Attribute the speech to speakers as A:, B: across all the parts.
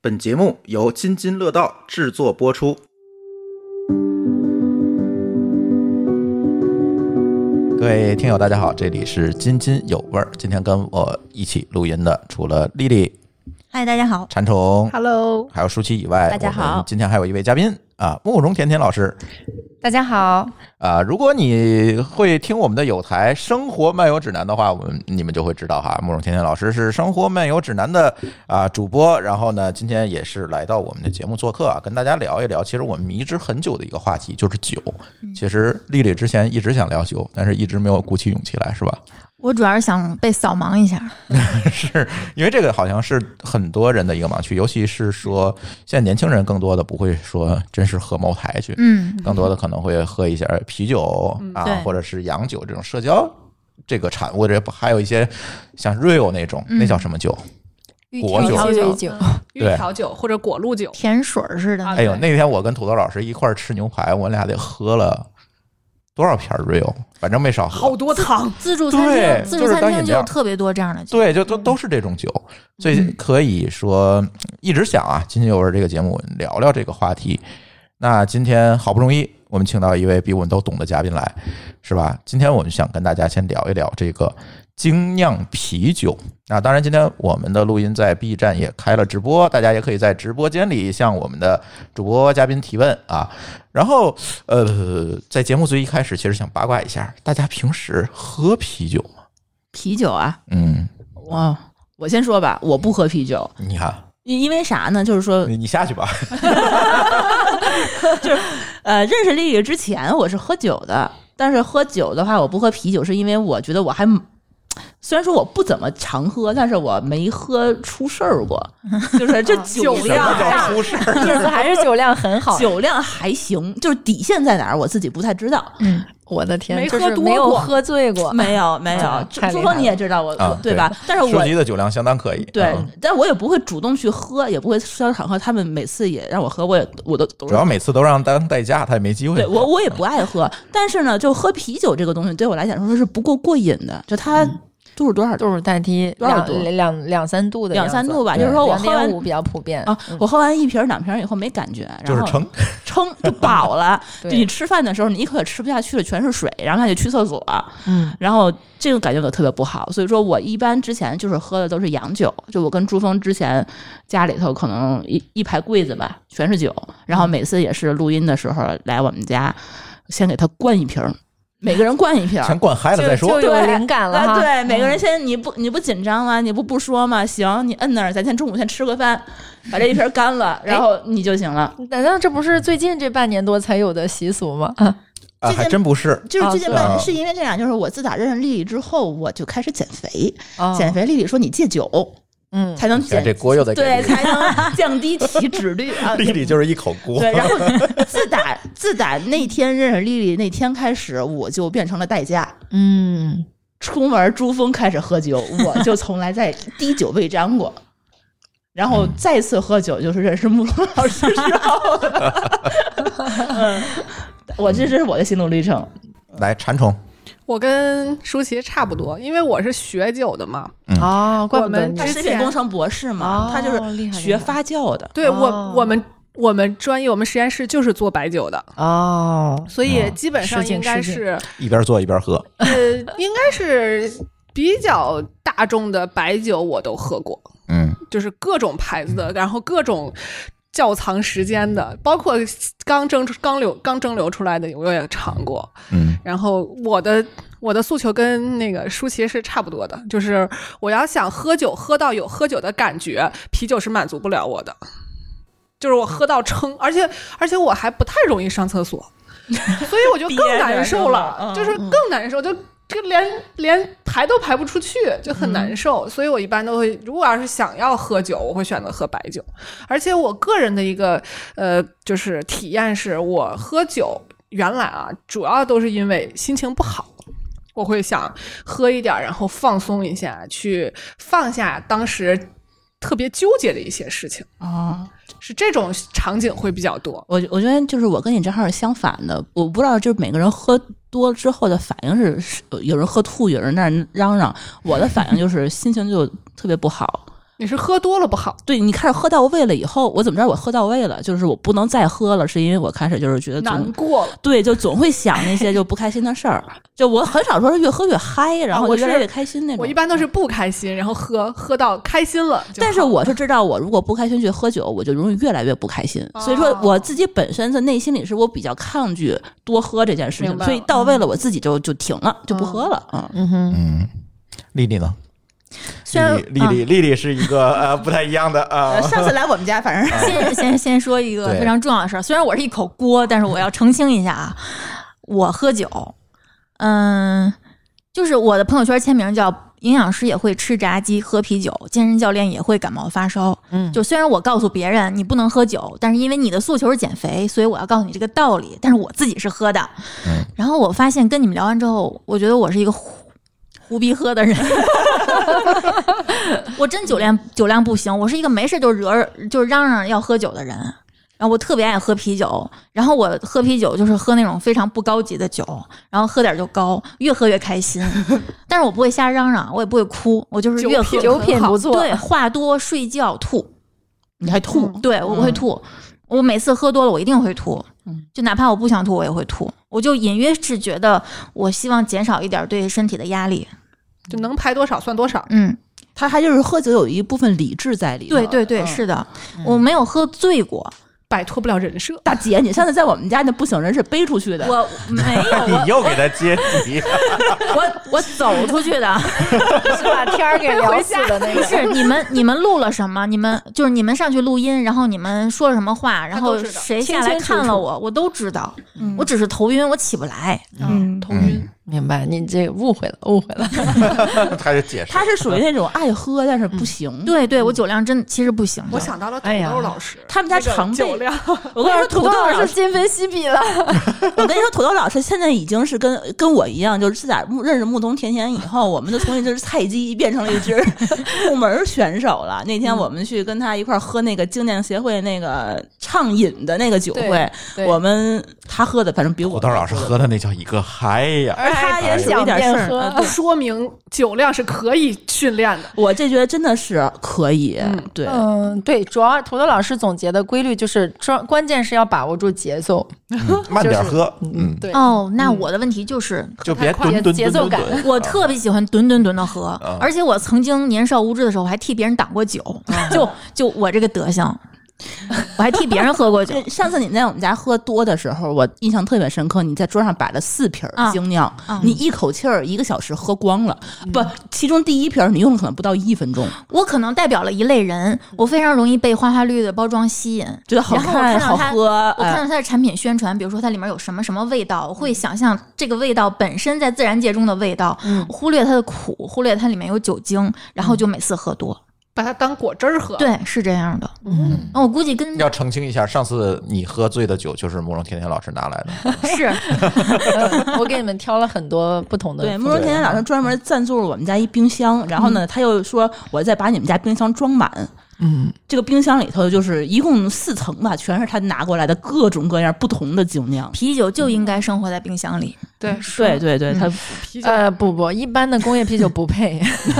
A: 本节目由津津乐道制作播出。各位听友，大家好，这里是津津有味儿。今天跟我一起录音的，除了丽丽、
B: 嗨，大家好，
A: 馋虫，
C: Hello，
A: 还有舒淇以外，
B: 大家好
A: 我们今天还有一位嘉宾啊，慕容甜甜老师。
C: 大家好。
A: 啊，如果你会听我们的有台《生活漫游指南》的话，我们你们就会知道哈，慕容甜甜老师是《生活漫游指南的》啊主播，然后呢，今天也是来到我们的节目做客啊，跟大家聊一聊，其实我们迷之很久的一个话题就是酒。其实丽丽之前一直想聊酒，但是一直没有鼓起勇气来，是吧？
B: 我主要是想被扫盲一下，
A: 是因为这个好像是很多人的一个盲区，尤其是说现在年轻人更多的不会说真是喝茅台去，
B: 嗯，
A: 更多的可能会喝一些啤酒啊
B: 对，
A: 或者是洋酒这种社交这个产物，或者还有一些像 Rio 那种，
B: 嗯
A: 那叫什么酒？
C: 玉
A: 果酒
B: 调
C: 调酒嗯
B: 酒、
D: 嗯
A: 对
C: 玉调酒或者果露酒，
B: 甜水儿似的，
C: 啊
A: 哎呦，
C: 对
A: 那天我跟土豆老师一块儿吃牛排，我们俩得喝了多少瓶儿 Rio，反正没少喝。
C: 好多糖。
B: 自助餐
A: 对
B: 厅，自助
A: 就是当
B: 餐
A: 饮
B: 厅就
A: 料
B: 有特别多这样的酒，
A: 对，就都都是这种酒，所以可以说一直想啊，津津有味儿这个节目聊聊这个话题。那今天好不容易我们请到一位比我们都懂的嘉宾来，是吧？今天我们想跟大家先聊一聊这个精酿啤酒。那当然，今天我们的录音在 B 站也开了直播，大家也可以在直播间里向我们的主播嘉宾提问啊。然后，呃，在节目最一开始，其实想八卦一下，大家平时喝啤酒吗？
E: 啤酒啊，
A: 嗯，
B: 哦
E: 我我先说吧，我不喝啤酒，
A: 你看，
E: 因因为啥呢？就是说，
A: 你你下去吧。
E: 呃，认识丽丽之前我是喝酒的，但是喝酒的话，我不喝啤酒，是因为我觉得我还。虽然说我不怎么常喝，但是我没喝出事儿 过，就是这啊酒
C: 酒
A: 什么
E: 量
C: 量
A: 叫
E: 大，
A: 出事儿？
E: 就是还
C: 还是酒量很好
E: 酒量还行，就是底线在哪儿我自己不太知道。
B: 嗯，
C: 我的天
E: 没
C: 就
E: 喝
C: 是
E: 多
C: 没有
E: 过
C: 喝醉过。
E: 没有没有
C: 啊，
E: 朱
C: 太厉
E: 朱峰
C: 害
E: 你也知道我，
A: 啊
E: 我对吧？但是
A: 舒
E: 我
A: 淇的酒量相当可以，
E: 对
A: 嗯，
E: 但我也不会主动去喝，也不会商场喝。他们每次也让我喝，我也我都都
A: 主要每次都让当代驾，他也没机会。
E: 对我我也不爱喝。但是呢，就喝啤酒这个东西对我来讲说是不够过瘾的，就它
A: 嗯
E: 度数多少
C: 度数大体
E: 多少
C: 两
E: 度
C: 两两三度的
E: 两
C: 样子
E: 三度吧，
A: 对
E: 就是说我
C: 两
E: 喝完
C: 点五比较普遍嗯
E: 啊，我喝完一瓶儿两瓶儿以后没感觉，然
A: 就是
E: 后
A: 撑，
E: 撑就饱了。就
C: 对
E: 你吃饭的时候，你一口也吃不下去了，全是水，然后还得去厕所，
C: 嗯，
E: 然后这个感觉我特别不好，所以说我一般之前就是喝的都是洋酒，就我跟朱峰之前家里头可能一一排柜子吧，全是酒，然后每次也是录音的时候来我们家，先给他灌一瓶儿，每个人灌一瓶儿。
A: 先灌嗨了
C: 就
A: 再说
C: 就。有
E: 对
C: 灵感了
E: 啊
C: 哈。嗯
E: 对，每个人先你不你不紧张吗？你不不说吗？行，你摁那儿，咱先中午先吃个饭，把这一瓶儿干了，
C: 哎
E: 然后你就行了。
C: 难道这不是最近这半年多才有的习俗吗？
A: 啊，
E: 这件
A: 还真不是。
E: 就是最近
C: 哦
A: 啊是吗
E: 半是因为这样，就是我自打认识丽丽之后，我就开始减肥。
C: 哦
E: 减肥，丽丽说你戒酒
C: 嗯，
E: 才能
A: 你看
E: 减
A: 哎这锅又在给
E: 对，
A: 力，
E: 才能 降低体脂率啊。
A: 丽丽就是一口锅。
E: 对，然后 自打自打那天认识丽丽那天开始，我就变成了代驾。
C: 嗯，
E: 出门珠峰开始喝酒，我就从来在滴酒未沾过。然后再次喝酒就是认识慕容老师之后了。 嗯，我这这是我的心路历程。
A: 来，馋虫，
D: 我跟舒淇差不多，因为我是学酒的嘛。
C: 哦，怪不
D: 我
C: 得
D: 们
C: 你
E: 他
D: 之
E: 食品
D: 前
E: 工程博士嘛，
C: 哦
E: 他就是
C: 厉害
E: 学
C: 厉害
E: 发酵的。
D: 对、
C: 哦
D: 我，我们我们专业，我们实验室就是做白酒的，
C: 哦，
D: 所以基本
C: 失
D: 上
C: 敬
D: 应该
C: 失敬
D: 是
A: 一边做一边喝。
D: 呃， 应该是比较大众的白酒我都喝过，
A: 嗯，
D: 就是各种牌子的，然后各种。窖藏时间的，包括刚蒸刚流刚蒸馏出来的，我也尝过。
A: 嗯，
D: 然后我的我的诉求跟那个舒淇是差不多的，就是我要想喝酒喝到有喝酒的感觉，啤酒是满足不了我的。就是我喝到撑，而且而且我还不太容易上厕 所，所以我就更
E: 憋着
D: 难受
E: 是吧
D: 了
E: 嗯，
D: 就是更难受，就就连连排都排不出去，就很难受。
E: 嗯
D: 所以我一般都会，如果要是想要喝酒，我会选择喝白酒。而且我个人的一个呃，就是体验是我喝酒原来啊，主要都是因为心情不好。我会想喝一点儿，然后放松一下，去放下当时特别纠结的一些事情，
E: 哦，
D: 是这种场景会比较多。
E: 我我觉得就是我跟你正好是相反的，我不知道就是每个人喝多之后的反应是，呃是有人喝吐，有人在那儿嚷嚷，我的反应就是心情就特别不好。
D: 你是喝多了不好，
E: 对你开始喝到位了以后，我怎么着？我喝到位了，就是我不能再喝了，是因为我开始就是觉得
D: 难
E: 总
D: 过了。
E: 对，就总会想那些就不开心的事儿。就我很少说是越喝越嗨，然
D: 啊
E: 后
D: 我
E: 就越
D: 是
E: 来越开心那种。
D: 我一般都是不开心，然后喝喝到开心了就好。
E: 但是我是知道，我如果不开心去喝酒，我就容易越来越不开心。所以说，我自己本身的内心里是我比较抗拒多喝这件事
D: 明
E: 情，
D: 白
E: 所以到位了，我自己就就停了，就不喝了。嗯，
C: 嗯哼，
A: 嗯，丽丽呢？
B: 虽然
A: 丽丽，丽丽是一个呃不太一样的呃
E: 呃，上次来我们家，反正
B: 先先先说一个
A: 对
B: 非常重要的事儿，虽然我是一口锅，但是我要澄清一下啊，我喝酒，嗯，就是我的朋友圈签名叫“营养师也会吃炸鸡、喝啤酒，健身教练也会感冒发烧”。
C: 嗯
B: 就虽然我告诉别人你不能喝酒，但是因为你的诉求是减肥，所以我要告诉你这个道理。但是我自己是喝的，
A: 嗯
B: 然后我发现跟你们聊完之后，我觉得我是一个胡胡逼喝的人。 我真酒量酒量不行，我是一个没事就惹就是嚷嚷要喝酒的人。然后我特别爱喝啤酒，然后我喝啤酒就是喝那种非常不高级的酒，然后喝点就高，越喝越开心。但是我不会瞎嚷嚷，我也不会哭，我就是越喝
D: 酒
C: 酒品不错，
B: 对话多睡觉吐，
E: 你还吐，
B: 对我会吐。我每次喝多了，我一定会吐，就哪怕我不想吐，我也会吐。我就隐约是觉得，我希望减少一点对身体的压力。
D: 就能排多少算多少。
B: 嗯，
E: 他还就是喝酒有一部分理智在里头。
B: 对对对，
E: 嗯
B: 是的，我没有喝醉过，
D: 摆脱不了人设。
E: 大姐，你上次在我们家那不省人事背出去的，
B: 我没有，
A: 你
B: 我
A: 又给他接题，
B: 我我走出去的。
C: 是把天儿 给聊死的那
B: 不
C: 个。
B: 是你们，你们录了什么？你们就是你们上去录音，然后你们说了什么话，然后
D: 都知道
B: 谁下来
C: 清清楚
B: 看了
C: 楚
B: 我，我都知道。我只是头晕，我起不来。
C: 嗯，
D: 头晕，
C: 明白，你这误会了，误会了。
A: 他就解释
E: 他是属于那种爱喝但是不行。，
B: 对对，我酒量真的其实不行的。
D: 我想到了土
C: 哎呀
D: 豆老师，
E: 他们家
D: 那个
E: 常备
D: 酒量，
E: 我跟你说，土豆老师，
C: 今非昔比了。
E: 我跟你说，土豆老师现在已经是跟跟我一样，就是自打木认识牧童甜甜以后，我们就从一只菜鸡变成了一只木门选手了。那
C: 嗯
E: 天我们去跟他一块儿喝那个精酿协会那个畅饮的那个酒会
C: 对，对
E: 我们他喝的反正比我
A: 土豆老师喝的那叫一个嗨 呀！
C: 而他也
E: 有
C: 想
E: 一点
C: 变
E: 事儿
C: 喝
E: 嗯
D: 说明酒量是可以训练的。
E: 我这觉得真的是可以，
D: 嗯
E: 对，
C: 嗯，对，主要土豆老师总结的规律就是，关关键是要把握住节 奏。
A: 慢点喝，
C: 嗯，
A: 嗯，
C: 对，
B: 哦，那我的问题就是，
A: 就别
C: 快
A: 吨吨
C: 节
A: 吨吨
C: 奏感
A: 吨。
B: 我特别喜欢吨吨吨的喝，而且我曾经年少无知的时候，我还替别人挡过酒，就就我这个德行，我还替别人喝过酒
E: 对，上次你在我们家喝多的时候，我印象特别深刻。你在桌上摆了四瓶儿
B: 啊
E: 精酿，
B: 啊嗯
E: 你一口气儿一个小时喝光了，不，其中第一瓶儿你用了可能不到一分钟，
B: 我可能代表了一类人，我非常容易被花花绿绿的包装吸引，
E: 觉得好
B: 然后我看
E: 看
B: 到
E: 好
B: 它
E: 喝。
B: 我看
E: 哎嗯
B: 到它的产品宣传，比如说它里面有什么什么味道，我会想象这个味道本身在自然界中的味道，
E: 嗯
B: 忽略它的苦，忽略它里面有酒精，然后就每次喝多。
D: 把它当果汁儿
E: 嗯
D: 喝，，
B: 对，是这样的。
C: 嗯，
B: 那我估计跟
A: 要澄清一下，上次你喝醉的酒就是慕容甜甜老师拿来的，
B: 是
C: 我给你们挑了很多不同的。
E: 对，慕容甜甜老师专门赞助了我们家一冰箱，然后呢，
B: 嗯
E: 他又说我再把你们家冰箱装满。
C: 嗯，
E: 这个冰箱里头就是一共四层吧，全是他拿过来的各种各样不同的精酿。
B: 啤酒就应该生活在冰箱里。
D: 对
E: 对对对，他
D: 啤酒。
C: 呃，不不，一般的工业啤酒不配，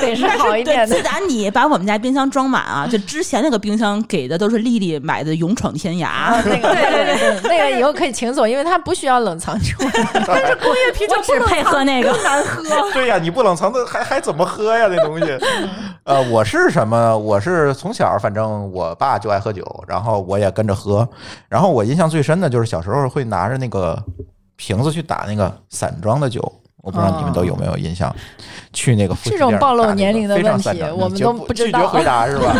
C: 得是好一点的
E: 对自。打你把我们家冰箱装满 啊，就之前那个冰箱给的都是丽丽买的《勇闯天涯》
C: 那个，对对对，那个以后可以请走，因为它不需要冷藏储物。
D: 这啤酒
E: 我只配喝那个。
D: 难喝，
A: 对呀，你不冷藏的还还怎么喝呀？这东西，呃，我是什么？我是从小反正我爸就爱喝酒，然后我也跟着喝，然后我印象最深的就是小时候会拿着那个瓶子去打那个散装的酒。我不知道你们都有没有印象，去那个副食
C: 这种
A: 店
C: 暴露
A: 打那个
C: 年龄的
A: 非常
C: 问题
A: 散装
C: 我
A: 你
C: 们
A: 就
C: 都
A: 不
C: 不知
A: 拒
C: 道
A: 绝回答 是吧？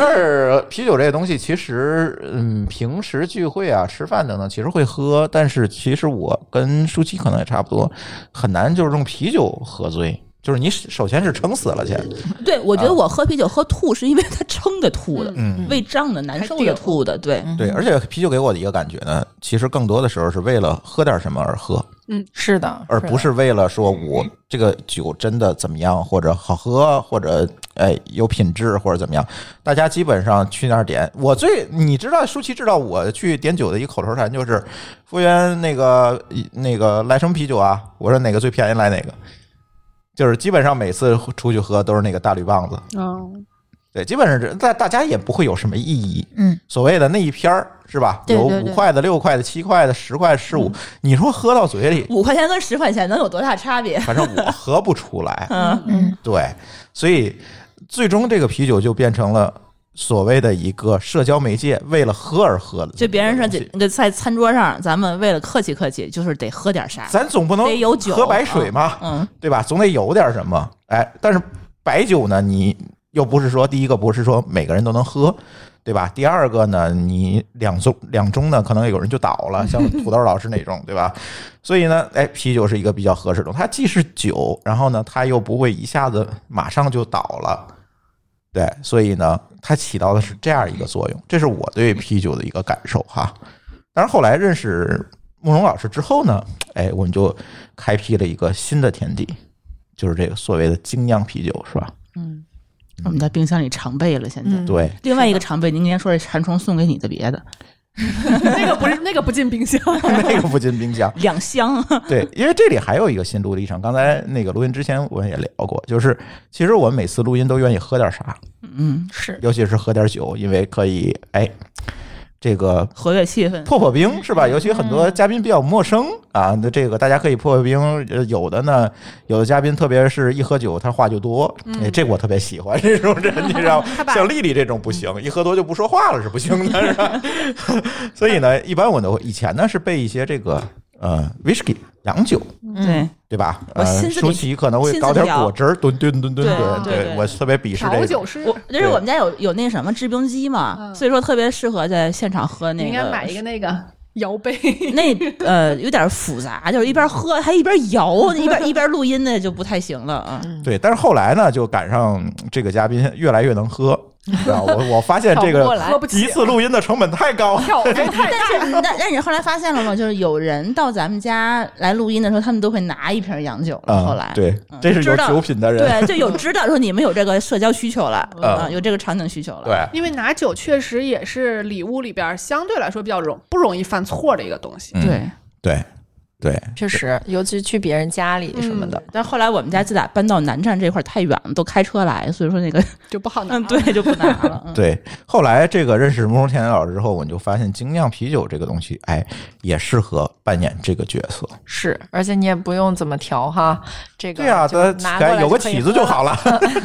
A: 二，啤酒这个东西，其实嗯，平时聚会啊、吃饭等等，其实会喝，但是其实我跟舒淇可能也差不多，很难就是用啤酒喝醉。就是你首先是撑死了先，
E: 对，我觉得我喝啤酒喝吐是因为他撑的吐的，胃胀的难受的吐的。对，
A: 对，而且啤酒给我的一个感觉呢，其实更多的时候是为了喝点什么而喝，
C: 是的，
A: 而不是为了说我这个酒真的怎么样，或者好喝，或者哎有品质，或者怎么样。大家基本上去那儿点，我最你知道，舒淇知道我去点酒的一个口头禅就是，服务员那个那个来什么啤酒啊？我说哪个最便宜来哪个。就是基本上每次出去喝都是那个大绿棒子，
E: 哦
D: 嗯，
A: 对，基本上这大大家也不会有什么异议。
B: 嗯，
A: 所谓的那一篇儿是吧？
B: 对
A: 有
B: 对
A: 五
B: 对嗯
A: 块的、六块的、七块的、十块、十五，你说喝到嘴里，
E: 五块钱跟十块钱能有多大差别？
A: 反正我喝不出来。
E: 嗯，
B: 嗯，
A: 对，所以最终这个啤酒就变成了所谓的一个社交媒介，为了喝而喝的。
E: 就别人说
A: 这
E: 这
A: 个东西，
E: 这在餐桌上，咱们为了客气客气，就是得喝点啥，
A: 咱总不能
E: 得有酒
A: 喝白水嘛，
E: 嗯，
A: 对吧？总得有点什么。哎，但是白酒呢，你又不是说第一个不是说每个人都能喝。对吧？第二个呢，你两盅两盅呢，可能有人就倒了，像土豆老师那种，对吧？所以呢，哎，啤酒是一个比较合适的，它既是酒，然后呢，它又不会一下子马上就倒了，对，所以呢，它起到的是这样一个作用，这是我对啤酒的一个感受哈。但是后来认识慕容老师之后呢，哎，我们就开辟了一个新的天地，就是这个所谓的精酿啤酒，是吧？
E: 我们在冰箱里常备了。现在、
A: 对，
E: 另外一个常备，您应该说是馋虫送给你的别的
D: 那个不是 那个不进冰箱，
A: 那个不进冰 箱。
E: 两箱，
A: 对，因为这里还有一个心路历程。刚才那个录音之前我们也聊过，就是其实我每次录音都愿意喝点啥，
E: 嗯，
C: 是
A: 尤其是喝点酒，因为可以哎，这个
E: 活跃气氛。
A: 破破冰是吧？尤其很
E: 嗯
A: 多嘉宾比较陌生啊，那这个大家可以破破冰。呃有的呢，有的嘉宾特别是一喝酒他话就多，
E: 嗯
A: 哎，这个我特别喜欢 这种人，你知 道吗？像丽丽这种不
E: 嗯
A: 行，一喝多就不说话了是不行的，是吧？ 所以呢，一般我都以前呢是备一些这个呃 whisky 洋酒。
E: 对，
A: 对吧？
E: 我
A: 呃，
E: 亲自给
A: 舒淇可能会搞点果汁儿，炖炖炖炖炖。
E: 对对对
A: 我特别鄙视
D: 调
A: 这
D: 酒
A: 个。
D: 师
E: 我就是我们家有有那什么制冰机嘛，
D: 嗯
E: 所以说特别适合在现场喝
D: 你
E: 那
D: 应该买一个
E: 个。
D: 那个摇杯，
E: 那呃有点复杂，就是一边喝还一边摇，一边一边录音的就不太行了啊。
D: 嗯
A: 对，但是后来呢，就赶上这个嘉宾越来越能 喝，是吧？我我发现这
C: 调不过
A: 个
C: 来
D: 喝不
A: 一
D: 起，
A: 次录音的成本太高 了。
D: 跳杯太大。
E: 但是那但是你后来发现了吗？就是有人到咱们家来录音的时候，他们都会拿一瓶洋酒了。
A: 啊
E: 后来，
A: 对，
E: 嗯
A: 这是有
E: 知道
A: 酒品的人。
E: 对，就有知道说你们有这个社交需求了，
A: 嗯
E: 啊，有这个场景需求了。
A: 对，
D: 因为拿酒确实也是礼物里边儿相对来说比较容不容易犯错的一个东西。
A: 嗯
E: 对
A: 对对，
C: 确实，尤其去别人家里什么的，
E: 但后来我们家自打搬到南站这块儿太远了，都开车来，所以说那个，
D: 就不好拿。
E: 嗯，对，就不拿了。嗯，
A: 对，后来这个认识慕容甜甜老师之后，我们就发现精酿啤酒这个东西，哎，也适合扮演这个角色。
C: 是，而且你也不用怎么调哈，这个
A: 对啊，
C: 就
A: 它
C: 拿过来
A: 有个
C: 就可以
A: 起子就
C: 喝
A: 好了，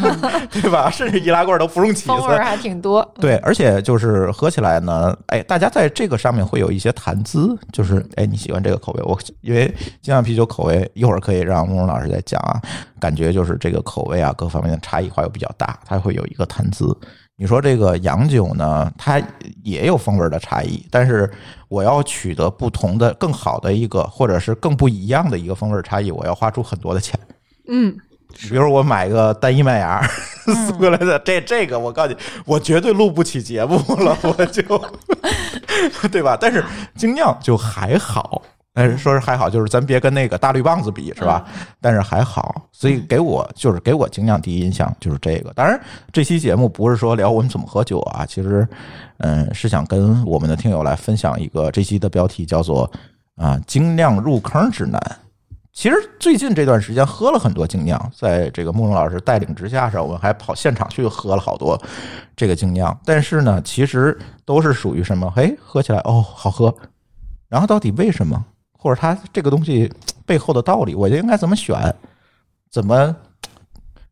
A: 对吧？甚至易拉罐都不用起
C: 风味
A: 子
C: 儿，还挺多。
A: 对，而且就是喝起来呢，哎，大家在这个上面会有一些谈资，就是哎，你喜欢这个口味，我因为精酿啤酒口味，一会儿可以让慕容老师再讲啊，感觉就是这个口味啊，各方面的差异化又比较大，它会有一个谈资。你说这个洋酒呢，它也有风味的差异，但是我要取得不同的、更好的一个，或者是更不一样的一个风味差异，我要花出很多的钱。
D: 嗯，
A: 比如我买个单一麦芽儿 送过来的，这这个我告诉你，我绝对录不起节目了， 我就对吧？但是精酿就还好，但是说是还好，就是咱别跟那个大绿棒子比，是吧？但是还好，所以给我就是给我精酿第一印象就是这个。当然，这期节目不是说聊我们怎么喝酒啊，其实嗯是想跟我们的听友来分享一个这期的标题叫做啊精酿入坑指南。其实最近这段时间喝了很多精酿，在这个慕容老师带领之下上，我们还跑现场去喝了好多这个精酿。但是呢，其实都是属于什么？哎，喝起来哦，好喝。然后到底为什么？或者它这个东西背后的道理，我应该怎么选？怎么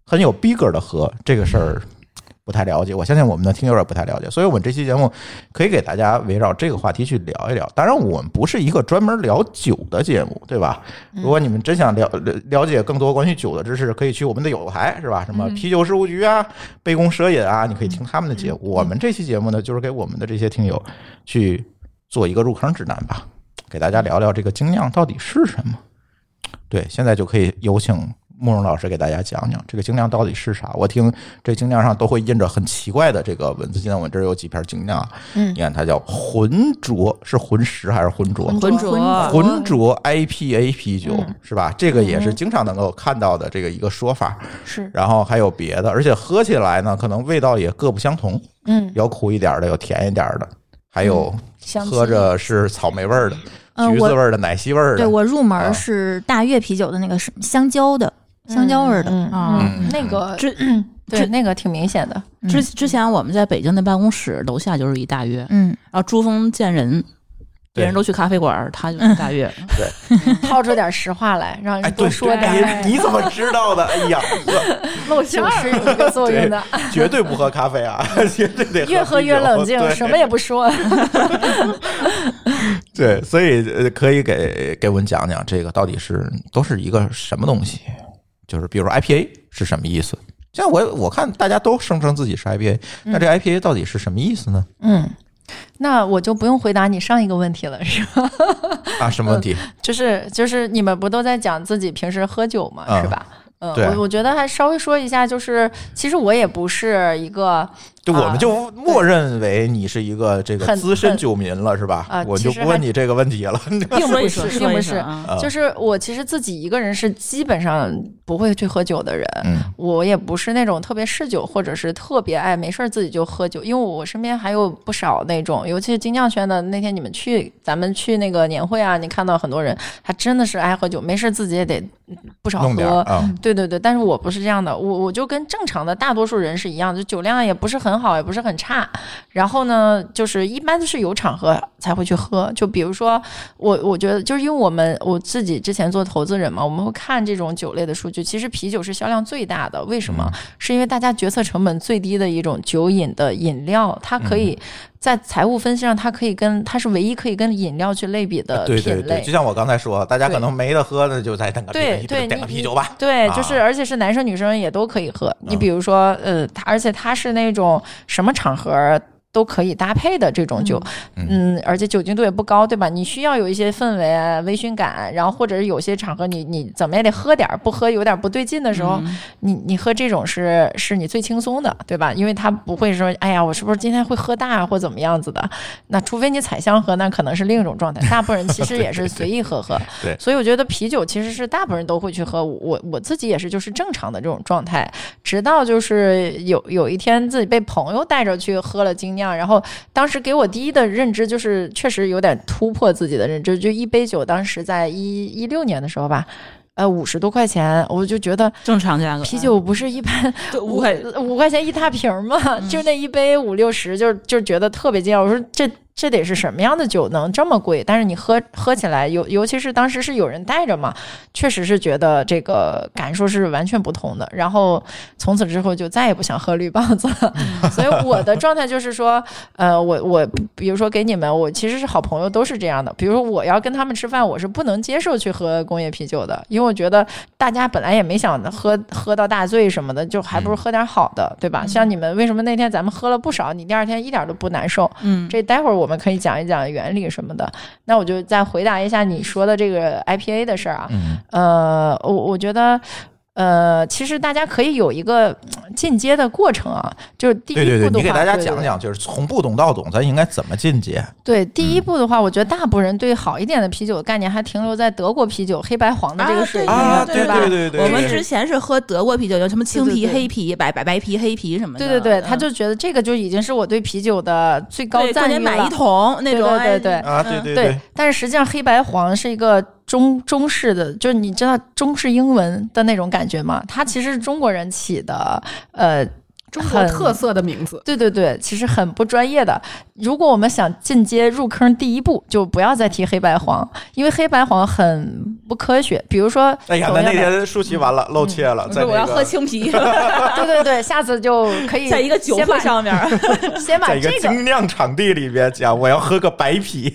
A: 很有逼格的喝这个事儿？不太了解，我相信我们的听友也不太了解，所以我们这期节目可以给大家围绕这个话题去聊一聊。当然，我们不是一个专门聊酒的节目，对吧？如果你们真想了了了解更多关于酒的知识，可以去我们的友台，是吧？什么啤酒事务局啊、杯弓蛇影啊，你可以听他们的节目。我们这期节目呢，就是给我们的这些听友去做一个入坑指南吧，给大家聊聊这个精酿到底是什么。对，现在就可以有请慕容老师给大家讲讲这个精酿到底是啥。我听这精酿上都会印着很奇怪的这个文字，现在我这儿有几瓶精酿啊，
B: 嗯
A: 你看它叫浑浊，是浑石还是浑浊？
E: 浑
C: 浊啊
E: 浊，
A: 浑浊 IPA 啤酒、
C: 嗯
A: 是吧？这个也是经常能够看到的这个一个说法。
B: 是
A: 然后还有别的，而且喝起来呢，可能味道也各不相同，
B: 嗯
A: 有苦一点的，有甜一点的，还
C: 嗯
A: 有
C: 香
A: 喝着是草莓味儿的、
B: 嗯
A: 橘子
B: 我
A: 味儿的、奶昔味儿的。
B: 对我入
A: 啊
B: 门是大悦啤酒的那个是香蕉的，香蕉味儿的。
C: 嗯
E: 啊
A: 嗯
C: 那个
E: 之
C: 对那个挺明显 的，
E: 之之前我们在北京的办公室楼下就是一大悦，
B: 嗯，
E: 然后珠峰见人，
A: 对
E: 别人都去咖啡馆，他就是大悦。
C: 套出点实话来，让
A: 哎，
C: 人
A: 对，
C: 多说点儿。
A: 哎你怎么知道的？哎呀，呵
C: 漏酒是有一个作用的，
A: 绝对不喝咖啡啊， 绝对得
C: 越喝
A: 啤
C: 越
A: 酒
C: 冷静，
A: 对
C: 什么也不说。
A: 对，所以呃可以给给我们讲讲这个到底是都是一个什么东西？就是比如说 IPA 是什么意思？像我我看大家都声称自己是 IPA，那这 IPA 到底是什么意思呢？
C: 嗯，那我就不用回答你上一个问题了，是吧？
A: 啊，什么问题？
C: 嗯就是就是你们不都在讲自己平时喝酒嘛，
A: 嗯
C: 是吧？嗯，
A: 对啊
C: 我我觉得还稍微说一下，就是其实我也不是一个
A: 对，我们
C: 啊
A: 就默认为你是一个这个
C: 很
A: 资深
C: 很
A: 酒民了，是吧？
C: 啊
A: 我
C: 其
A: 就
C: 实
A: 不
C: 还
A: 问你这个问题 了。
C: 并不
E: 说一
C: 是
E: 说
C: 并
E: 说一说
C: 不是
E: 啊
A: 啊
C: 就是我其实自己一个人是基本上不会去喝酒的人，
A: 嗯
C: 我也不是那种特别嗜酒或者是特别爱没事儿自己就喝酒，因为我身边还有不少那种，尤其是金匠轩的那天你们去咱们去那个年会啊，你看到很多人他真的是爱喝酒，没事儿自己也得不少
A: 弄点儿
C: 喝，嗯
A: 啊，
C: 对对对，但是我不是这样的，我我就跟正常的大多数人是一样，就酒量也不是很好，也不是很差。然后呢，就是一般都是有场合才会去喝，就比如说我，我觉得就是因为我们我自己之前做投资人嘛，我们会看这种酒类的数据。其实啤酒是销量最大的，为什么？
A: 嗯
C: 是因为大家决策成本最低的一种酒饮的饮料，它可
A: 嗯
C: 以在财务分析上，它可以跟它是唯一可以跟饮料去类比的呃品
A: 对
C: 类。
A: 对对，就像我刚才说，大家可
C: 对
A: 能没得喝的，就再点个
C: 对
A: 啤
C: 对，
A: 点
C: 你
A: 个啤
C: 你
A: 酒吧。
C: 对，
A: 啊
C: 就是而且是男生女生也都可以喝。你
A: 嗯
C: 比如说，呃，它而且它是那种什么场合。都可以搭配的这种酒，嗯而且酒精度也不高，对吧？你需要有一些氛围啊、微醺感，然后或者是有些场合你你怎么也得喝点儿，不喝有点不对劲的时候，你你喝这种是是你最轻松的，对吧？因为它不会说，哎呀，我是不是今天会喝大啊或怎么样子的？那除非你采香喝，那可能是另一种状态。大部分人其实也
A: 对对
C: 是
A: 对
C: 随意喝喝，
A: 对
C: 所以我觉得啤酒其实是大部分人都会去喝，我我我自己也是就是正常的这种状态，直到就是有有一天自己被朋友带着去喝了精酿，然后当时给我第一的认知就是确实有点突破自己的认知，就一杯酒当时在一一六年的时候吧。呃，五十多块钱，我就觉得
E: 正常价格，
C: 啤酒不是一般
E: 对五块
C: 五块钱一大瓶儿嘛，就那一杯五六十，就就觉得特别惊讶。我说这这得是什么样的酒能这么贵？但是你喝喝起来，尤尤其是当时是有人带着嘛，确实是觉得这个感受是完全不同的。然后从此之后就再也不想喝绿棒子了。 所以我的状态就是说，呃，我我比如说给你们，我其实是好朋友都是这样的。比如说我要跟他们吃饭，我是不能接受去喝工业啤酒的，因为我觉得大家本来也没想喝喝到大醉什么的，就还不如喝点好的，对吧？像你们为什么那天咱们喝了不少，你第二天一点都不难受？
E: 嗯，
C: 这待会儿我们可以讲一讲原理什么的。那我就再回答一下你说的这个 IPA 的事儿啊。
A: 嗯
C: 呃，我我觉得，呃，其实大家可以有一个嗯进阶的过程啊，就是第一步
A: 对
C: 的话，
A: 对对，你给大家
C: 对对
A: 讲讲，就是从不懂到懂，咱应该怎么进阶？
C: 对，第一步的话，我觉得大部分人对好一点的啤酒的概念还停留在德国啤酒黑白黄的这个水平，
A: 啊
C: 对吧？
A: 对对对
E: 我们之前是喝德国啤酒，有什么青
C: 对对
E: 啤、
C: 对
E: 黑啤、白白白啤、黑啤什么的。
C: 对对对，
E: 嗯
C: 他就觉得这个就已经是我对啤酒的最高
E: 对过
C: 赞誉
E: 年买一
C: 了。
E: 桶那种，
C: 对对对
E: 哎
A: 啊，对
E: 嗯
A: 对
C: 对，但是实际上黑白黄是一个中中式的，就是你知道中式英文的那种感觉吗？它其实是中国人起的，呃，
D: 中国特色的名字，
C: 对对对，其实很不专业的。如果我们想进阶入坑，第一步就不要再提黑白黄，因为黑白黄很不科学。比如 说，
A: 哎呀，
C: 同
A: 那那
C: 样的嗯
A: 天舒淇完了，露怯了，
E: 不
A: 在
E: 是我
A: 那
E: 要喝
A: 个
E: 青啤，
C: 对对对，下次就可以
E: 在一个酒
C: 先
E: 会
C: 把
E: 上面，
C: 先把
A: 在一个
C: 这个
A: 精酿场地里边讲，我要喝个白啤。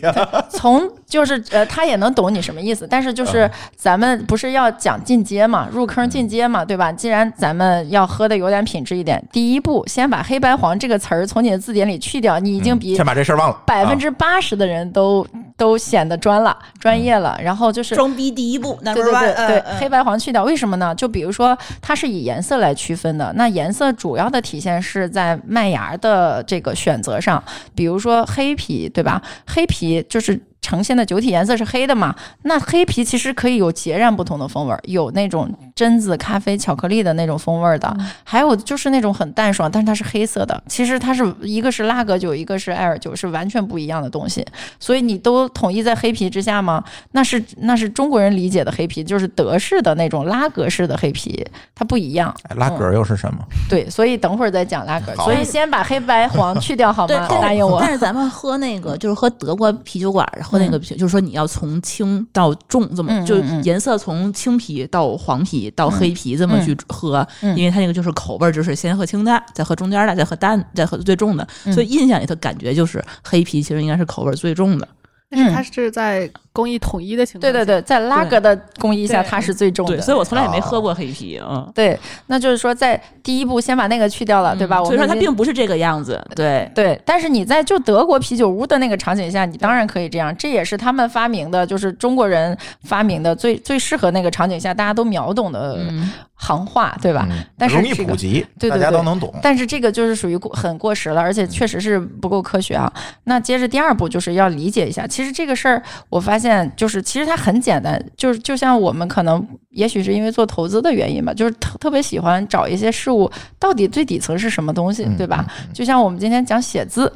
C: 从就是呃，他也能懂你什么意思，但是就是咱们不是要讲进阶嘛，入坑进阶嘛，对吧？既然咱们要喝的有点品质一点，第一步先把黑白黄这个词儿从你的字典里去掉，你已经
A: 嗯
C: 比
A: 先把这事儿忘了，
C: 百分
A: 啊
C: 之八十的人都、都显得专了、专业了。然后就是
E: 装逼第一步，那
C: 对
E: 是
C: 对
E: 吧？
C: 对对，
E: 嗯
C: 黑。白黄去掉，为什么呢？就比如说，它是以颜色来区分的。那颜色主要的体现是在麦芽的这个选择上，比如说黑啤，对吧？黑啤就是。呈现的酒体颜色是黑的嘛，那黑啤其实可以有截然不同的风味儿，有那种榛子、咖啡、巧克力的那种风味儿的，
E: 嗯
C: 还有就是那种很淡爽，但是它是黑色的。其实它是一个是拉格酒，一个是艾尔酒，是完全不一样的东西。所以你都统一在黑啤之下吗？那是那是中国人理解的黑啤，就是德式的那种拉格式的黑啤，它不一样。
A: 哎拉格
C: 嗯
A: 儿又是什么？
C: 对，所以等会儿再讲拉格。
A: 好
C: 所以先把黑白黄去掉好
E: 对
C: 吗？，
E: 但
C: 答
E: 是
C: 应我
E: 但。是咱们喝那个，就是喝德国啤酒馆，喝那个啤，就是说你要从轻到重这么，
C: 嗯嗯
E: 就
C: 嗯
E: 颜色从青啤到黄啤到黑啤这么去喝，
C: 嗯
E: 因为它那个就是口味儿，就是先喝清淡，再喝中间的，再喝淡，再喝最重的。所以印象里头感觉就是黑啤其实应该是口味儿最重的，
D: 但是
C: 嗯
D: 它是在工艺统一的情况
C: 对
D: 下，
C: 对对，在拉格的工艺下，
D: 对
C: 它是最重
E: 对，
C: 的。
E: 所以我从来也没
A: 哦
E: 喝过黑啤，嗯，
C: 对，那就是说，在第一步先把那个去掉了，啊对吧？
E: 嗯
C: 我
E: 所以
C: 们
E: 说它
C: 已经
E: 并不是这个样子，对。
C: 对，但是你在就德国啤酒屋的那个场景下，你当然可以这样，这也是他们发明的，就是中国人发明的最最适合那个场景下大家都秒懂的
E: 嗯
C: 行话，对吧？
A: 嗯
C: 但是
A: 容易
C: 这个
A: 普及，
C: 对对
A: 大家
C: 对
A: 都能懂。
C: 但是这个就是属于过很过时了，而且确实是不够科学啊。那接着第二步就是要理解一下，其实这个事儿我发现就是其实它很简单，就是就像我们可能也许是因为做投资的原因吧，就是特特别喜欢找一些事物到底最底层是什么东西，
A: 嗯
C: 对吧？就像我们今天讲写字。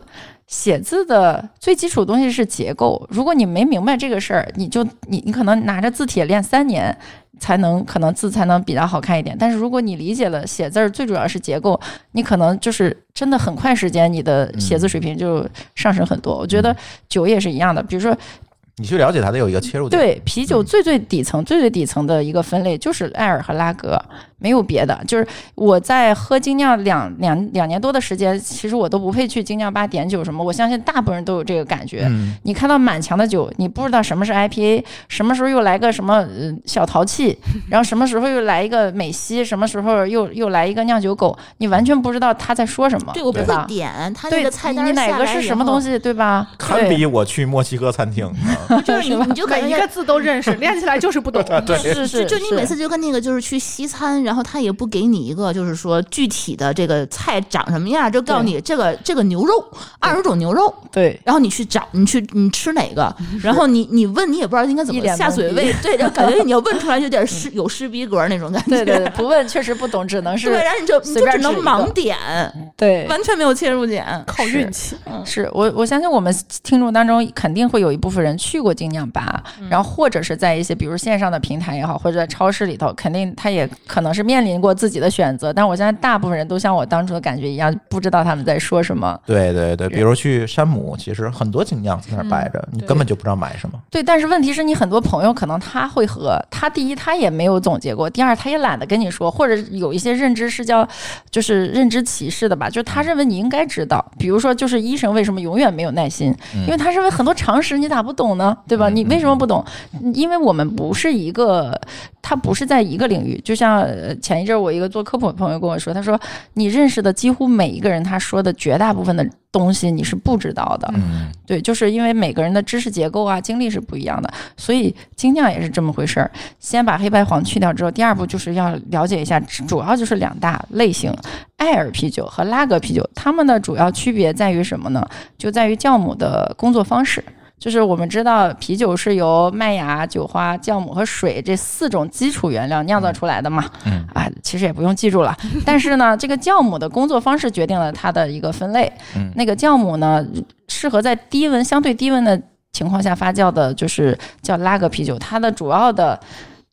C: 写字的最基础的东西是结构，如果你没明白这个事儿，你就你你可能拿着字帖练三年，才能可能字才能比较好看一点。但是如果你理解了写字儿最主要是结构，你可能就是真的很快时间你的写字水平就上升很多。我觉得酒也是一样的，比如说
A: 你去了解它得有一个切入点。
C: 对啤酒最最底层、最最底层的一个分类就是艾尔和拉格，没有别的。就是我在喝精酿两两两年多的时间，其实我都不配去精酿吧点酒什么，我相信大部分人都有这个感觉。
A: 嗯，
C: 你看到满墙的酒，你不知道什么是 IPA，什么时候又来个什么呃小淘气，然后什么时候又来一个美西，什么时候又又来一个酿酒狗，你完全不知道他在说什么，
E: 对我不
C: 对
E: 会
C: 吧？
B: 点它那
C: 对
B: 个菜单
C: 你哪个是什么东
B: 西？
C: 西，对吧？
A: 堪比我去墨西哥餐厅。啊
B: 就是你你就感
D: 每一
B: 觉
D: 个字都认识，练起来就是不懂。
A: 对
C: 对，是
B: 就是就你每次就跟那个就是去西餐，然后他也不给你一个就是说具体的这个菜长什么样，就告诉你这个这个牛肉二十种牛肉，
C: 对
B: 然后你去找你去你吃哪个，然后你你问你也不知道应该怎
C: 一
B: 么
C: 脸
B: 下
C: 懵
B: 水
C: 逼
B: 位，对，然后感觉你要问出来有点失有失逼格那种感觉，
C: 对对 对，不问确实不懂，只能是
B: 对，然后你就你
C: 随
B: 就
C: 便
B: 只
C: 指
B: 能
C: 一个
B: 盲点，
C: 对
B: 完全没有切入点。
D: 靠运气，
C: 是我，我相信我们听众当中肯定会有一部分人去过精酿吧，然后或者是在一些比如线上的平台也好，或者在超市里头，肯定他也可能是面临过自己的选择。但我相信大部分人都像我当初的感觉一样，不知道他们在说什么。
A: 对对对，比如去山姆，其实很多精酿在那儿摆着，你根本就不知道买什么。
C: 对，但是问题是你很多朋友可能他会喝，他第一他也没有总结过，第二他也懒得跟你说，或者有一些认知是叫就是认知歧视的吧，就是他认为你应该知道，比如说就是医生为什么永远没有耐心，
A: 嗯
C: 因为他认为很多常识你咋不懂呢，对吧？你为什么不懂？因为我们不是一个，他不是在一个领域。就像呃前一阵儿我一个做科普的朋友跟我说，他说你认识的几乎每一个人，他说的绝大部分的东西你是不知道的，
A: 嗯，
C: 对，就是因为每个人的知识结构啊、经历是不一样的，所以精酿也是这么回事儿。先把黑白黄去掉之后，第二步就是要了解一下，主要就是两大类型：艾尔啤酒和拉格啤酒。它们的主要区别在于什么呢？就在于酵母的工作方式。就是我们知道，啤酒是由麦芽、酒花、酵母和水这四种基础原料酿造出来的嘛。
A: 嗯
C: 啊，其实也不用记住了。但是呢，这个酵母的工作方式决定了它的一个分类。
A: 嗯
C: 那个酵母呢，适合在低温、相对低温的情况下发酵的，就是叫拉格啤酒。它的主要的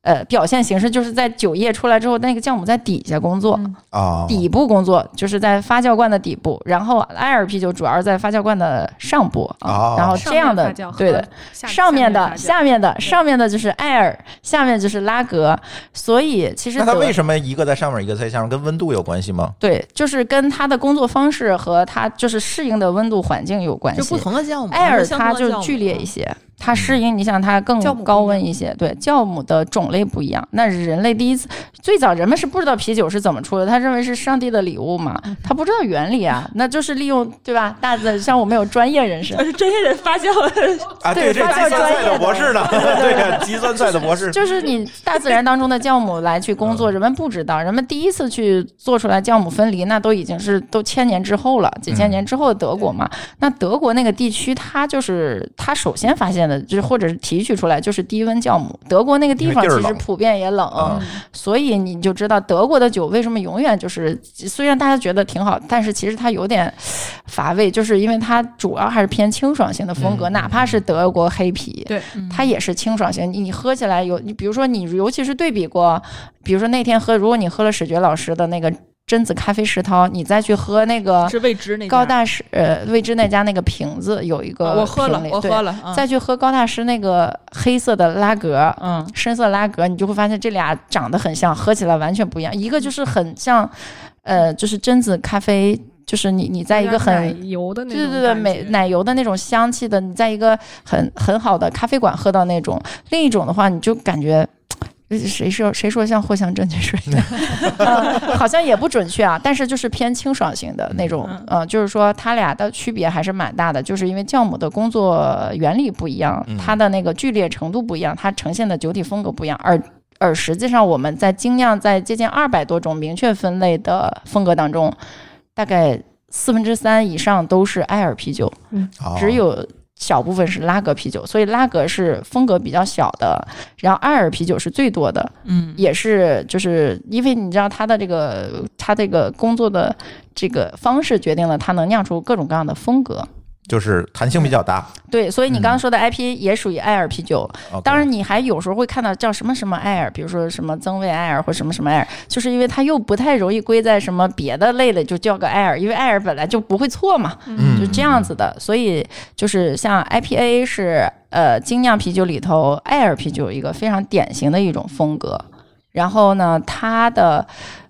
C: 呃表现形式就是在酒液出来之后，那个酵母在底下工作，
B: 嗯
A: 啊，
C: 底部工作就是在发酵罐的底部。然后艾尔啤酒主要是在发酵罐的上部啊
A: 哦，
C: 然后
D: 上
C: 这样的
D: 面发酵和
C: 对的，
D: 下
C: 上面的、
D: 下
C: 下面的、上面的就是艾尔，下面就是拉格。所以其实
A: 那它
C: 德
A: 为什么一个在上面，一个在下面，跟温度有关系吗？
C: 对，就是跟它的工作方式和它就是适应的温度环境有关系。
E: 就不同的酵母，
C: 艾尔
E: 相同
C: 它
E: 的酵
C: 就
E: 母
C: 剧烈一些，它适应你想它更
D: 酵母不一样
C: 高温一些。对，酵母的种类不一样。那人类第一次最早人们是不知道啤酒是怎么出的，他认为是上帝的礼物嘛，
D: 嗯
C: 他不知道原理啊，那就是利用对吧？大自像我们有专业 人士，
E: 是这些人发酵
A: 啊，
C: 对
A: 这
C: 发酵
A: 计算
C: 专
A: 赛
C: 业
A: 的
C: 的
A: 博士 呢？对呀，计算赛的博 士。
C: 就是你大自然当中的酵母来去工作，人们不知道，人们第一次去做出来酵母分离，那都已经是都千年之后了，几千年之后的德国嘛。那德国那个地区，它就是它首先发现面的，就是或者是提取出来就是低温酵母。德国那个地
A: 因
C: 方
A: 为地儿
C: 其实
A: 冷
C: 普遍也冷，
A: 啊，
C: 所以你就知道德国的酒为什么永远就是，虽然大家觉得挺好，但是其实它有点乏味，就是因为它主要还是偏清爽型的风格，
A: 嗯
C: 哪怕是德国黑啤，
D: 对
C: 它也是清爽型。你你喝起来有，你比如说你尤其是对比过，比如说那天喝，如果你喝了史爵老师的那个榛子咖啡石涛，你再去喝那个
F: 是未知那
C: 高
F: 家啊
C: 大师呃未知那家那个瓶子有一个
F: 我喝了
C: 品，类
F: 我
C: 对
F: 喝了，
C: 再去喝高大师那个黑色的拉格，
F: 嗯嗯
C: 深色拉格，你就会发现这俩长得很像，喝起来完全不一样。一个就是很像，呃，就是榛子咖啡，就是你你在一个
D: 有
C: 很
D: 点奶油的那
C: 对
D: 种
C: 对对对美
D: 感觉
C: 奶油的那种香气的，你在一个很很好的咖啡馆喝到那种；另一种的话，你就感觉。呃谁说谁说像藿香正气水、 嗯好像也不准确啊，但是就是偏清爽型的那种，嗯、就是说它俩的区别还是蛮大的，就是因为酵母的工作原理不一样
A: 嗯，
C: 它的那个剧烈程度不一样，它呈现的酒体风格不一样，而而实际上我们在精酿在接近二百多种明确分类的风格当中，大概四分之三以上都是艾尔啤酒，
A: 哦
C: 只有小部分是拉格啤酒，所以拉格是风格比较小的，然后艾尔啤酒是最多的，
F: 嗯，
C: 也是就是因为你知道它的这个它这个工作的这个方式决定了它能酿出各种各样的风格。
A: 就是弹性比较大。
C: 对，所以你
A: 嗯
C: 刚刚说的 IP 也属于艾尔啤酒，
A: OK
C: 当然，你还有时候会看到叫什么什么艾尔，比如说什么增味艾尔或什么什么艾尔，就是因为它又不太容易归在什么别的类里，就叫个艾尔，因为艾尔本来就不会错嘛，
A: 嗯
C: 就这样子的。所以就是像 IPA 是呃精酿啤酒里头艾尔啤酒一个非常典型的一种风格。然后呢，它的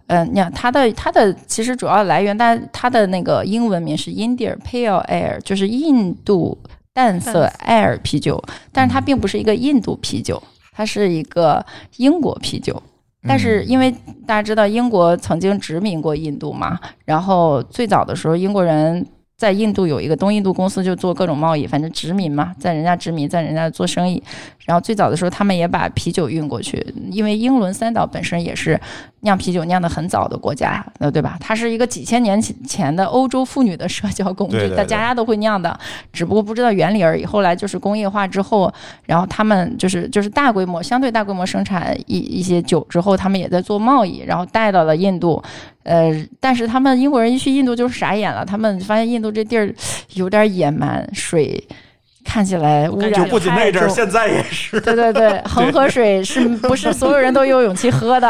C: 嗯，你看它的它的其实主要来源，但它的那个英文名是 India Pale Ale，就是印度淡色艾尔啤酒，但是它并不是一个印度啤酒，它是一个英国啤酒。
A: 嗯
C: 但是因为大家知道英国曾经殖民过印度嘛，然后最早的时候英国人在印度有一个东印度公司就做各种贸易，反正殖民嘛，在人家殖民，在人家做生意。然后最早的时候他们也把啤酒运过去，因为英伦三岛本身也是酿啤酒酿的很早的国家，呃，对吧？它是一个几千年前前的欧洲妇女的社交工具，
A: 对对对
C: 大家都会酿的，只不过不知道原理而已。后来就是工业化之后，然后他们就是就是大规模相对大规模生产一一些酒之后，他们也在做贸易，然后带到了印度。呃，但是他们英国人一去印度就是傻眼了，他们发现印度这地儿有点野蛮，水看起来污染
A: 嗯就不仅那
C: 太
A: 阵儿，
C: 重嗯
A: 现在也是。
C: 对 对对，恒河水是不是所有人都有勇气喝的？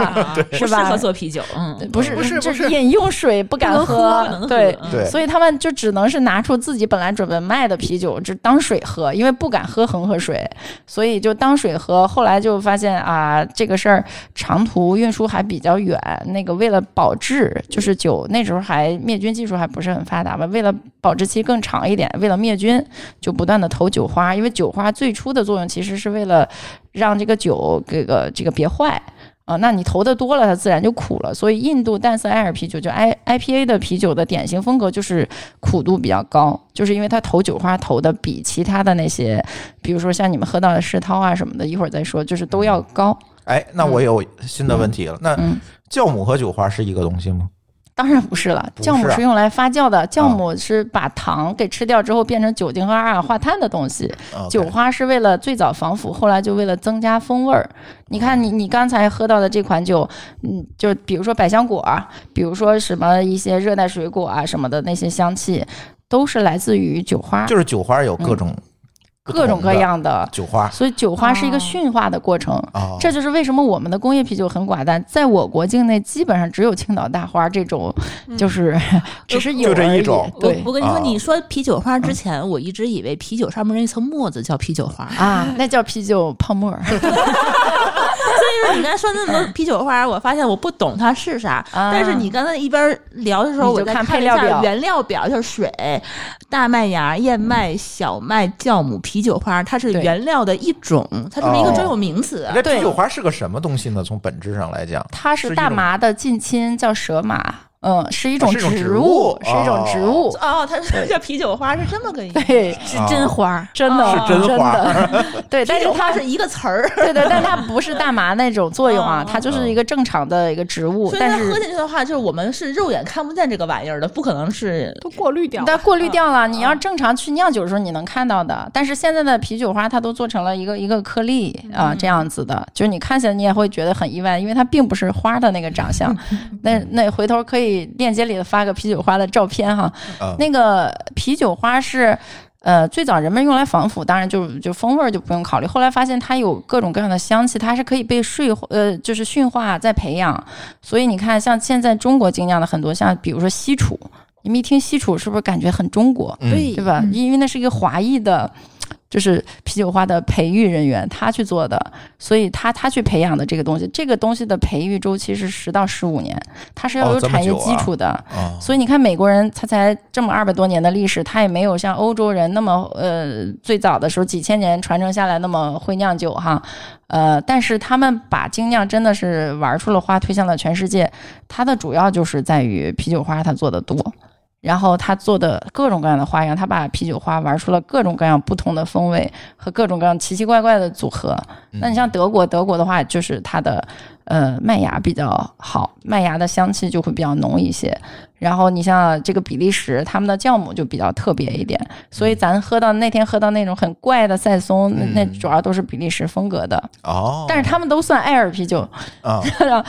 F: 不
C: 是吧
F: 适合做啤酒，嗯，
C: 不是
D: 不是
C: 这
D: 不是
C: 饮用水不敢
F: 能喝，
C: 喝
F: 能，喝
C: 对。
F: 嗯
A: 对
C: 所以他们就只能是拿出自己本来准备卖的啤酒，就当水喝，因为不敢喝恒河水，所以就当水喝。后来就发现啊，这个事儿长途运输还比较远，那个为了保质，就是酒那时候还灭菌技术还不是很发达吧，为了保质期更长一点，为了灭菌，就不断的投酒花，因为酒花最初的作用其实是为了让这个酒这个这个别坏。啊、那你投的多了，它自然就苦了。所以印度淡色艾尔啤酒就 I IPA 的啤酒的典型风格就是苦度比较高，就是因为它投酒花投的比其他的那些，比如说像你们喝到的世涛啊什么的，一会儿再说，就是都要高。
A: 哎，那我有新的问题了。那
C: 嗯
A: 酵母和酒花是一个东西吗？
C: 当然不是了，
A: 不是啊啊
C: 酵母是用来发酵的，酵母是把糖给吃掉之后变成酒精和二氧化碳的东西。
A: OK
C: 酒花是为了最早防腐，后来就为了增加风味儿。你看你，你刚才喝到的这款酒，嗯，就比如说百香果啊，比如说什么一些热带水果啊什么的那些香气，都是来自于酒花，
A: 就是酒花有各种不同
C: 嗯各种各样的
A: 的。酒花
C: 所以酒花是一
E: 哦
C: 个驯化的过程。
A: 啊，
C: 这就是为什么我们的工业啤酒很寡淡，在我国境内基本上只有青岛大花这种，
E: 嗯
C: 就是、 只是有
A: 就这一
C: 而已
A: 种
E: 我
C: 对
E: 我跟你说，
A: 啊
E: 你说啤酒花之前，我一直以为啤酒上面那层沫子叫啤酒花，
C: 啊，那叫啤酒泡沫儿
E: 所以说你刚才说那么多啤酒花，我发现我不懂它是啥。
C: 啊
E: 但是你刚才一边聊的时候，
C: 你
E: 我
C: 就
E: 在
C: 看
E: 了一
C: 配料
E: 下
C: 表
E: 原料表，就是水、大麦芽、燕麦、小麦、酵母、啤酒花，它是
C: 对
E: 原料的一种，它是不是一个
A: 哦
E: 专有名词啊
A: 那？
C: 对
A: 啤酒花是个什么东西呢？从本质上来讲，
C: 它
A: 是
C: 是
A: 一
C: 大
A: 种哦
C: 麻的近亲，叫蛇麻。嗯，是一种
A: 是一种植
C: 植
A: 物
C: 是一种植物，
E: 哦，它叫啤酒花是这么个意思，
C: 对，
B: 是真花儿，
C: 真的
E: 是
A: 真
C: 哦真
A: 花
C: 的，对，但
E: 啤
C: 是
E: 酒
C: 它
E: 花是一个词儿，
C: 对对，但它不是大麻那种作用啊，
E: 哦
C: 它
A: 嗯
C: 就是一个正常的一个植物
E: 所以，它
C: 但是
E: 喝进去的话，就是我们是肉眼看不见这个玩意儿的，不可能是
D: 都过滤掉了。
C: 但过
E: 嗯
C: 滤掉了。你要正常去酿酒的时候，你能看到的。但是现在的啤酒花，它都做成了一个一个颗粒啊、
E: 嗯
C: 这样子的，就是你看起来你也会觉得很意外，因为它并不是花的那个 长相。那那回头可以链接里发个啤酒花的照片哈。
A: 嗯
C: 那个啤酒花是。呃，最早人们用来防腐，当然就就风味儿就不用考虑。后来发现它有各种各样的香气，它是可以被睡呃就是驯化再培养。所以你看，像现在中国精酿的很多，像比如说西楚，你们一听西楚是不是感觉很中国？
A: 对
C: 对吧？因为那是一个华裔的，就是啤酒花的培育人员，他去做的，所以他他去培养的这个东西，这个东西的培育周期是十到十五年，它是要
A: 哦
C: 有
A: 这么
C: 产业
A: 久啊
C: 基础的。
A: 啊，
C: 所以你看，美国人他才这么二百多年的历史，他也没有像欧洲人那么呃最早的时候几千年传承下来那么会酿酒哈，呃，但是他们把精酿真的是玩出了花，推向了全世界。它的主要就是在于啤酒花，它做的多。然后他做的各种各样的花样，他把啤酒花玩出了各种各样不同的风味和各种各样奇奇怪怪的组合。
A: 嗯
C: 那你像德国，德国的话就是它的呃麦芽比较好，麦芽的香气就会比较浓一些。然后你像这个比利时，他们的酵母就比较特别一点，所以咱喝到那天喝到那种很怪的赛松，那那主要都是比利时风格的，
A: 哦，
C: 但是他们都算艾尔啤酒，
A: 啊，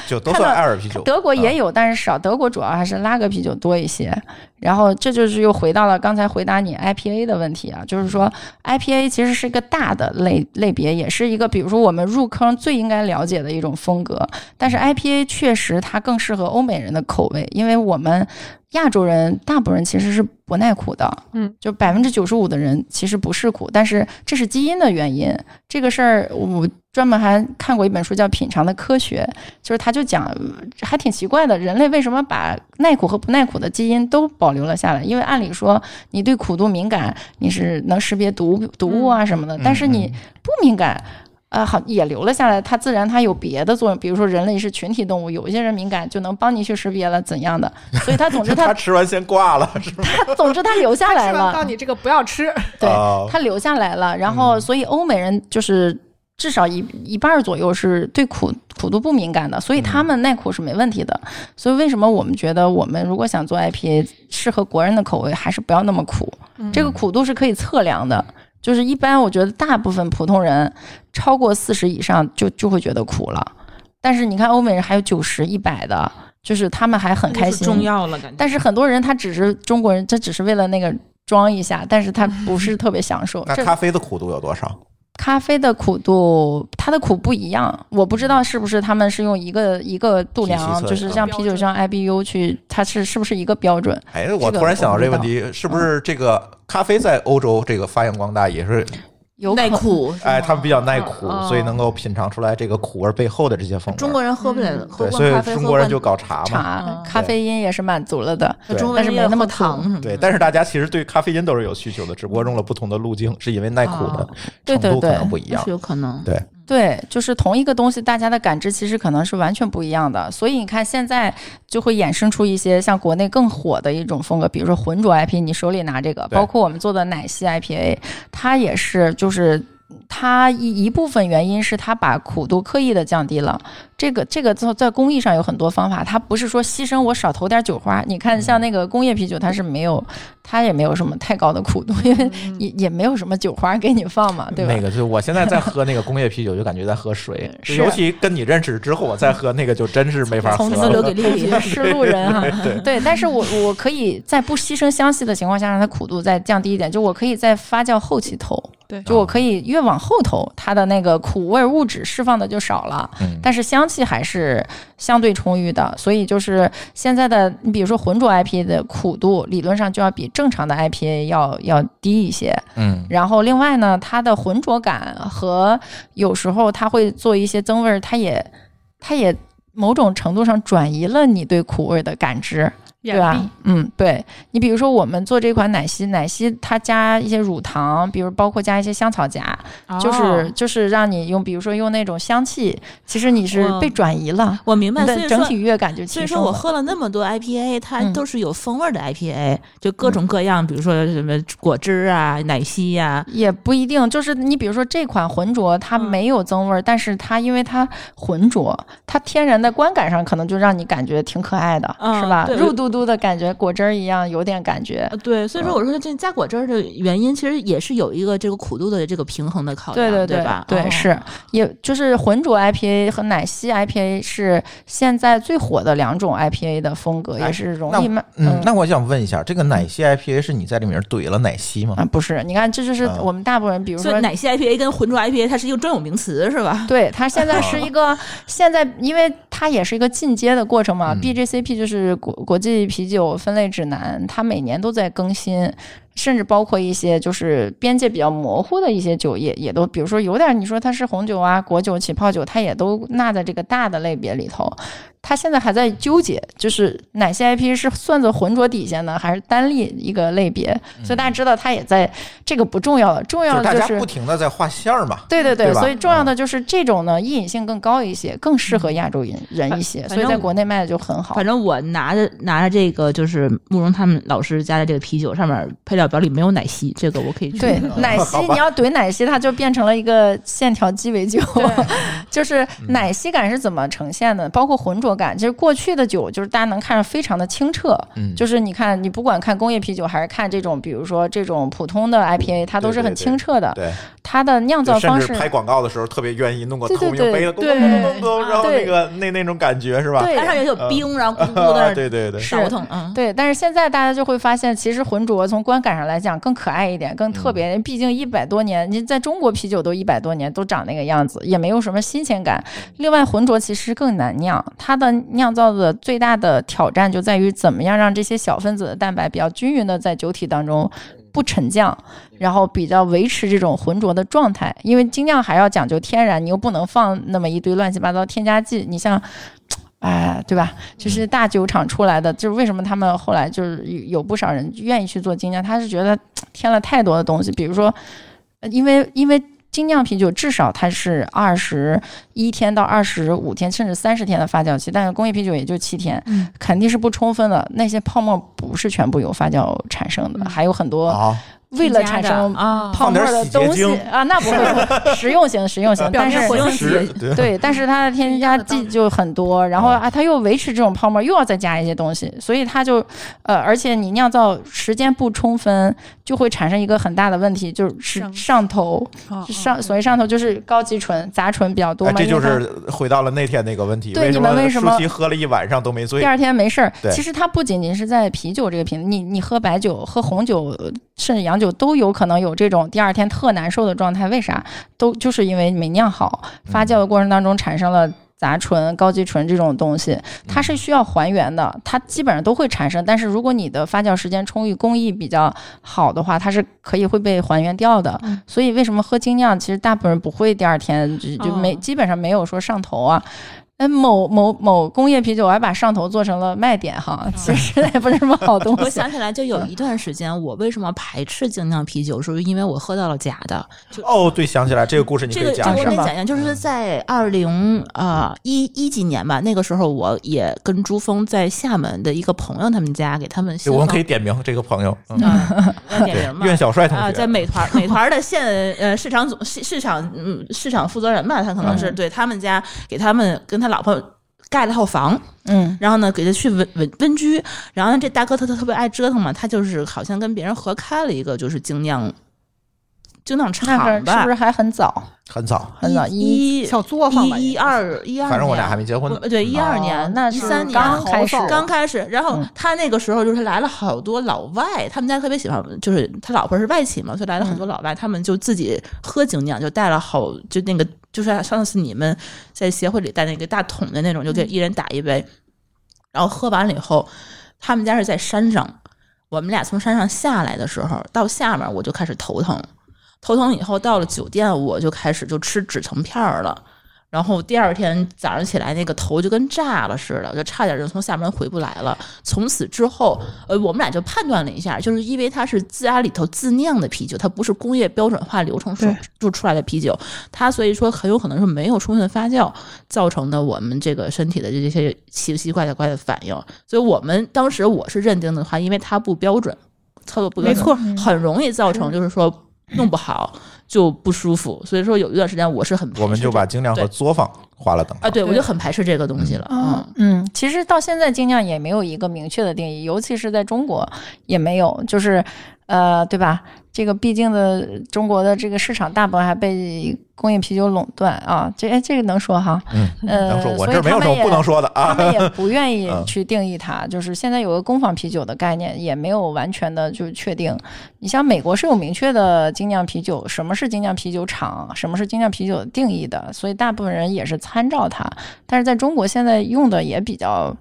A: 就都
C: 看
A: 算艾
C: 到
A: 尔啤酒，
C: 德国也
A: 有
C: 有，但是少。德国主要还是拉格啤酒多一些。然后这就是又回到了刚才回答你 IPA 的问题啊，就是说 IPA 其实是一个大的类类别，也是一个比如说我们入坑最应该了解的一种风格。但是 IPA 确实它更适合欧美人的口味，因为我们亚洲人大部分人其实是不耐苦的，
D: 嗯，
C: 就百分之九十五的人其实不是苦，但是这是基因的原因。这个事儿我专门还看过一本书叫《品尝的科学》，就是他就讲呃还挺奇怪的，人类为什么把耐苦和不耐苦的基因都保留了下来？因为按理说你对苦度敏感，你是能识别毒毒物啊什么的，
A: 嗯
C: 但是你不敏感。呃，好，也留了下来。它自然它有别的作用，比如说人类是群体动物，有一些人敏感就能帮你去识别了怎样的，所以它总之它
A: 他吃完先挂了，是吧？
C: 它总之它留下来
D: 吃完
C: 了。
D: 告诉你这个不要 吃，
C: 对
A: 啊，
C: 它留下来了。然后，所以欧美人就是至少一一半儿左右是对苦苦度不敏感的，所以他们耐苦是没问题的。所以为什么我们觉得我们如果想做 IPA，适合国人的口味，还是不要那么苦。这个苦度是可以测量的。就是一般，我觉得大部分普通人超过四十以上就就会觉得苦了，但是你看欧美人还有九十、一百的，就是他们还很开心。
F: 中药了，感觉。
C: 但是很多人他只是中国人，他只是为了那个装一下，但是他不是特别享受。
A: 那
C: 这
A: 咖啡的苦度有多少？
C: 咖啡的苦度，它的苦不一样，我不知道是不是他们是用一个一个度
A: 体系
C: 量，
A: 测
C: 就是像啤酒像 IBU 去，它是是不是一个标准？
A: 哎，我突然想到这个问题，是不是这个咖啡在欧洲这个发扬光大也是？
C: 有可
F: 耐苦，
A: 哎，他们比较耐苦
F: 嗯，嗯
A: 所以能够品尝出来这个苦味背后的这些风味。
B: 中国人喝不了，
E: 嗯
B: 喝
A: 对，
B: 不
A: 所
B: 惯咖
A: 以
B: 啡，
A: 中
B: 喝
A: 国
B: 不
A: 人
B: 惯
A: 就搞茶嘛。
C: 茶咖啡因也是满足了的。
A: 对
C: 但是没那么苦
E: 糖什么的嗯
A: 对，但是大家其实对咖啡因都是有需求的，只不过用了不同的路径，是因为耐苦的
E: 哦
A: 程
C: 对
A: 度
C: 对
A: 可
C: 对
A: 能不一样
E: 是。有可能。
A: 对，
C: 对，就是同一个东西，大家的感知其实可能是完全不一样的。所以你看，现在就会衍生出一些像国内更火的一种风格，比如说浑浊 IP，你手里拿这个，
A: 对
C: 包括我们做的奶昔 IPA，它也是就是。它一一部分原因是它把苦度刻意的降低了，这个这个在在工艺上有很多方法，它不是说牺牲我少投点酒花。你看像那个工业啤酒，它是没有，它也没有什么太高的苦度，因
D: 嗯
C: 为也也没有什么酒花给你放嘛，对吧？
A: 那个就我现在在喝那个工业啤酒，就感觉在喝水，
C: 是
A: 尤其跟你认识之后，我再喝那个就真是没法喝
C: 从
A: 了。
C: 此留
E: 给丽丽
C: 是路人哈、 对，但是我我可以在不牺牲香气的情况下，让它苦度再降低一点，就我可以在发酵后期投，
D: 对
A: 哦
C: 就我可以越往后投，它的那个苦味物质释放的就少了，
A: 嗯
C: 但是香气还是相对充裕的，所以就是现在的，你比如说浑浊 IPA 的苦度，理论上就要比正常的 IPA 要要低一些，
A: 嗯，
C: 然后另外呢，它的浑浊感和有时候它会做一些增味儿，它也它也某种程度上转移了你对苦味儿的感知。对吧？嗯，对你比如说我们做这款奶昔，奶昔它加一些乳糖，比如包括加一些香草荚，
E: 哦
C: 就是就是让你用，比如说用那种香气，其实你是
E: 哇
C: 被转移了，
E: 我明
C: 你
E: 白，所
C: 的
E: 以
C: 整
E: 说
C: 体愉悦感就
E: 所以
C: 提
E: 说
C: 升
E: 我
C: 了。
E: 喝了那么多 IPA，它
C: 嗯
E: 都是有风味的 IPA，、就各种各样，比如说什么果汁啊、奶昔呀、
C: 也不一定，就是你比如说这款浑浊，它
E: 嗯
C: 没有增味儿，但是它因为它浑浊，它天然的观感上可能就让你感觉挺可爱的，
E: 嗯
C: 是吧？
E: 对
C: 肉嘟嘟的感觉，果汁儿一样，有点感觉。
E: 呃对，所以说我说这加果汁儿的原因，其实也是有一个这个苦度的这个平衡的考量，
C: 对
E: 对
C: 对
E: 吧？
C: 对
E: 哦
C: 是，也就是浑浊 IPA 和奶昔 IPA 是现在最火的两种 IPA 的风格，
A: 哎
C: 也是容
A: 那
C: 易卖。
A: 嗯，那我想问一下，这个奶昔 IPA 是你在这名儿怼了奶昔吗？
C: 啊，不是，你看，这就是
A: 嗯
C: 我们大部分人，比如
E: 所
C: 说
E: 以奶昔 IPA 跟浑浊 IPA 它是一个专有名词，是吧？
C: 对，它现在是一个现在，因为它也是一个进阶的过程嘛。
A: 嗯
C: BJCP 就是国国际啤酒分类指南，它每年都在更新，甚至包括一些就是边界比较模糊的一些酒也也都，比如说有点你说它是红酒啊、果酒、起泡酒，它也都纳在这个大的类别里头。它现在还在纠结，就是哪些 IP 是算作浑浊底线呢，还是单立一个类别？嗯所以
A: 嗯
C: 大家知道，它也在这个不重要了，重
A: 就是
C: 要的
A: 大
C: 就
A: 家
C: 是
A: 不停的在画线儿嘛。
C: 对对对，
A: 对吧嗯
C: 所以重要的就是这种呢，易饮性更高一些，更适合亚洲人人一些，
E: 嗯反
C: 所以
E: 正
C: 在国内卖的就很好
E: 反。正我拿着拿着这个就是慕容他们老师家的这个啤酒，上面配料表里没有奶昔，这个我可以去
C: 对
E: 那个
A: 嗯
C: 奶昔，你要怼奶昔，它就变成了一个线条鸡尾酒， 就是
A: 嗯
C: 奶昔感是怎么呈现的，包括浑浊感。其实过去的酒就是大家能看着非常的清澈，
A: 嗯，
C: 就是你看，你不管看工业啤酒还是看这种，比如说这种普通的 IPA，它都是很清澈的，
A: 对，
C: 它的酿造
A: 就甚
C: 方
A: 至
C: 式。
A: 拍广告的时候特别愿意弄个
C: 对对
A: 透明杯子，咕咚
C: 对对
A: 咚咚咚，然后那个那那种感觉是吧？
C: 对
E: 加上也有冰，然后咕咕
A: 啊
E: 的
A: 对对对，
E: 勺腾，嗯，
C: 对，但是现在大家就会发现，其实浑浊从观感上来讲更可爱一点，更特别。毕竟一百多年，你在中国啤酒都一百多年都长那个样子，也没有什么新鲜感。另外，浑浊其实更难酿，它的酿造的最大的挑战就在于怎么样让这些小分子的蛋白比较均匀的在酒体当中。不沉降，然后比较维持这种浑浊的状态，因为精酿还要讲究天然，你又不能放那么一堆乱七八糟添加剂。你像哎，对吧？就是
E: 嗯
C: 大酒厂出来的，就是为什么他们后来就是有有不少人愿意去做精酿，他是觉得添了太多的东西，比如说，呃因为因为精酿啤酒至少它是二十一天到二十五天，甚至三十天的发酵期，但是工业啤酒也就七天，
E: 嗯
C: 肯定是不充分的。那些泡沫不是全部由发酵产生的，
E: 嗯
C: 还有很多
A: 啊，
C: 为了产生
E: 啊，
C: 泡沫
A: 放点
C: 的
A: 洗洁
C: 东西
A: 精
C: 啊，那不会 实用型实用型，但是
E: 表面活动
A: 实 对
C: 对，但是它的添加剂就很多，然
A: 哦
C: 后啊，它又维持这种泡沫，又要再加一些东西，所以它就呃，而且你酿造时间不充分，就会产生一个很大的问题，就是
D: 上
C: 上头，
D: 嗯
C: 哦就上所谓上头就是高级醇、杂醇比较多
A: 哎，
C: 嘛，
A: 这
C: 因
A: 就
C: 为它
A: 是回到了那天那个问题，
C: 对你们为什么
A: 舒淇喝了一晚上都没醉
C: 第？二天没事儿。
A: 对
C: 其实它不仅仅是在啤酒这个品，你你喝白酒、喝红酒，呃甚至洋酒都有可能有这种第二天特难受的状态。为啥？都就是因为没酿好，发
A: 嗯
C: 酵的过程当中产生了。杂醇、高级醇这种东西，
A: 嗯
C: 它是需要还原的，它基本上都会产生。但是如果你的发酵时间充裕、工艺比较好的话，它是可以会被还原掉的。
E: 嗯
C: 所以为什么喝精酿，其实大部分人不会第二天就就没、
E: 哦
C: 基本上没有说上头啊。哎，某某某工业啤酒还把上头做成了卖点哈，其实也不是什么好东
E: 哦我
C: 西。
E: 想起来，就有一段时间，我为什么排斥精酿啤酒，是因为我喝到了假的。
A: 哦，对，想起来这个故事，你可
E: 这个
A: 以
E: 这
A: 讲
E: 个
A: 一
E: 我
A: 下
E: 跟你
C: 吧
E: 讲一下，
A: 嗯
E: 就是在二零啊一一几年吧，那个时候我也跟朱峰在厦门的一个朋友他们家给他们
A: 对
E: 新
A: 我
E: 房
A: 们可以点名这个朋友，嗯，
E: 啊， 要点名
A: 对，
E: 嘛。
A: 苑小帅同
E: 啊，
A: 学
E: 在，美团美团的县呃市场总市市场嗯市场负责人吧，他可能是、
C: 嗯
E: 对他们家给他们跟他老婆盖了套房，
C: 嗯，
E: 然后呢给他去温温温居，然后呢这大哥他他特别爱折腾嘛，他就是好像跟别人合开了一个就是精酿精酿
C: 那会儿
E: 厂吧，
C: 是不是还很早？
A: 很早，
C: 很早一
E: 一
D: 小作坊吧
E: 一一二一二，
A: 反正我俩还没结婚哦
E: 我。对，一二年，
C: 那
E: 一
C: 是
E: 三年
C: 刚开始
E: 刚开始。然后
C: 嗯
E: 他那个时候就是来了好多老外，他们家特别喜欢，就是他老婆是外企嘛，所以来了很多老外，他们就自己喝精酿，就带了好就那个就是上次你们在协会里带那个大桶的那种，就给一人打一杯，然后喝完了以后，他们家是在山上，我们俩从山上下来的时候，到下面我就开始头疼，头疼以后到了酒店，我就开始就吃止疼片儿了。然后第二天早上起来，那个头就跟炸了似的，就差点就从厦门回不来了。从此之后，呃，我们俩就判断了一下，就是因为它是家里头自酿的啤酒，它不是工业标准化流程
D: 对
E: 就出来的啤酒，它所以说很有可能是没有充分发酵造成的我们这个身体的这些奇奇怪怪的反应。所以我们当时我是认定的话，因为它不标准，操作不标准，
B: 嗯
E: 很容易造成就是说弄不好就不舒服。所以说有一段时间我是很排斥
A: 我们就
E: 这个
A: 把精酿和
E: 对
A: 作坊划了等号
E: 啊，对我
D: 对
E: 就很排斥这个东西了。
D: 哦
E: 嗯，
C: 嗯，其实到现在精酿也没有一个明确的定义，尤其是在中国也没有，就是呃，对吧？这个毕竟的中国的这个市场大部分还被工业啤酒垄断啊，这哎这个能说哈？
A: 嗯，
C: 呃，
A: 能说我
C: 所以
A: 这儿没有
C: 他
A: 什
C: 们
A: 么
C: 也
A: 不能说的
C: 他
A: 啊。
C: 们也不愿意
A: 嗯
C: 去定义它，就是现在有个工坊啤酒的概念，也没有完全的就确定。你像美国是有明确的精酿啤酒，什么是精酿啤酒厂，什么是精酿啤酒的定义的，所以大部分人也是参照它。但是在中国现在用的也比较，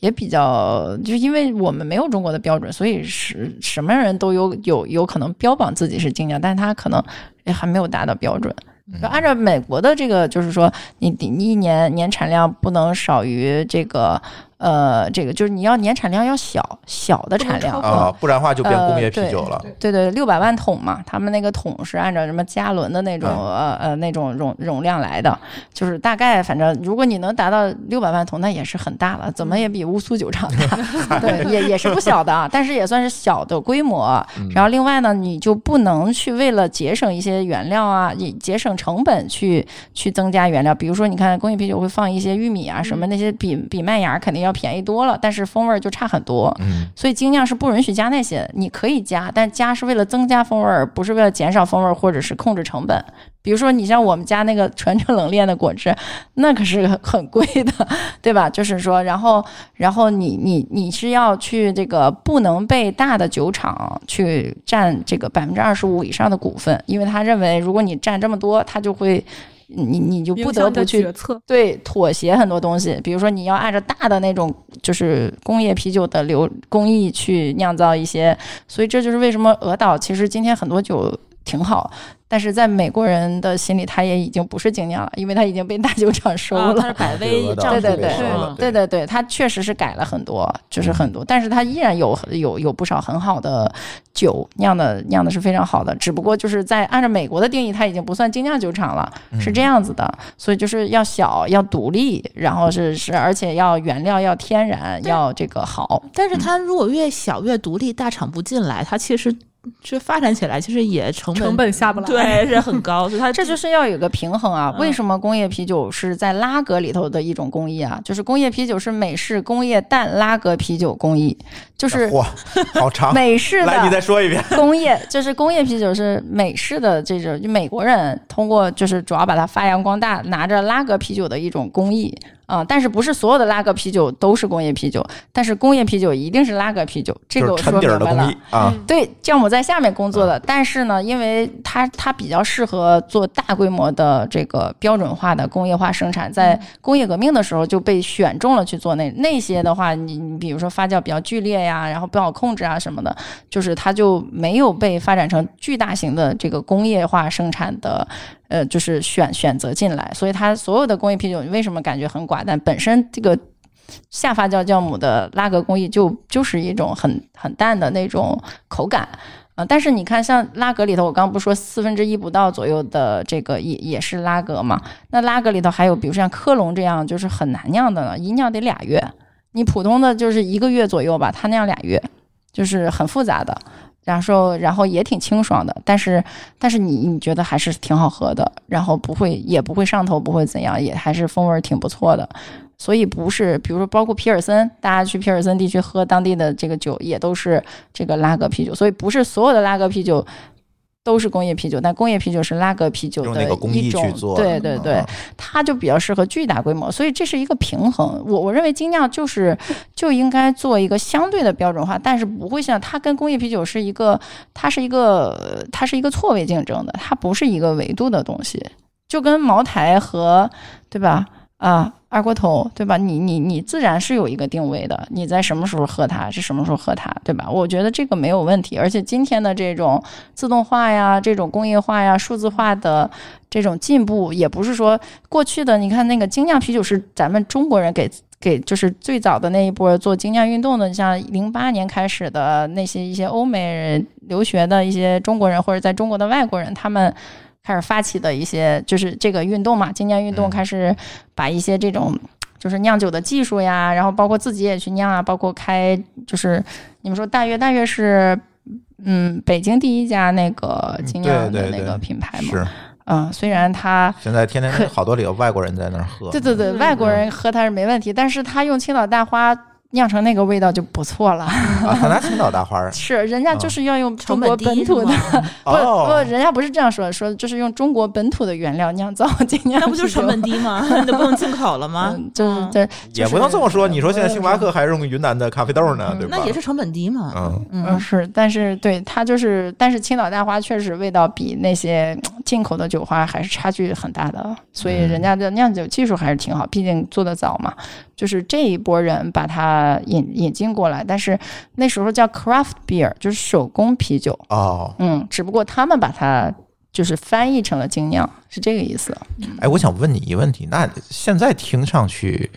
C: 也比较，就因为我们没有中国的标准，所以是什么人都有有有可能标榜自己是精酿，但是他可能也还没有达到标准。就按照美国的这个，就是说你你你一年年产量不能少于这个呃这个，就是你要年产量要小小的产量
D: 不能超过
A: 啊，不然的话就变工业啤酒了。
C: 呃对对，六百万桶嘛，他们那个桶是按照什么加仑的那种、呃呃那种容容量来的，就是大概反正如果你能达到六百万桶，那也是很大了，怎么
D: 嗯
C: 也比乌苏酒厂大， 对，也也是不小的，啊，但是也算是小的规模。
A: 嗯
C: 然后另外呢，你就不能去为了节省一些原料啊，以节省成本去去增加原料，比如说你看工业啤酒会放一些玉米啊什么那些比比麦芽肯定要便宜多了，但是风味儿就差很多。
A: 嗯，
C: 所以精酿是不允许加那些，你可以加，但加是为了增加风味儿，不是为了减少风味儿或者是控制成本。比如说，你像我们家那个纯正冷链的果汁，那可是很很贵的，对吧？就是说，然后， 然后你你你是要去这个不能被大的酒厂去占这个百分之二十五以上的股份，因为他认为如果你占这么多，他就会你你就不
D: 影
C: 得
D: 响
C: 不
D: 的
C: 去
D: 决策，
C: 对妥协很多东西，比如说你要按照大的那种就是工业啤酒的流工艺去酿造一些，所以这就是为什么俄岛其实今天很多酒挺好，但是在美国人的心里，它也已经不是精酿了，因为它已经被大酒厂收
E: 啊
C: 了。
E: 它是百
A: 这个
E: 威
A: 味道
E: 丈
C: 对
E: 夫
C: 对
A: 特别
C: 对
A: 熟了
C: 对对对，它确实是改了很多，就是很多，但是它依然有有有不少很好的酒酿的酿的是非常好的，只不过就是在按照美国的定义，它已经不算精酿酒厂了，是这样子的，所以就是要小要独立，然后是是而且要原料要天然要这个好，
E: 但是它如果越小越独立，大厂不进来，它其实这发展起来其实也成本
D: 成本下不来。
E: 对是很高，所以它
C: 这就是要有个平衡啊。
E: 呃嗯
C: 为什么工业啤酒是在拉格里头的一种工艺啊？就是工业啤酒是美式工业淡拉格啤酒工艺，就是
A: 哇，好长。
C: 美式的。
A: 来，你再说一遍。
C: 工业就是工业啤酒是美式的这种，就美国人通过就是主要把它发扬光大，拿着拉格啤酒的一种工艺啊、但是不是所有的拉格啤酒都是工业啤酒，但是工业啤酒一定是拉格啤酒，这个
A: 就
C: 我
A: 是
C: 说
A: 沉底
C: 明
A: 儿的
C: 白
A: 工
C: 了
A: 艺。啊，
C: 对，酵母在下面工作的，但是呢，因为它它比较适合做大规模的这个标准化的工业化生产，在工业革命的时候就被选中了去做那那些的话，你你比如说发酵比较剧烈呀，然后不好控制啊什么的，就是它就没有被发展成巨大型的这个工业化生产的。呃，就是选选择进来，所以它所有的工业啤酒，你为什么感觉很寡淡？本身这个下发酵酵母的拉格工艺就就是一种很很淡的那种口感。啊、但是你看，像拉格里头，我刚刚不是说四分之一不到左右的这个也也是拉格嘛？那拉格里头还有，比如像科隆这样，就是很难酿的了，一酿得俩月。你普通的就是一个月左右吧，它酿俩月，就是很复杂的。然后，然后也挺清爽的，但是，但是你你觉得还是挺好喝的，然后不会也不会上头，不会怎样，也还是风味儿挺不错的。所以不是，比如说包括皮尔森，大家去皮尔森地区喝当地的这个酒，也都是这个拉格啤酒。所以不是所有的拉格啤酒都是工业啤酒，但工业啤酒是拉格啤酒
A: 用
C: 的
A: 那个工
C: 一
A: 艺
C: 种
A: 去做的。
C: 对对对，
A: 啊
C: 它就比较适合巨大规模，所以这是一个平衡。我我认为精酿就是就应该做一个相对的标准化，但是不会像它跟工业啤酒是一个，它是一个呃它是一个错位竞争的，它不是一个维度的东西，就跟茅台和对吧啊二锅头对吧？你你你自然是有一个定位的，你在什么时候喝它是什么时候喝它对吧？我觉得这个没有问题，而且今天的这种自动化呀、这种工业化呀、数字化的。这种进步，也不是说过去的。你看那个精酿啤酒是咱们中国人给给，就是最早的那一波做精酿运动的，像零八年开始的那些一些欧美人留学的一些中国人或者在中国的外国人，他们开始发起的一些就是这个运动嘛，精酿运动
A: 嗯
C: 开始把一些这种。就是酿酒的技术呀，然后包括自己也去酿啊，包括开就是你们说大约大约是嗯北京第一家那个精酿
A: 嗯对
C: 的
A: 对
C: 那
A: 对
C: 个品牌嘛，
A: 是
C: 嗯，虽然它
A: 现在天
C: 可
A: 天好多里有外国人在那儿喝，
C: 对对对，
D: 嗯
C: 外国人喝它是没问题，但是它用青岛大花酿成那个味道就不错了。
A: 啊，他拿青岛大花儿
C: 是，人家就是要用中
E: 成
C: 国
E: 本低
C: 本土 的，
E: 是吗
C: 不
A: 嗯哦
C: 不，，人家不是这样说，说就是用中国本土的原料酿造精酿啤酒，
E: 那不就是成本低 吗？那不用进口了吗？
C: 嗯，就是对，
A: 也不能这么说。你说现在星巴克还用云南的咖啡豆呢，
C: 嗯
A: 对吧？
E: 那也是成本低嘛。
A: 嗯，
C: 嗯，
E: 嗯，
C: 是，但是对它就是，但是青岛大花确实味道比那些嗯进口的酒花还是差距很大的，所以
A: 嗯
C: 人家的酿酒技术还是挺好，毕竟做得早嘛。就是这一波人把它引引进过来，但是那时候叫 craft beer，就是手工啤酒，
A: 哦，
C: 嗯，只不过他们把它就是翻译成了精酿，是这个意思。
A: 哎，我想问你一个问题，那现在听上去，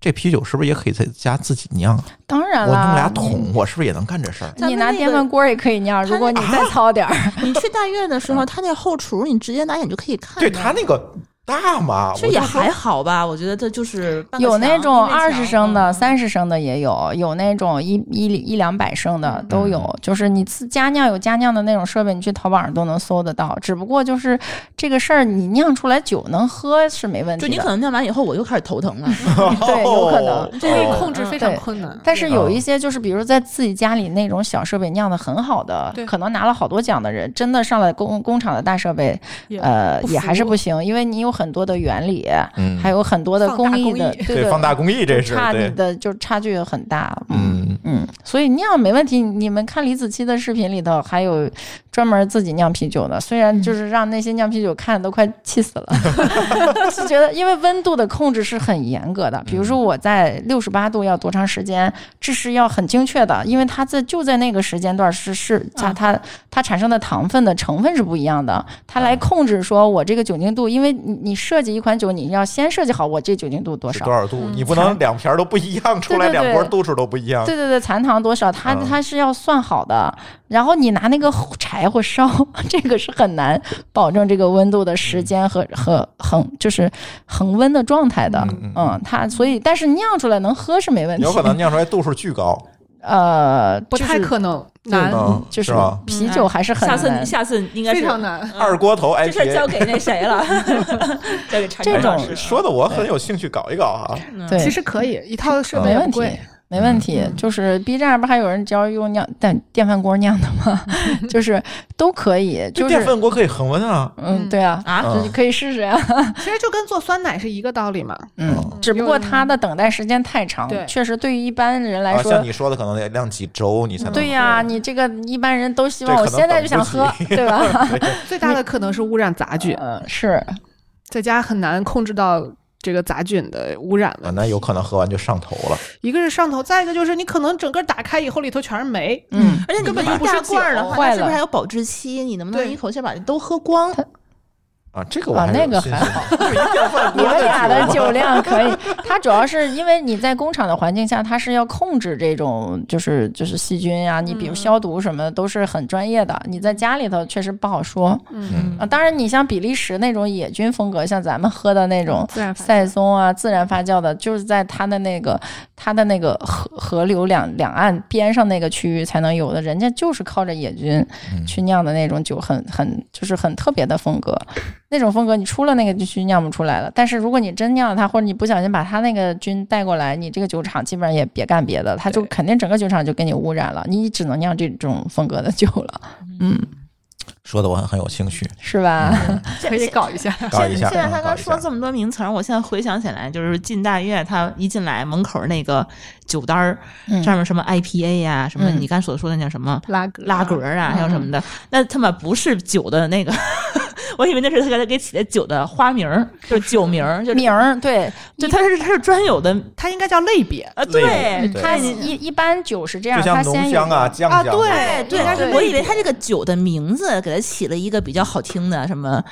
A: 这啤酒是不是也可以在家自己酿？啊
C: 当
A: 我
C: 然啦，
A: 弄俩桶，我是不是也能干这事儿？
C: 你，你
E: 咱们
C: 拿
E: 那
C: 电
E: 个
C: 饭锅也可以酿，如
E: 他
C: 果你再糙点儿，
E: 你去大院的时候，他那后厨你直接拿眼就可以看
A: 对
E: 见。
A: 他那个大嘛，
E: 这
A: 我
E: 也
A: 就说
E: 还好吧，我觉得这就是半个
C: 有那
E: 墙
C: 种
E: 一面
C: 二十
E: 墙
C: 升的、
E: 嗯
C: 三十升的也有，有那种一一一两百升的都有。
A: 嗯
C: 就是你自家酿有家酿的那种设备，你去淘宝上都能搜得到。只不过就是这个事儿，你酿出来酒能喝是没问
E: 就
C: 题
E: 你可
C: 的。
E: 能酿完以后，我又开始头 疼了。
C: 对有可能
A: 哦
D: 这个控制非常
C: 对
D: 困难。嗯
C: 但是
A: 嗯
C: 有一些就是，比如在自己家里那种小设备酿的很好的
D: 对，
C: 可能拿了好多奖的人，真的上了工工厂的大设备，
D: 也
C: 呃，
D: 不
C: 也还
D: 服
C: 是不行，因为你有很多的原理，
A: 嗯，
C: 还有很多的
D: 放大
C: 工艺
D: 工
C: 的，
D: 艺
C: 对
A: 对放大工艺这是
C: 差你
A: 对，
C: 的就差距很大，
A: 嗯，
C: 嗯，所以酿没问题。你们看李子柒的视频里头，还有专门自己酿啤酒的，虽然就是让那些酿啤酒看都快气死了， 是觉得因为温度的控制是很严格的。比如
A: 嗯
C: 说我在六十八度要多长时间，这是要很精确的，因为它在就在那个时间段是是它它它产生的糖分的成分是不一样的，它
A: 嗯
C: 来控制说我这个酒精度，因为你你设计一款酒，你要先设计好我这酒精度多
A: 是
C: 少嗯
A: 多。少度？你不能两瓶儿都不一样，出来
C: 对对
A: 两
C: 对
A: 锅度数都不一样。
C: 对对对，残糖多少，它
A: 嗯
C: 它是要算好的。然后你拿那个柴火烧， 这个是很难保证这个温度的时间和和恒就是恒温的状态的
A: 嗯。
C: 嗯，它所以但是酿出来能喝是没问题。
A: 有可能酿出来度数巨高，
C: 呃，
D: 不
C: 就
D: 太
C: 是
D: 可能，难，
A: 嗯，
C: 就是
A: 吧？
C: 啤酒还是很
E: 下次
C: 难
E: 你。下次应该是
D: 非常难。
C: 嗯
A: 二锅头 IPA，
E: 这事儿交给那谁 了，交给常
C: 这
E: 常
C: 种
E: 老
A: 哎
E: 师。
A: 说的我很有兴趣搞一搞啊。
C: 对，
D: 其实可以，一套
A: 嗯
D: 设备
C: 没
D: 也
C: 问
D: 不
C: 题
D: 贵。，
C: 没问题。就是 B 站不还有人教用酿但电饭锅酿的吗？ 就是都可以，
A: 这
C: 就是
A: 电饭锅可以恒温啊，
C: 嗯，对啊，
E: 啊
C: 就是可以试试呀、
D: 其实就跟做酸奶是一个道理嘛。
C: 嗯，只不过它的等待时间太长，
D: 对
C: 确实对于一般人来
A: 啊，
C: 说，
A: 像你说的，可能得晾几周你才能。
C: 对呀、你这个一般人都希望
A: 这
C: 我
A: 可能
C: 现在就
A: 等
C: 想
A: 不
C: 喝，
A: 起
C: 对吧？
D: 最大的可能是污染杂菌，
C: 嗯，是，
D: 在家很难控制到这个杂菌的污染
A: 啊，
C: 嗯
D: 了。
A: 那有可能喝完就上头了。
D: 一个是上头，再一个就是你可能整个打开以后里头全是酶。
C: 嗯，
E: 而且你
D: 根本
E: 们
D: 就不是
E: 大
D: 酒
E: 罐儿的话，它
C: 坏
E: 是不
C: 了
E: 是还有保质期？你能不能
D: 对
E: 一口气把它都喝光？
A: 啊，这个我
C: 啊
A: 还
C: 那
A: 有
C: 个
A: 信
C: 还
A: 心电饭
C: 你
A: 锅
C: 们俩的
A: 酒
C: 酒量可以。它主要是因为你在工厂的环境下，它是要控制这种就是就是细菌呀、你比如消毒什么的都是很专业的。你在家里头确实不好说
A: 嗯
C: 啊。当然，你像比利时那种野菌风格，像咱们喝的那种
D: 自然发
C: 赛松啊，自然发酵的，就是在它的那个它的那个河河流两两岸边上那个区域才能有的，人家就是靠着野菌
A: 嗯
C: 去酿的那种酒，很很就是很特别的风格，那种风格你出了那个就去酿不出来了。但是如果你真酿了它，或者你不小心把它那个菌带过来，你这个酒厂基本上也别干别的，它就肯定整个酒厂就给你污染了，你只能酿这种风格的酒了，嗯，
A: 说的我很很有兴趣，
C: 是吧？
A: 嗯
D: 可以搞一下，
A: 搞一下。
E: 现在他
A: 嗯搞
E: 刚
A: 一
E: 说
A: 下
E: 这么多名词儿，我现在回想起来，就是进大院，他一进来门口那个酒单儿
C: 嗯
E: 上面什么 IPA 呀、什么
C: 嗯
E: 你刚所说的那叫什么
D: 拉格
E: 拉格儿啊，还有什么的，那他妈不是酒的那个， 我以为那是他给他给起的酒的花名儿，就是酒名儿，就是
C: 名儿对，
E: 就他是他是专有的
D: 它应该叫类别。
E: 啊，
A: 类
E: 对
A: 别对
C: 它
E: 他
C: 一一般酒是这样，
A: 就
C: 它
A: 像
C: 先
A: 浓
C: 有
A: 香啊、酱
D: 啊
A: 香
D: 对
A: 啊
E: 哎对
D: 应该是
E: 我以为他这个酒的名字给他起了一个比较好听的什么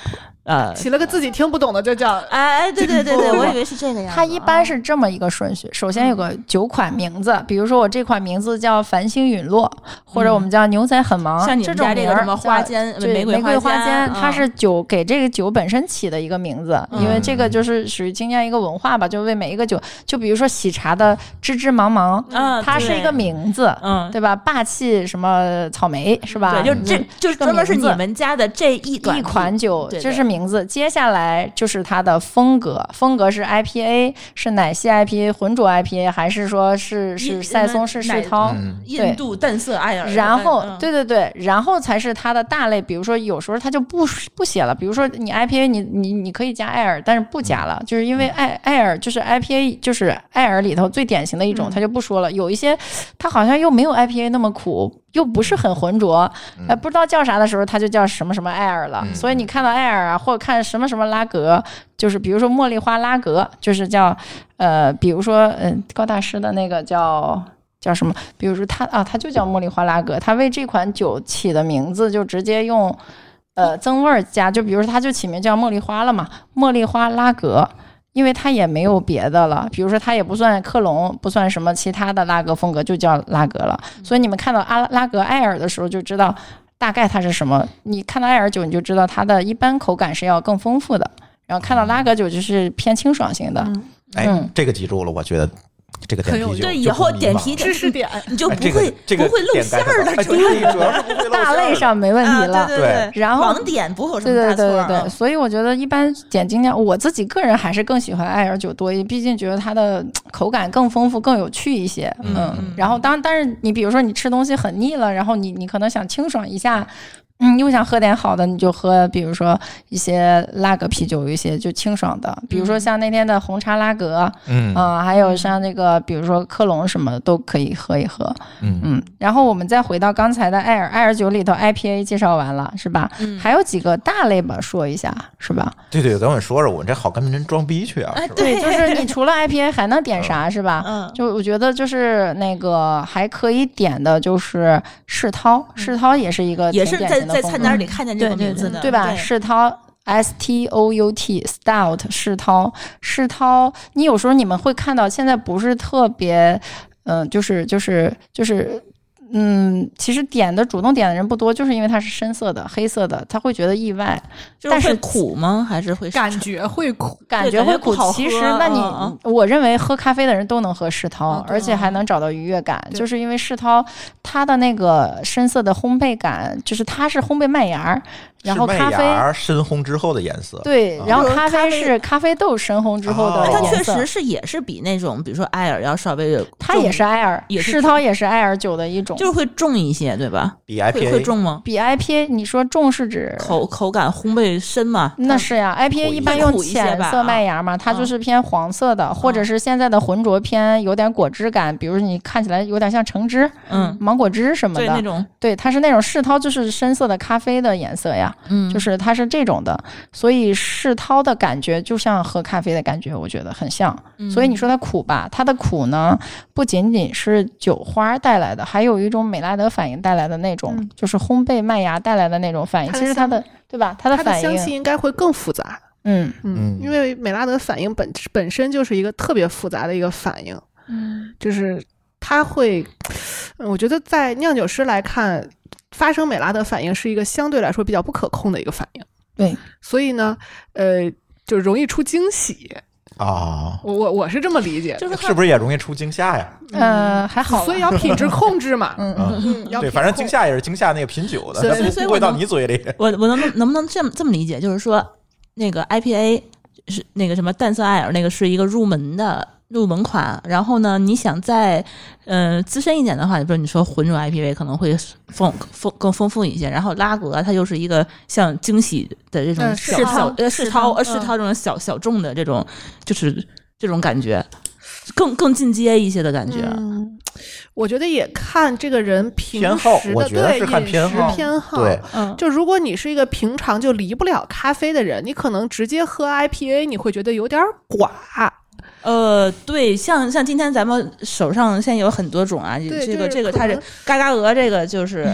E: 呃，
D: 起了个自己听不懂的，就叫
E: 哎，对对对对， 我以为是这个样子。啊嗯
C: 它一般是这么一个顺序：首先有个九款名字，比如说我这款名字叫繁星陨落，或者我们叫牛仔很忙，
E: 啊嗯像你
C: 这
E: 们
C: 种
E: 家这个
C: 名儿
E: 什么花
C: 叫
E: 间呃
C: 对
E: 玫
C: 玫
E: 瑰
C: 花
E: 间，
C: 它
E: 嗯
C: 是酒给这个酒本身起的一个名字，因为
E: 嗯
C: 这个就是属于今年一个文化吧，就为每一个酒，就比如说喜茶的芝芝芒芒，
E: 嗯，
C: 它是一
E: 对
C: 个名字，
E: 嗯。
C: 对吧？霸气什么草莓是吧？
E: 对，就这
C: 嗯
E: 就是专门是你们家的这一短
C: 一款酒，
E: 对对
C: 这是名字。接下来就是它的风格，风格是 IPA，是奶昔 IPA、浑浊 IPA，还是说是
E: 一
C: 是赛松
E: 奶
C: 是世涛？
A: 嗯
E: 印度淡色艾尔，
C: 然后
E: 嗯，
C: 对对对，然后才是它的大类。比如说，有时候它就不不写了。比如说，你 IPA，你你你可以加艾尔，但是不加了，就是因为
E: 嗯
C: 艾艾尔就是 IPA，就是艾尔里头最典型的
E: 嗯
C: 一种，它就不说了。有一些它好像又没有 IPA 那么苦，又不是很浑浊，哎，不知道叫啥的时候，它就叫什么什么艾尔了。
A: 嗯
C: 所以你看到艾尔啊，或者看什么什么拉格，就是比如说茉莉花拉格，就是叫呃，比如说嗯、高大师的那个叫。叫什么？比如说他啊，他就叫茉莉花拉格，他为这款酒起的名字就直接用呃增味儿加，就比如说他就起名叫茉莉花了嘛，茉莉花拉格。因为它也没有别的了，比如说它也不算克隆，不算什么其他的拉格风格，就叫拉格了。所以你们看到阿拉拉格艾尔的时候，就知道大概它是什么。你看到艾尔酒，你就知道它的一般口感是要更丰富的，然后看到拉格酒就是偏清爽型的。
A: 哎
C: 嗯，
A: 这个记住了，我觉得这个点
D: 很有
A: 题就
E: 对
A: 就
E: 以后
A: 不迷
E: 点
A: 茫
E: 题
A: 了
D: 知识点。
E: 你就
A: 哎
E: 不
A: 这
E: 会
A: 个这个
E: 不会露
A: 点
E: 馅
A: 盖
E: 儿
A: 上
E: 的，
A: 哎
E: 主要
A: 对主要是不 会露馅
C: 大
A: 儿
C: 类
A: 的
C: 上没问题了，
E: 啊对对，
C: 然后
E: 网点不会有什
C: 对
E: 么
C: 对
E: 大错
C: 对
E: 儿
C: 对，
E: 啊。
C: 所以我觉得一般点精酿，我自己个人还是更喜欢艾尔酒多一点，毕竟觉得它的口感更丰富、更有趣一些。
A: 嗯
C: 嗯，然后当但是你比如说你吃东西很腻了，然后你你可能想清爽一下。嗯，又想喝点好的，你就喝，比如说一些拉格啤酒，有一些就清爽的，
E: 嗯
C: 比如说像那天的红茶拉格，
A: 嗯
C: 嗯、还有像那个，比如说科隆什么的都可以喝一喝。
A: 嗯
C: 嗯，然后我们再回到刚才的艾尔，艾尔酒里头 IPA 介绍完了是吧？
E: 啊
C: 嗯，还有几个大类吧，说一下是 吧？
A: 对对，等会儿说说，我这好跟人装逼去啊！
E: 哎
A: 是吧
E: 对
C: 就是你除了 IPA 还能点啥是吧？
E: 嗯
C: 就我觉得就是那个还可以点的就是世涛，世涛嗯也是一个
E: 也
C: 挺
E: 是
C: 典
E: 在
C: 型的
E: 在
C: 风
E: 菜
C: 格
E: 单里看见这个
B: 对对
E: 名字
B: 对
E: 的，
C: 对吧？世涛 S T O U T Stout 世涛世涛，你有时候你们会看到，现在不是特别，嗯、就是就是就是。嗯，其实点的主动点的人不多，就是因为它是深色的、黑色的，他会觉得意外，
E: 就是
C: 但是
E: 会苦吗？还是会
D: 感觉会苦，
C: 感
E: 对
C: 觉
E: 感觉
C: 会苦
E: 不好。
C: 其
E: 喝
C: 实，那你、
E: 嗯
C: 我认为喝咖啡的人都能喝世涛，
D: 啊对
C: 而且还能找到愉悦感，
D: 对
C: 就是因为世涛它的那个深色的烘焙感，就是它是烘焙麦芽儿，然后
A: 是麦
C: 咖啡
A: 芽儿深烘之后的颜色，
C: 对
A: 啊，
C: 然后
E: 就是
C: 咖
E: 咖
C: 啡
E: 啡哎
C: 是咖啡豆深烘之后
A: 哦
C: 的
E: 它
C: 颜
E: 确
C: 色，
E: 实是也是比那种比如说艾尔要稍微重，
C: 它也是艾尔
E: 也，是
C: 世涛也是艾尔酒的一种。
E: 就是会重一些，对吧？
A: 比
E: 会会
A: IPA
E: 重吗？
C: 比 IPA，你说重是指？
E: 口口感烘焙深嘛？
C: 那是呀，IPA
A: 苦一
C: 一般
E: 些
C: 用
E: 苦一些
C: 浅
E: 吧啊
C: 色麦芽嘛，它
E: 嗯
C: 就是偏黄色的，或者是现在的浑浊偏有点果汁感，比如你看起来有点像橙汁、
E: 嗯，
C: 芒果汁什么
E: 对那
C: 的。
E: 种，
C: 对，它是那种世涛，就是深色的咖啡的颜色呀，
E: 嗯，
C: 就是它是这种的，所以世涛的感觉就像喝咖啡的感觉，我觉得很像。
D: 嗯
E: 嗯
C: 所以你说它苦吧，它的苦呢，不仅仅是酒花带来的，还有一种美拉德反应带来的那种，
D: 嗯
C: 就是烘焙麦芽带来的那种反应。
D: 它的
C: 其实它的，对吧？它的
D: 它的
C: 反
D: 香气
C: 应，
D: 应该会更复杂。
C: 嗯
A: 嗯
D: 因为美拉德反应本本身就是一个特别复杂的一个反应，
C: 嗯，
D: 就是它会，嗯我觉得在酿酒师来看，发生美拉德反应是一个相对来说比较不可控的一个反应。
C: 对，
D: 所以呢，呃，就容易出惊喜。
A: 啊，
D: 我我我是这么理解的，
E: 就是
A: 是不是也容易出惊吓呀？
C: 呃，还好吧，
D: 嗯所以要品质控制嘛。
C: 嗯
A: 啊
D: 嗯，要
A: 对，
D: 品
A: 反正
D: 控
A: 惊吓也是惊吓那个品酒的，
D: 所以
A: 它
E: 所以
A: 不
E: 我
A: 会到
E: 能
A: 你嘴里。
E: 我我能不能不能这么这么理解？就是说，那个 IPA 是那个什么淡色艾尔，那个是一个入门的入门款。然后呢，你想再呃资深一点的话，比如说你说浑浊 IPA 可能会丰丰更丰富一些。然后拉格它又是一个像惊喜的这种
D: 嗯
E: 小
D: 世
E: 小
B: 涛
E: 呃世涛呃
D: 世
E: 世
D: 涛
E: 涛这种小小众的这种就是这种感觉，更更进阶一些的感觉。
D: 嗯，我觉得也看这个人平
A: 偏
D: 时
A: 好
D: 的
A: 我觉得
D: 对
A: 是看
D: 饮
A: 偏
D: 食
A: 好
D: 偏好
A: 对，
E: 嗯
D: 就如果你是一个平常就离不了咖啡的人，你可能直接喝 IPA，你会觉得有点寡。
E: 呃，对，像像今天咱们手上现在有很多种啊，
D: 对
E: 这
D: 就是
E: 个这个
D: 可
E: 它是
D: 能
E: 嘎嘎鹅，这个就是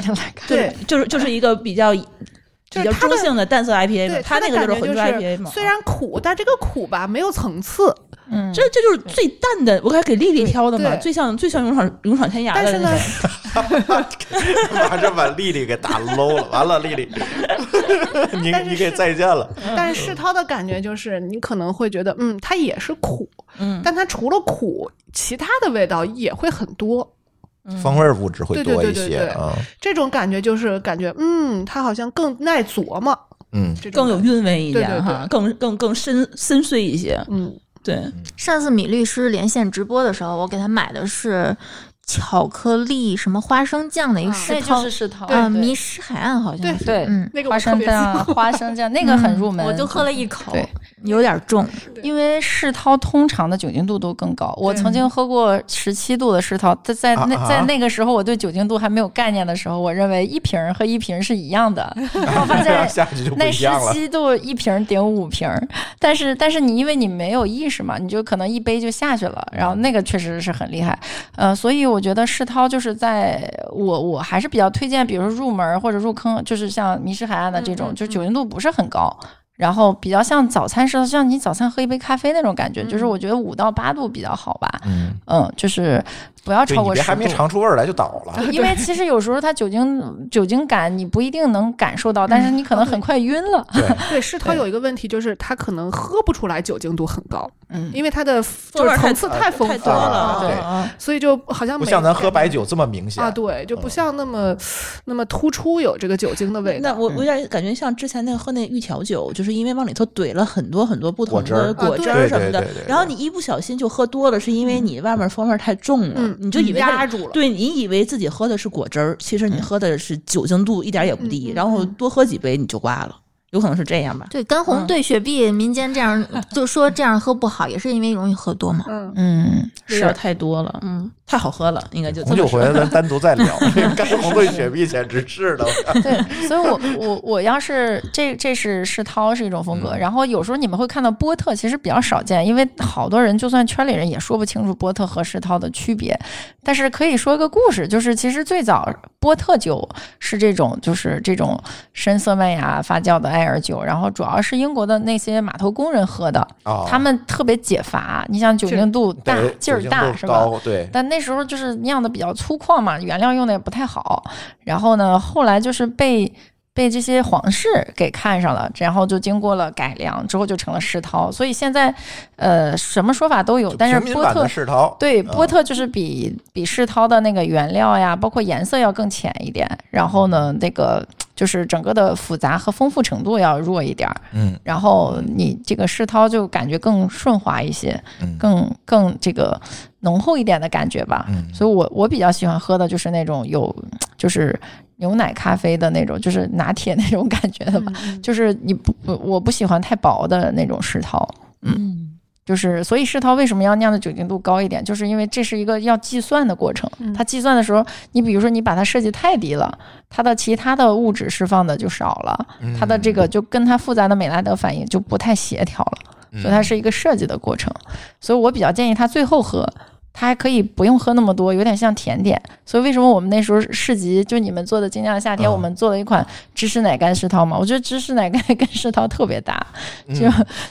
D: 对
E: 就是就是一个比较
D: 就
E: 比
D: 是
E: 较
D: 它的
E: 中性的淡色 IPA 嘛
D: 对，，
E: 它
D: 的
E: 那个
D: 感
E: 就
D: 觉
E: 是浑浊 IPA 嘛。嗯
D: 虽然苦，但这个苦吧没有层次。
B: 嗯，
E: 这这就是最淡的，我开始给丽丽挑的嘛，
D: 对
E: 最像最像勇闯勇闯天涯
D: 但
E: 的
D: 是
E: 那
D: 呢
E: 种。，
A: 马上 把丽丽给打 low 了，完了，丽 丽，你
D: 但是
A: 你给
D: 是
A: 再见了。
D: 但是世涛的感觉就是，你可能会觉得，嗯，它也是苦，
E: 嗯，
D: 但它除了苦，其他的味道也会很多。
C: 嗯
A: 风
E: 嗯
A: 味儿物质会
D: 对对
A: 多
D: 对
A: 一
D: 对
A: 些
D: 对
A: 啊，
D: 这种感觉就是感觉，嗯，它好像更耐琢磨，
A: 嗯，
D: 这种
E: 更有
D: 感觉
E: 韵味一点
D: 对对对
E: 哈，更更更深深邃一些。
D: 嗯，
E: 对，
B: 上次米律师连线直播的时候，我给他买的是巧克力什么花生酱的一个
D: 啊
B: 石
C: 那就
B: 头
C: 是，世涛，
B: 啊，
C: 对
B: 迷失海岸好像
D: 对
B: 是，
C: 对
B: 嗯，
D: 那个
C: 花
D: 我特
C: 生
D: 别
C: 酱啊、
D: 喜欢嗯
C: 花生酱，那个很入门。
B: 我就喝了一口
C: 对，
B: 有点重，
C: 因为世涛通常的酒精度都更高。我曾经喝过十七度的世涛，在在那
A: 啊啊
C: 在那个时候，我对酒精度还没有概念的时候，我认为一瓶儿和一瓶儿是一样的。我发 现
A: 下去就不
C: 那
A: 一
C: 十
A: 样了。
C: 七度一瓶儿顶五瓶儿，但是但是你因为你没有意识嘛，你就可能一杯就下去了，然后
A: 嗯
C: 那个确实是很厉害，呃，所以我觉得世涛就是在我我还是比较推荐，比如说入门儿或者入坑，就是像迷失海岸的这种，
D: 嗯嗯
C: 就
D: 嗯
C: 酒精度不是很高。然后比较像早餐似的，像你早餐喝一杯咖啡那种感觉，
D: 嗯
C: 就是我觉得五到八度比较好吧，
A: 嗯，
C: 嗯，就是不要
A: 对，
C: 超
A: 你
C: 过
A: 别
C: 十
A: 还没
C: 度。
A: 尝出味儿来就倒了。
C: 因为其实有时候它酒精酒精感你不一定能感受到，但是你
D: 嗯
C: 可能很快晕了。
A: 对，
D: 对，世涛有一个问题就是，他可能喝不出来酒精度很高，
C: 嗯，
D: 因为它的
E: 风
D: 就是
E: 味儿
D: 层次
A: 太
D: 太丰
E: 太
D: 富
E: 多
A: 啊
E: 了，
A: 对
E: 啊
D: 所以就好像
A: 不
D: 每
A: 像咱
D: 个
A: 喝白酒这么明显
D: 啊，对，就不
A: 嗯
D: 像那么那么突出有这个酒精的嗯味道。
E: 那我我有点感觉像之前那个喝那玉调酒，就是因为往里头怼了很多很多不
A: 果
E: 同
A: 汁儿
E: 的果
D: 啊
E: 汁
A: 对
E: 儿什么
A: 对
E: 的
A: 对对对，
E: 然后你一不小心就喝多了，是因为你外面风味儿太重了
D: 嗯，，
E: 你就以为它
D: 压住了。嗯
E: 对你以为自己喝的是果汁儿，其实你喝的是酒精度一点儿也不低，
D: 嗯嗯
E: 然后
D: 嗯
E: 多喝几杯你就挂了，有可能是这样吧？
B: 对，干红
E: 嗯
B: 兑雪碧，民间这样就说这样喝不好，也是因为容易喝多嘛。
D: 嗯，
E: 嗯，味道
C: 是
E: 太多了，嗯，太好喝了，应该就这
A: 红
E: 么
A: 酒
E: 说
A: 回来咱单独再 聊。 这个干红兑雪碧简直是的，
C: 对，所以我我我要是这这是世涛是一种风格，
A: 嗯
C: 然后有时候你们会看到波特其实比较少见，因为好多人就算圈里人也说不清楚波特和世涛的区别，但是可以说一个故事，就是其实最早波特酒是这种就是这种深色麦芽发酵的艾尔酒，然后主要是英国的那些码头工人喝的，
A: 啊，
C: 他们特别解乏，你想酒精度大
A: 对
C: 劲儿
A: 酒精
C: 大
A: 度
C: 是吧？
A: 高，对，
C: 但那时候就是酿的比较粗犷嘛，原料用的也不太好。然后呢，后来就是被被这些皇室给看上了，然后就经过了改良之后就成了世涛。所以现在，呃，什么说法都有，但是
A: 平民
C: 波
A: 版
C: 特
A: 的世涛，
C: 对，
A: 嗯
C: 波特就是比比世涛的那个原料呀，包括颜色要更浅一点，然后呢，那个就是整个的复杂和丰富程度要弱一点儿，
A: 嗯
C: 然后你这个世涛就感觉更顺滑一些，
A: 嗯
C: 更更这个浓厚一点的感觉吧。
A: 嗯，
C: 所以我我比较喜欢喝的就是那种有就是牛奶咖啡的那种，就是拿铁那种感觉的吧。就是你不不我不喜欢太薄的那种世涛。
E: 嗯，
C: 就是，所以世涛为什么要酿的酒精度高一点？就是因为这是一个要计算的过程。
D: 嗯
C: 它计算的时候，你比如说你把它设计太低了，它的其他的物质释放的就少了，
A: 嗯
C: 它的这个就跟它复杂的美拉德反应就不太协调了。
A: 嗯
C: 所以它是一个设计的过程。所以我比较建议他最后喝，他还可以不用喝那么多，有点像甜点。所以为什么我们那时候市集就你们做的精酿夏天，
A: 嗯
C: 我们做了一款芝士奶干石涛嘛？我觉得芝士奶干跟石涛特别搭，
A: 嗯
C: 就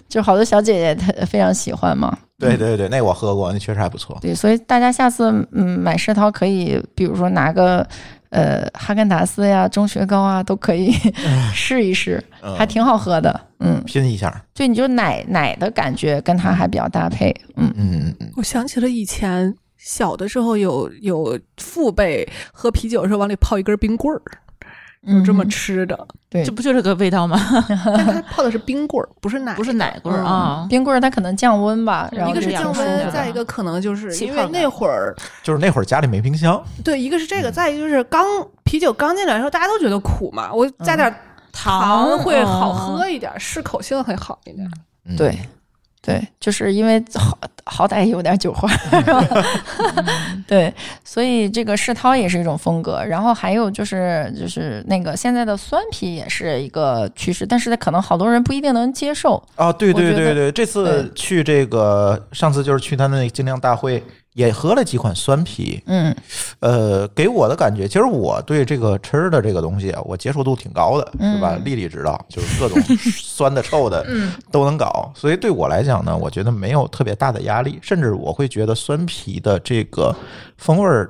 C: 就好多小姐姐她非常喜欢嘛。
A: 对对对，那我喝过，那确实还不 错。
C: 对，所以大家下次嗯买世涛可以，比如说拿个。呃，哈根达斯呀，钟雪糕啊，都 可以 试一试，
A: 嗯
C: 还挺好喝的。嗯，
A: 拼一下，
C: 对，你就奶奶的感觉跟它还比较搭配。嗯，
A: 嗯嗯
D: 我想起了以前小的时候有有父辈喝啤酒的时候往里泡一根冰棍儿，
C: 嗯
D: 就这么吃的，
C: 对
E: 这，不就是个味道吗？
D: 但他泡的是冰棍儿，不是奶，
E: 不是奶棍儿
D: 嗯
E: 啊，
C: 冰棍儿它可能降温吧，
E: 嗯
C: 然后
D: 一个
C: 就是养
D: 降
E: 这样
D: 温，
E: 的
D: 再一个可能就是
E: 气
D: 因
E: 泡
D: 为
E: 感
D: 那会儿，
A: 就是那会儿家里没冰箱，
D: 对，一个是这个，再一个就是刚啤酒刚进来的时候，大家都觉得苦嘛，我加点糖会
E: 哦
D: 好
E: 嗯
D: 喝一点，适口性会好一点。
A: 嗯
C: 对，对，就是因为好好歹也有点酒花，是吧？ 对，所以这个世涛也是一种风格，然后还有就是就是那个现在的酸啤也是一个趋势，但是可能好多人不一定能接受。
A: 啊，对
C: 我
A: 对
C: 觉
A: 对
C: 得
A: 对，这次
C: 对
A: 去这个上次就是去他那个精酿大会也喝了几款酸啤，
C: 嗯，
A: 呃，给我的感觉，其实我对这个吃的这个东西啊，我接受度挺高的，
C: 嗯
A: 是吧？丽丽知道，就是 各种酸的、臭的都能搞，所以对我来讲呢，我觉得没有特别大的压力，甚至我会觉得酸啤的这个风味儿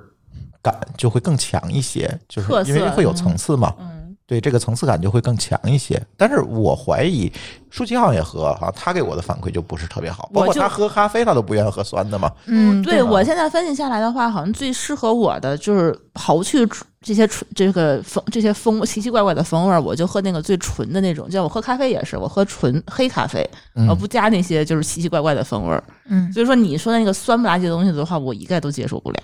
A: 感就会更强一些，就是
E: 特
A: 因为
E: 色
A: 会有层次嘛。
C: 嗯
A: 对这个层次感就会更强一些，但是我怀疑舒淇好像也喝哈，他给我的反馈就不是特别好，包
E: 我
A: 括
E: 就
A: 他喝咖啡他都不愿意喝酸的嘛。
B: 嗯，
E: 对我现在分析下来的话，好像最适合我的就是刨去这些纯这个风这些风奇奇怪怪的风味儿，我就喝那个最纯的那种。就像我喝咖啡也是，我喝纯黑咖啡，
A: 嗯
E: 我不加那些就是奇奇怪怪的风味儿。
B: 嗯，
E: 所以说你说的那个酸不拉几的东西的话，我一概都接受不了。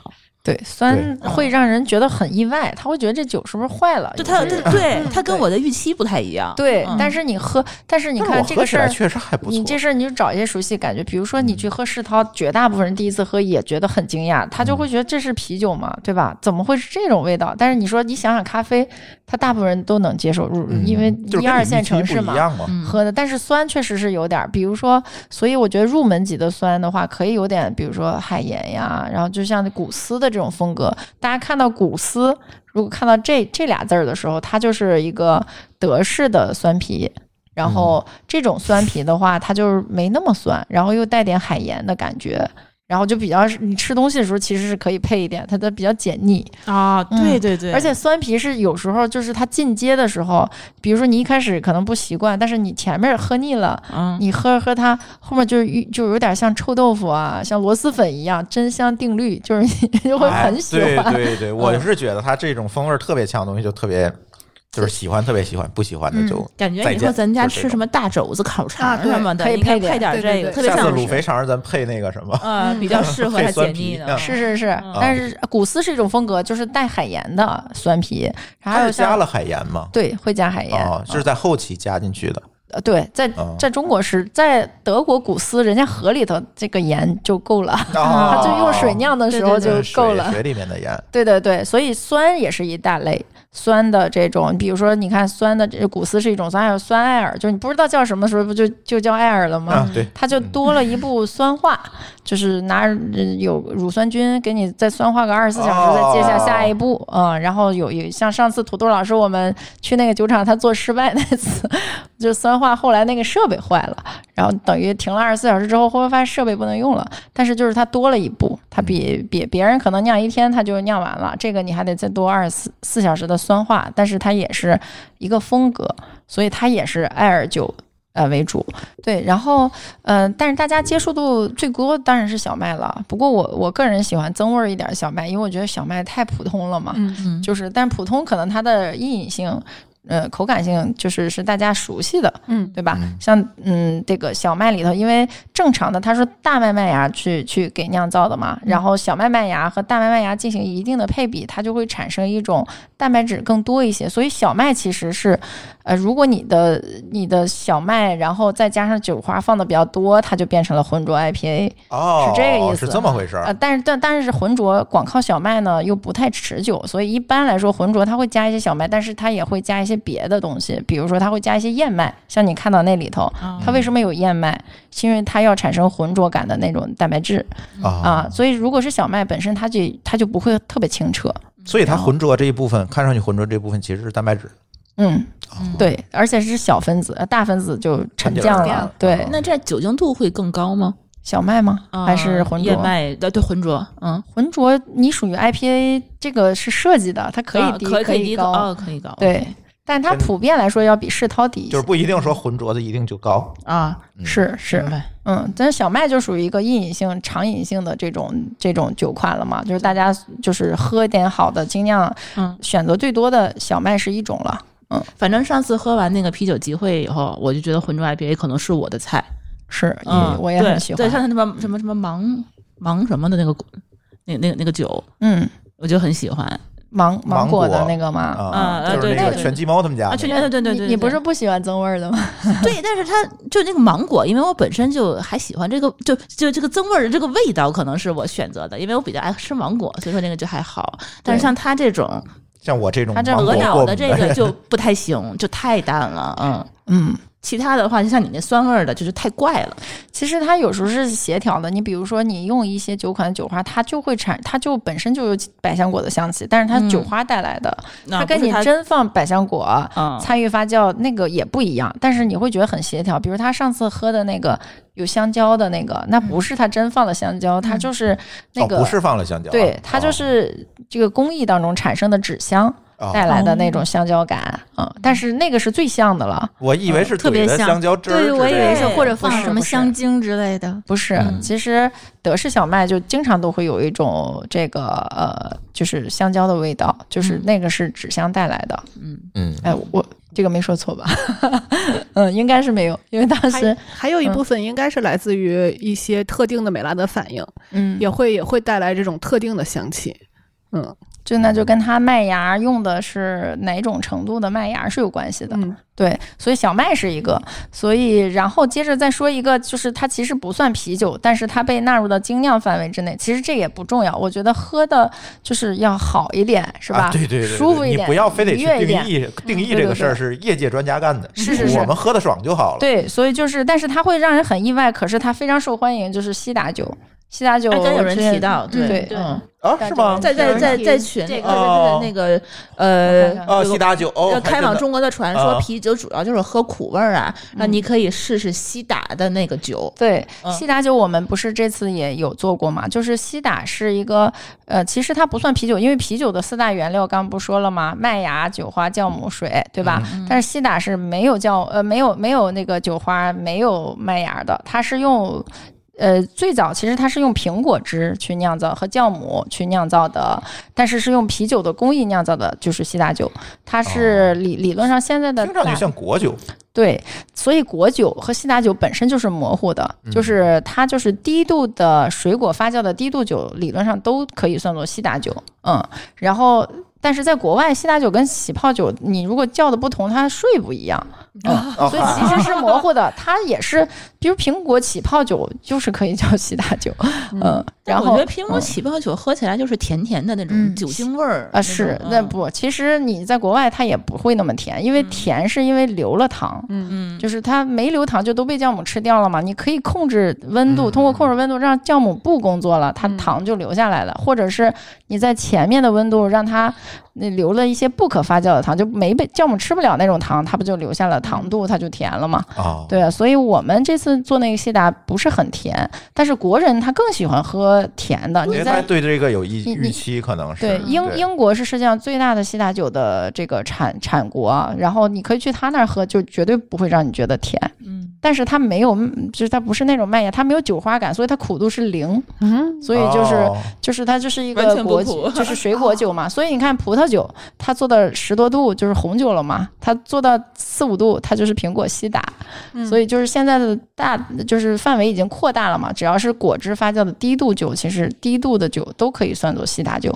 C: 对，酸会让人觉得很意外，他会觉得这酒是不是坏了？
E: 就它
C: 有些人
E: 它对 它跟
C: 对
E: 我的预期不太一样。
C: 对
E: 嗯，
C: 但是你喝，但是你
A: 但是
C: 看
A: 我
C: 这
A: 喝
C: 个
A: 起
C: 事
A: 来
C: 儿。
A: 确实还不错。嗯
C: 你这事儿你就找一些熟悉感觉，比如说你去喝世涛，绝大部分人第一次喝也觉得很惊讶，
A: 嗯
C: 他就会觉得这是啤酒嘛，对吧？怎么会是这种味道？但是你说你想想咖啡，他大部分人都能接受，入
A: 嗯
C: 因为
A: 就是
C: 一
A: 跟
C: 二
A: 你
C: 线
A: 预期
C: 城
A: 不
C: 市嘛
A: 一，样嘛，
E: 嗯，
C: 喝的，但是酸确实是有点儿，比如说，所以我觉得入门级的酸的话，可以有点，比如说海盐呀，然后就像古斯的这种风格，大家看到古斯，如果看到这这俩字儿的时候，它就是一个德式的酸啤。然后这种酸啤的话，它就是没那么酸，然后又带点海盐的感觉，然后就比较是你吃东西的时候其实是可以配一点，它的比较解腻。
E: 啊，对
C: 对
E: 对对，
C: 而且酸啤是有时候就是它进阶的时候，比如说你一开始可能不习惯，但是你前面喝腻了，
E: 嗯，
C: 你喝着喝它后面就是一就有点像臭豆腐啊，像螺蛳粉一样，真香定律，就是你就会
A: 哎
C: 很喜欢。嗯
A: 对对对，我是觉得它这种风味儿特别强的东西就特别，就是喜欢特别喜欢，不喜
C: 嗯
A: 欢的就。
E: 感觉
A: 再
E: 以后
A: 见
E: 咱家
A: 就是这
E: 吃什
A: 种
E: 么大肘子、烤肠
D: 啊对
E: 什么的，
C: 可以
E: 应该
C: 配点
E: 配点
D: 对对
E: 这个，
D: 对
E: 特别
A: 下次
E: 像
A: 卤肥肠咱配那个什
C: 嗯
A: 么，
E: 呃，比较适合
A: 配
E: 它解
A: 酸
E: 腻
A: 啤
E: 的，
C: 是是是，
E: 嗯
C: 但是古斯是一种风格，就是带海盐的酸啤，然后还
A: 它
C: 有
A: 是加
C: 像
A: 了海盐吗？
C: 对会加海盐，嗯
A: 哦，就是在后期加进去的。
C: 呃对，在
A: 哦
C: 在中国是在德国古斯，人家河里头这个盐就够了，
A: 啊
C: 它 就用水酿的时候就
A: 对
C: 够
A: 水
C: 了。
A: 水里面的盐。
C: 对对对，所以酸也是一大类。酸的这种，比如说，你看酸的这古斯是一种酸，还有酸艾尔，就是你不知道叫什么时候，不就就叫艾尔了吗？
A: 啊，对，
C: 它就多了一步酸化，就是拿呃有乳酸菌给你再酸化个二十四小时，再接下下一步，嗯，然后有有像上次土豆老师我们去那个酒厂，他做失败那次，就酸化后来那个设备坏了，然后等于停了二十四小时之后，后来发现设备不能用了，但是就是它多了一步，它比比别人可能酿一天它就酿完了，这个你还得再多二十四四小时的酸化，但是它也是一个风格，所以它也是艾尔酒。呃，为主对，然后呃，但是大家接受度最多当然是小麦了。不过我我个人喜欢增味儿一点的小麦，因为我觉得小麦太普通了嘛。
D: 嗯
E: 嗯
C: 就是，但普通可能它的易饮性，呃，口感性就是是大家熟悉的，
D: 嗯
C: 对吧？
A: 嗯
C: 像嗯，这个小麦里头，因为正常的它是大麦麦芽去去给酿造的嘛，然后小麦麦芽和大麦麦芽进行一定的配比，它就会产生一种蛋白质更多一些。所以小麦其实是，呃，如果你的你的小麦，然后再加上酒花放的比较多，它就变成了浑浊 IPA。
A: 哦，
C: 是这个意思
A: 是这么回事儿。
C: 呃，但是但但是浑浊光靠小麦呢又不太持久，所以一般来说浑浊它会加一些小麦，但是它也会加一些别的东西，比如说它会加一些燕麦，像你看到那里头，它为什么有燕麦？是因为它要产生浑浊感的那种蛋白质啊、
A: 啊，
C: 所以如果是小麦本身，它就它就不会特别清澈，
A: 所以它浑浊这一部分，看上去浑浊这部分其实是蛋白质。
C: 嗯，
A: 哦
C: 对，而且是小分子，呃大分子就沉
A: 沉降
C: 降
A: 了
C: 了，对
A: 哦，
E: 那这酒精度会更高吗？
C: 小麦吗？还是浑浊？
E: 哦啊燕麦的对浑浊，嗯，
C: 浑浊，你属于 IPA 这个是设计的，它可以
E: 啊
C: 低，
E: 可以
C: 以
E: 低
C: 高，
E: 啊，可以高，
C: 对，但它
A: 真的
C: 普遍来说要比世涛低一些，
A: 就是不一定说浑浊的一定就高。
E: 啊，
C: 是是
E: 明，白。
C: 嗯，但是小麦就属于一个易饮性、常饮性的这种这种酒款了嘛，就是大家就是喝一点好的精酿，
E: 嗯，
C: 选择最多的小麦是一种了，
E: 反正上次喝完那个啤酒集会以后，我就觉得浑浊 IPA 可能是我的菜，
C: 是，
E: 嗯，
C: 我也
E: 对
C: 很喜
E: 对，像
C: 欢，
E: 他那什么什么什么芒芒什么的那个那那个那个酒，
C: 嗯，
E: 我就很喜欢
C: 芒
A: 芒
C: 芒
A: 果
C: 果的那个嘛，
E: 啊
A: 就
E: 对
A: 是
E: 对
A: 那个
E: 对
A: 全鸡猫他们家
E: 啊，
A: 那
E: 去
A: 个
E: 年对对对
C: 你
E: 对，
C: 你不是
E: 对
C: 不喜欢增味儿的吗？
E: 对，但是它就那个芒果，因为我本身就还喜欢这个，就就这个增味儿的这个味道，可能是我选择的，因为我比较爱吃芒果，所以说那个就还好。但是像它这种
A: 像我这种
C: 它这
A: 芒
E: 鹅
A: 果
E: 脑
A: 过
E: 的
A: 敏
E: 这个就不太行，就太淡了，嗯。
C: 嗯，
E: 其他的话，像你那酸味儿的，就是太怪了。
C: 其实它有时候是协调的。你比如说，你用一些酒款的酒花，它就会产，它就本身就有百香果的香气，但是它
E: 嗯
C: 酒花带来的，它
E: 啊
C: 跟
E: 不是
C: 你
E: 它
C: 真放百香果、
E: 嗯，
C: 参与发酵那个也不一样，但是你会觉得很协调。比如他上次喝的那个有香蕉的那个，那不是他真放了香蕉，它就是那个、
A: 哦，不是放了香蕉啊，
C: 对，它就
A: 哦
C: 是这个工艺当中产生的纸香
A: 哦
C: 带来的那种香蕉感，嗯，但是那个是最像的了。
A: 我以为是
B: 特
A: 怼
B: 别
A: 的
B: 像
A: 香蕉汁儿之类
B: 对，
A: 的，
B: 我以为是
C: 对
B: 或者放
C: 不是
B: 什么
C: 不是
B: 香精之类的。
C: 不是，
A: 嗯
C: 其实德式小麦就经常都会有一种这个呃，就是香蕉的味道，就是那个是纸香带来的。
A: 嗯，
C: 哎，我这个没说错吧？ 嗯，应该是没有，因为当时
D: 还还有一部分应该是来自于一些特定的美拉德反应，
C: 嗯，
D: 也会也会带来这种特定的香气。嗯
C: 就那就跟它麦芽用的是哪种程度的麦芽是有关系的。
D: 嗯，
C: 对，所以小麦是一个，所以然后接着再说一个，就是它其实不算啤酒，但是它被纳入到精酿范围之内。其实这也不重要，我觉得喝的就是要好一点，是吧？
A: 啊对对对对，
C: 舒服一
A: 你
C: 点，
A: 不要非得
C: 愉
A: 去
C: 悦一
A: 定
C: 点。
A: 义定义
C: 对
A: 这个
C: 对
A: 事儿
C: 对
A: 是业界专家干的，
C: 是是是
A: 我们喝的爽就好了。
C: 对，所以就是，但是它会让人很意外，可是它非常受欢迎，就是西达酒。西达酒
E: 哎，刚有人
C: 之前
E: 提到，
C: 嗯
E: 对
C: 对
E: 嗯，
A: 啊，
C: 大
A: 是
C: 家
A: 吗？
E: 在在在在群
B: 这
E: 里，
B: 个
A: 哦
E: 呃，在那个
C: 我看看
E: 呃，
A: 哦，
E: 有
A: 西
E: 个
A: 达酒哦，
E: 要
A: 还
E: 开
A: 真
E: 往
A: 的
E: 中国的传说
A: 啊，
E: 啤酒主要就是喝苦味儿啊，那你可以试试西打的那个酒，
C: 对，
E: 嗯
C: 西打酒我们不是这次也有做过嘛？就是西打是一个，呃，其实它不算啤酒，因为啤酒的四大原料刚不说了吗？麦芽、酒花、酵母、水，对吧？但是西打是没有酵，呃，没有没有那个酒花，没有麦芽的，它是用。呃，最早其实它是用苹果汁去酿造和酵母去酿造的，但是是用啤酒的工艺酿造的，就是西打酒。它是理、理论上现在的
A: 听上
C: 大
A: 去像果酒，
C: 对，所以果酒和西达酒本身就是模糊的，就是它就是低度的水果发酵的低度酒，理论上都可以算作西达酒。嗯，然后但是在国外，西达酒跟起泡酒，你如果叫的不同，它税不一样，
A: 哦
C: 所以其实是模糊的。它也是，比如苹果起泡酒就是可以叫西达酒。嗯，然后
E: 我觉得苹果
C: 嗯
E: 起泡酒喝起来就是甜甜的那种
B: 嗯
E: 酒精味儿
C: 啊，是
E: 种
C: 那
E: 嗯
C: 不，其实你在国外它也不会那么甜，因为甜是因为留了糖，
D: 嗯
E: 嗯
C: 就是它没留糖就都被酵母吃掉了嘛。你可以控制温
A: 嗯
C: 度，通过控制温度让酵母不工作了，它糖就留下来了，或者是你在前面的温度让它那留了一些不可发酵的糖，就没被酵母吃不了那种糖，它不就留下了糖度，它就甜了嘛。
A: 嗯哦，
C: 对啊，所以我们这次做那个西达不是很甜，但是国人他更喜欢喝甜的。
A: 因
C: 你
A: 为
C: 在
A: 他对这个有预
C: 你
A: 预期，可能是
C: 对，英
A: 对
C: 英国是世界上最大的西达酒的这个产产国，啊然后你可以去他那儿喝，就绝对不会让你觉得甜。
E: 嗯，
C: 但是它没有，嗯就是它不是那种麦芽，它没有酒花感，所以它苦度是零，
D: 嗯，
C: 所以就是、
A: 哦
C: 就是它就是一
E: 完
C: 个
E: 全不
C: 果
E: 苦
C: 酒，就是水果酒嘛。所以你看葡萄酒，它做到十多度就是红酒了嘛，它做到四五度它就是苹果西打，
E: 嗯
C: 所以就是现在的大就是范围已经扩大了嘛，只要是果汁发酵的低度酒，其实低度的酒都可以算作西打酒。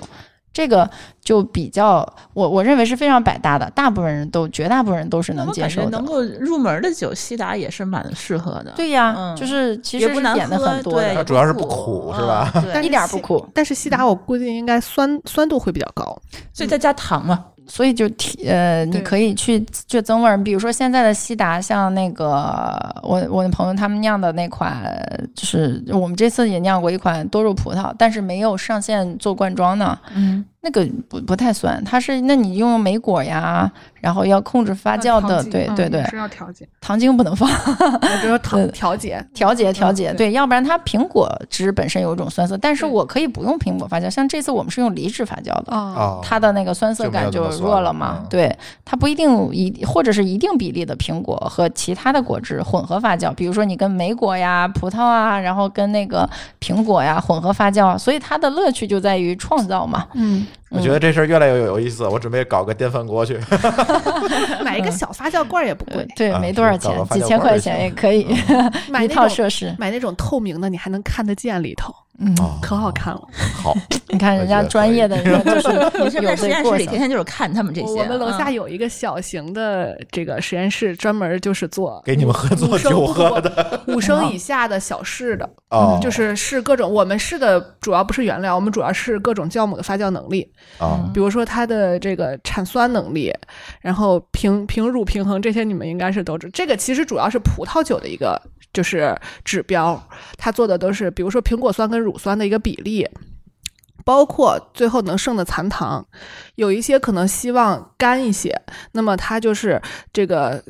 C: 这个就比较，我我认为是非常百搭的，大部分人都绝大部分人都是
E: 那
C: 能
E: 我
C: 接
E: 感
C: 受
E: 觉
C: 的。
E: 能够入门的酒，西达也是蛮适合的，
C: 对呀、
E: 嗯
C: 就是其
E: 也
C: 实
E: 不
C: 是
E: 难
C: 点的
E: 喝
C: 很多
E: 对
A: 它
C: 的，
A: 主要是不苦是吧？
E: 嗯对
D: 但
C: 一
D: 是
C: 点儿不
D: 西
C: 苦，
D: 但是西达我估计应该酸酸度会比较高。
E: 所以再加糖 嘛，
C: 所以就提呃，你
D: 对
C: 可以去去增味儿。比如说现在的西达，像那个我我的朋友他们酿的那款，就是我们这次也酿过一款多肉葡萄，但是没有上线做灌装呢。
E: 嗯，
C: 那个不不太酸，它是那你用梅果呀，然后要控制发酵的，对对对，
D: 是要调节，
C: 糖精不能放，
D: 我就要调
C: 对
D: 调节。
C: 调节调节，
D: 嗯
C: 对，要不然它苹果汁本身有一种酸涩，但是
D: 对
C: 我可以不用苹果发酵，像这次我们是用梨汁发酵的，
D: 哦，
A: 哦，
C: 它的那个酸涩
A: 就没有
C: 感
A: 那
C: 就
A: 么酸
C: 弱
A: 了
C: 了嘛。
A: 嗯
C: 对，它不一定一或者是一定比例的苹果和其他的果汁混合发酵，比如说你跟梅果呀、葡萄啊，然后跟那个苹果呀混合发酵，所以它的乐趣就在于创造嘛。
D: 嗯，
A: 我觉得这事儿越来越有意思，我准备搞个电饭锅去。
D: 买
E: 嗯
D: 一个小发酵罐儿也
E: 呃
D: 不
C: 对
D: 贵，
C: 对，
A: 啊
C: 没
A: 就
C: 多少
A: 搞个
C: 钱，
A: 发
C: 几
A: 酵
C: 千
A: 罐儿
C: 块
A: 就
C: 钱
A: 行嗯
C: 也可以，
D: 买
C: 一
D: 那
C: 套
D: 种
C: 设施。
D: 买那种透明的，你还能看得见里头，
C: 嗯，
A: 哦
D: 可好看了。
A: 好，
C: 你看
A: 我
C: 人
A: 觉
C: 家
A: 得
C: 专
A: 可以
C: 业的人就是
E: 你是
C: 有
E: 在实
C: 这
E: 验室
C: 过
E: 里
C: 程
E: 天。天就是看他们这
D: 我
E: 些，
D: 我们楼下
E: 嗯
D: 有一个小型的这个实验室，专门就是做
A: 给你们喝做酒喝的
D: 的，五升以下的小试的，
A: 哦，
E: 嗯
D: 就是试各种。我们试的主要不是原料，我们主要是各种酵母的发酵能力。
E: 嗯
A: 啊，
D: 比如说它的这个产酸能力，然后平平乳平衡这些，你们应该是都知。这个其实主要是葡萄酒的一个就是指标，它做的都是比如说苹果酸跟乳酸的一个比例。包括最后能剩的残糖，有一些可能希望干一些，那么它就是这个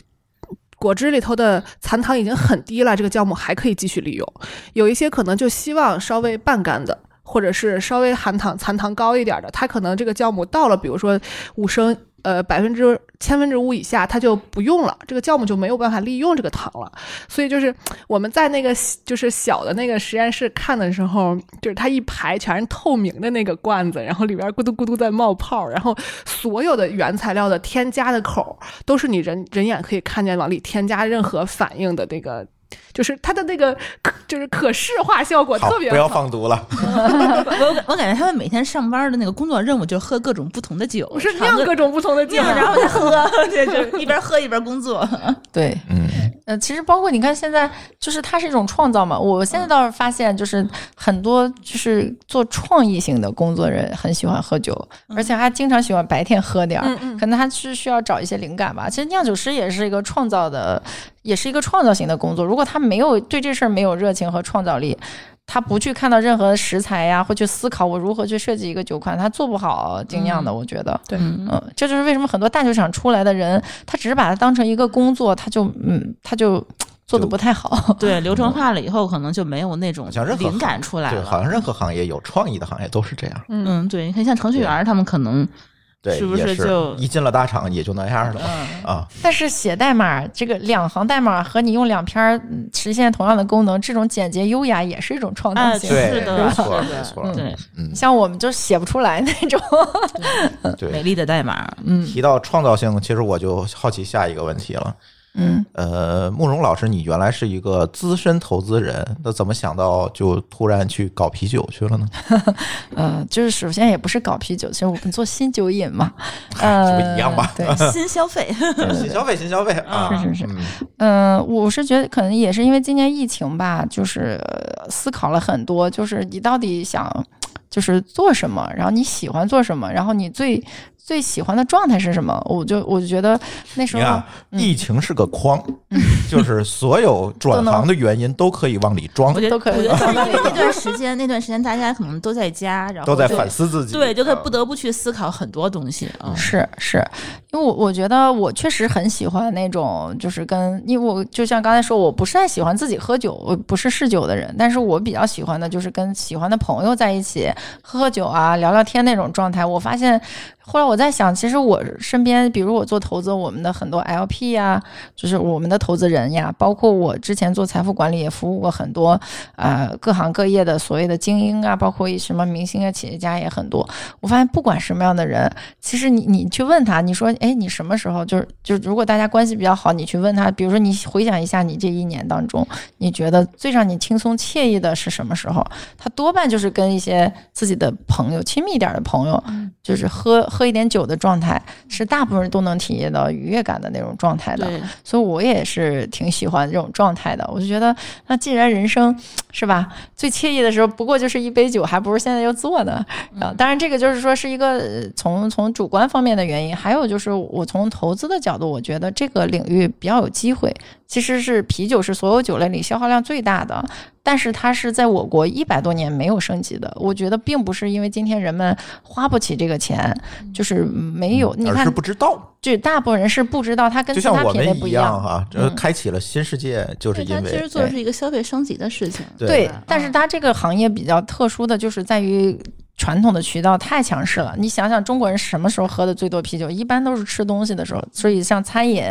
D: 果汁里头的残糖已经很低了，这个酵母还可以继续利用。有一些可能就希望稍微半干的，或者是稍微含糖残糖高一点的，它可能这个酵母到了，比如说五升。呃，百分之千分之五以下，它就不用了，这个酵母就没有办法利用这个糖了。所以就是我们在那个就是小的那个实验室看的时候，就是它一排全是透明的那个罐子，然后里边咕嘟咕嘟在冒泡，然后所有的原材料的添加的口都是你人人眼可以看见往里添加任何反应的那个。就是它的那个可，就是可视化效果
A: 好
D: 特别，
A: 不要放毒了，
E: 我 感我感觉他们每天上班的那个工作任务就是喝各种不同的酒，
D: 我是
E: 尝
D: 酿
E: 各
D: 各种不同的酱
E: 酿，，然后 再喝， 对，就是一边喝一边工 作。
C: 对，
A: 嗯，
C: 呃，其实包括你看，现在就是它是一种创造嘛。我现在倒是发现，就是很多就是做创意性的工作人很喜欢喝酒，而且还经常喜欢白天喝点
D: 嗯
C: 儿。可能他是需要找一些灵感吧。其实酿酒师也是一个创造的，也是一个创造型的工作。如果他没有对这事儿没有热情和创造力，他不去看到任何食材呀，或去思考我如何去设计一个酒款，他做不好精酿的。我觉得，
D: 对
E: 嗯
C: 嗯，这就是为什么很多大酒厂出来的人，他只是把它当成一个工作，他就嗯，他就做的不太好。
E: 对，流程化了以后，可能就没有那
A: 嗯
E: 种
A: 好像任何
E: 灵感出来
A: 对，好
E: 了。
A: 像任何行业有创意的行业都是这样，
E: 嗯，对，你看像程序员儿他们可能，
A: 对，
E: 是不是
A: 也是
E: 就嗯
A: 一进了大厂也就那样了嘛啊？
C: 但是写代码这个两行代码和你用两篇儿嗯实现同样的功能，这种简洁优雅也是一种创造
E: 哎，
C: 性。
A: 啊对
E: 是的，
A: 没
E: 是
A: 错
E: 的
A: 没错
E: 对，
A: 嗯，
C: 像我们就写不出来那种，
A: 对
E: 美。丽的 代码，嗯，
A: 提到创造性，其实我就好奇下一个问题了。
C: 嗯，
A: 呃，慕容老师，你原来是一个资深投资人，那怎么想到就突然去搞啤酒去了呢？
C: 呃，就是首先也不是搞啤酒，其实我们做新酒饮嘛，
A: 这
C: 呃，
A: 不一样 吧
C: 对，
E: 新消 费，
A: 新消费，新消费啊！
C: 是是是
A: 嗯
C: 嗯，我是觉得可能也是因为今年疫情吧，就是呃思考了很多，就是你到底想就是做什么，然后你喜欢做什么，然后你最最喜欢的状态是什么？我就我就觉得那时
A: 你
C: 候
A: 看，啊
C: 嗯
A: 疫情是个筐，就是所有转行的原因都可以往里装
E: 我，觉得
C: 都可
E: 我
C: 以
E: 觉得是因为 那段时间，那段时间大家可能都在家，然后
A: 都在
E: 就
A: 反思自己。
E: 对，就可以不
A: 啊嗯
E: 得不去思考很多东西啊。
C: 是是，因为我我觉得我确实很喜欢那种，就是跟，因为我就像刚才说，我不是太喜欢自己喝酒，我不是嗜酒的人，但是我比较喜欢的就是跟喜欢的朋友在一起喝喝酒啊，聊聊天那种状态。我发现，后来我在想，其实我身边，比如我做投资，我们的很多 LP 呀、就是我们的投资人呀，包括我之前做财富管理也服务过很多呃各行各业的所谓的精英啊，包括一什么明星啊、企业家也很多。我发现不管什么样的人，其实你你去问他，你说哎，你什么时候就是就是如果大家关系比较好，你去问他，比如说你回想一下你这一年当中，你觉得最让你轻松惬意的是什么时候？他多半就是跟一些自己的朋友亲密一点的朋友，就是喝喝一点酒的状态，是大部分人都能体验到愉悦感的那种状态的。
E: 对，
C: 所以我也是挺喜欢这种状态的。我就觉得，那既然人生是吧，最惬意的时候不过就是一杯酒，还不如现在就做呢。
A: 嗯
C: 啊，当然这个就是说是一个呃从从主观方面的原因，还有就是我从投资的角度，我觉得这个领域比较有机会。其实是啤酒是所有酒类里消耗量最大的，但是它是在我
A: 嗯
C: 国一百多年没有升级的。我觉得并不是因为今天人们花不起这个钱，就是没有。你
A: 嗯而
C: 看
A: 是，不知道，
C: 就大部分人是不知道它跟
A: 就
C: 其
A: 像
C: 他
A: 我
C: 品类
A: 们
C: 不
A: 一
C: 一样嗯
A: 样。哈，这开启了新世界，就是因
E: 他其实
A: 为哎
E: 做的
C: 对
E: 是一个消费升级的事情，啊
C: 对
A: 嗯
E: 吧，
C: 但是它这个行业比较特殊的就是在于。传统的渠道太强势了，你想想中国人什么时候喝的最多啤酒？一般都是吃东西的时候，所以像餐饮，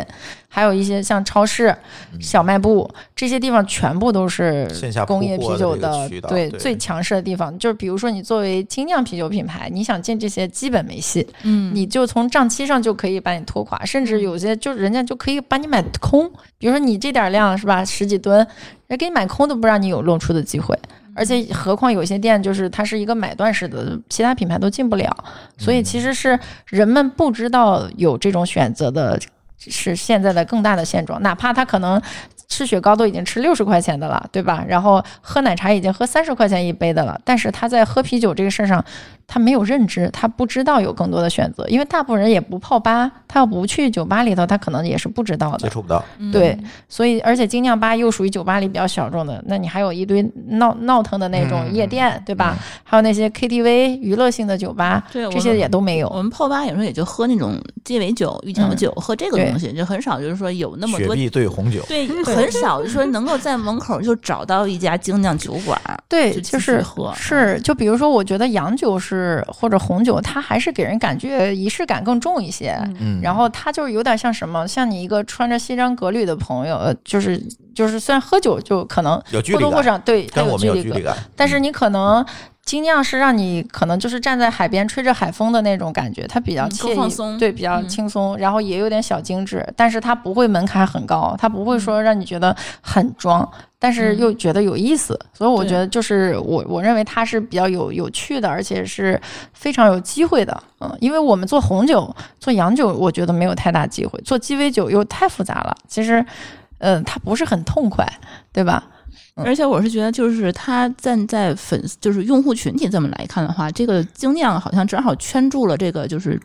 C: 还有一些像超市、小卖部这些地方，全部都是
A: 嗯线下铺货
C: 工
A: 的
C: 业啤酒
A: 这个渠道
C: 对
A: 对
C: 最强势的地方。就是比如说你作为精酿啤酒品牌，你想进这些基本没戏，
E: 嗯，
C: 你就从账期上就可以把你拖垮，甚至有些就人家就可以把你买空，比如说你这点儿量是吧，十几吨，人给你买空都不让你有露出的机会。而且，何况有些店就是它是一个买断式的，其他品牌都进不了，所以其实是人们不知道有这种选择的，是现在的更大的现状。哪怕他可能吃雪糕都已经吃六十块钱的了，对吧？然后喝奶茶已经喝三十块钱一杯的了，但是他在喝啤酒这个事儿上他没有认知，他不知道有更多的选择，因为大部分人也不泡吧，他要不去酒吧里头，他可能也是不知道
A: 接
C: 的。
A: 触不到，
E: 嗯
C: 对，所以而且精酿吧又属于酒吧里比较小众的，那你还有一堆闹闹腾的那种
A: 嗯
C: 夜店，对吧？还有那些 KTV 娱乐性的酒吧，
E: 对我
C: 这些也都没有。
E: 我们泡吧有时候也就喝那种鸡尾酒、玉桥酒，喝这个
C: 对
E: 东西就很少，就是说有那么
A: 雪
E: 多。
A: 碧兑红酒，
E: 对，很少就说能够在门口就找到一家精酿酒 馆。
C: 对，
E: 就
C: 就
E: 继续
C: 是
E: 喝嗯
C: 是，就比如说，我觉得洋酒是或者红酒，它还是给人感觉仪式感更重一些。
A: 嗯，
C: 然后它就是有点像什么，像你一个穿着西装革履的朋友，呃就是就是虽然喝酒就可能
A: 有距
C: 或
A: 离
C: 多或
A: 感，
C: 少对它
A: 跟我们
C: 距
A: 有
C: 离
A: 距
C: 感
A: 离，感，
C: 但是你可能尽量是让你可能就是站在海边吹着海风的那种感觉，它比较
E: 嗯
C: 惬
E: 更
C: 意，
E: 放松
C: 对，比较
E: 嗯
C: 轻松，然后也有点小精致，但是它不会门槛很高，它不会说让你觉得很装。但是
E: 嗯
C: 又觉得有意思，所以我
E: 对
C: 觉得就是我我认为它是比较有有趣的，而且是非常有机会的，嗯，因为我们做红酒、做洋酒，我觉得没有太大机会，做鸡尾酒又太复杂了，其实，嗯，它不是很痛快，对吧？嗯
E: 而且我是觉得，就是他站在粉丝，就是用户群体这么来看的话，这个精酿好像正好圈住了这个就是。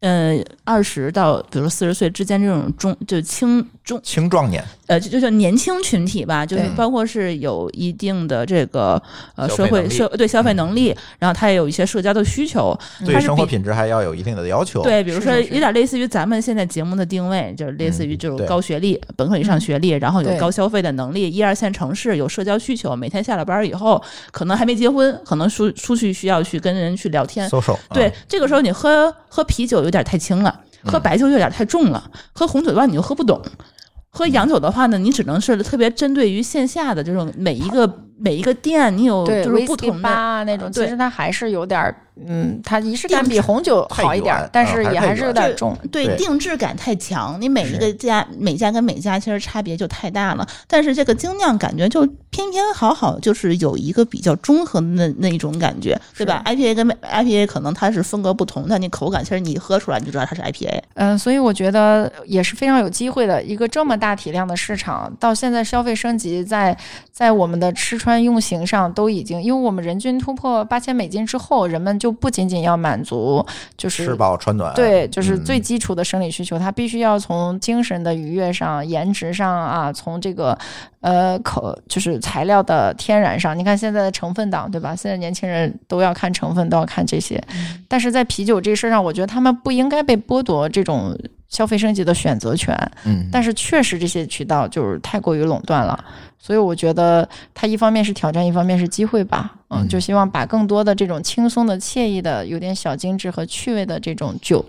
E: 呃，二十到比如说四十岁之间这种中就青中
A: 青壮年，
E: 呃，就就叫年轻群体吧，就是
C: 对
E: 包括是有一定的这个呃
A: 消
E: 社
A: 费
E: 会
A: 能力嗯
E: 社对消费能力，然后他也有一些社交的需求，
A: 对
C: 嗯
E: 它是
A: 生活
E: 比
A: 品质还要有一定的要求，
E: 对，比如
C: 是
E: 说
C: 是是
E: 有点类似于咱们现在节目的定位，就是类似于这种
A: 对
E: 高学历、本科以上学历，然后有
C: 对
E: 高消费的能力，一二线城市有社交需求，每天下了班以后可能还没结婚，可能出出去需要去跟人去聊天。
A: ，social，嗯
E: 对，，这个时候你喝喝啤酒有点太轻了，喝白酒有点太重了，喝红酒的话你就喝不懂。喝洋酒的话呢，你只能是特别针对于线下的这种每一个每一个店，你有
C: 对，
E: 就是不
C: whisky
E: 同
C: 吧
E: 的
C: 啊那种，其
E: 对
C: 实它还是有点儿，嗯，它仪式感
E: 定
C: 比
E: 制
C: 红酒
A: 太
C: 好
E: 啊
C: 一点儿
A: 远，
C: 但
A: 嗯还
C: 是
A: 是
C: 也
A: 太
C: 还是有
A: 远
C: 点儿
E: 对
C: 重。
E: 对
A: 对
E: 定制感太强，你每一
A: 是
E: 个家每家跟每家其实差别就太大了。但是这个精酿感觉就偏偏好好，就是有一个比较中和的那那一种感觉，对吧？IPA 跟 IPA 可能它是风格不同，但你口感其实你一喝出来你就知道它是 IPA。
C: 嗯，所以我觉得也是非常有机会的。一个这么大体量的市场，到现在消费升级在，在我们的吃穿用行上都已经，因为我们人均突破八千美金之后，人们就不仅仅要满足就是
A: 吃饱穿暖，
C: 对，就是最
A: 嗯
C: 基础的生理需求，它必须要从精神的愉悦上、颜值上啊，从这个呃口就是材料的天然上。你看现在的成分党，对吧？现在年轻人都要看成分，都要看这些。但是在啤酒这事儿上，我觉得他们不应该被剥夺这种消费升级的选择权。
A: 嗯，
C: 但是确实这些渠道就是太过于垄断了，所以我觉得它一方面是挑战，一方面是机会吧。嗯，
A: 嗯
C: 就希望把更多的这种轻松的、惬意的、有点小精致和趣味的这种酒，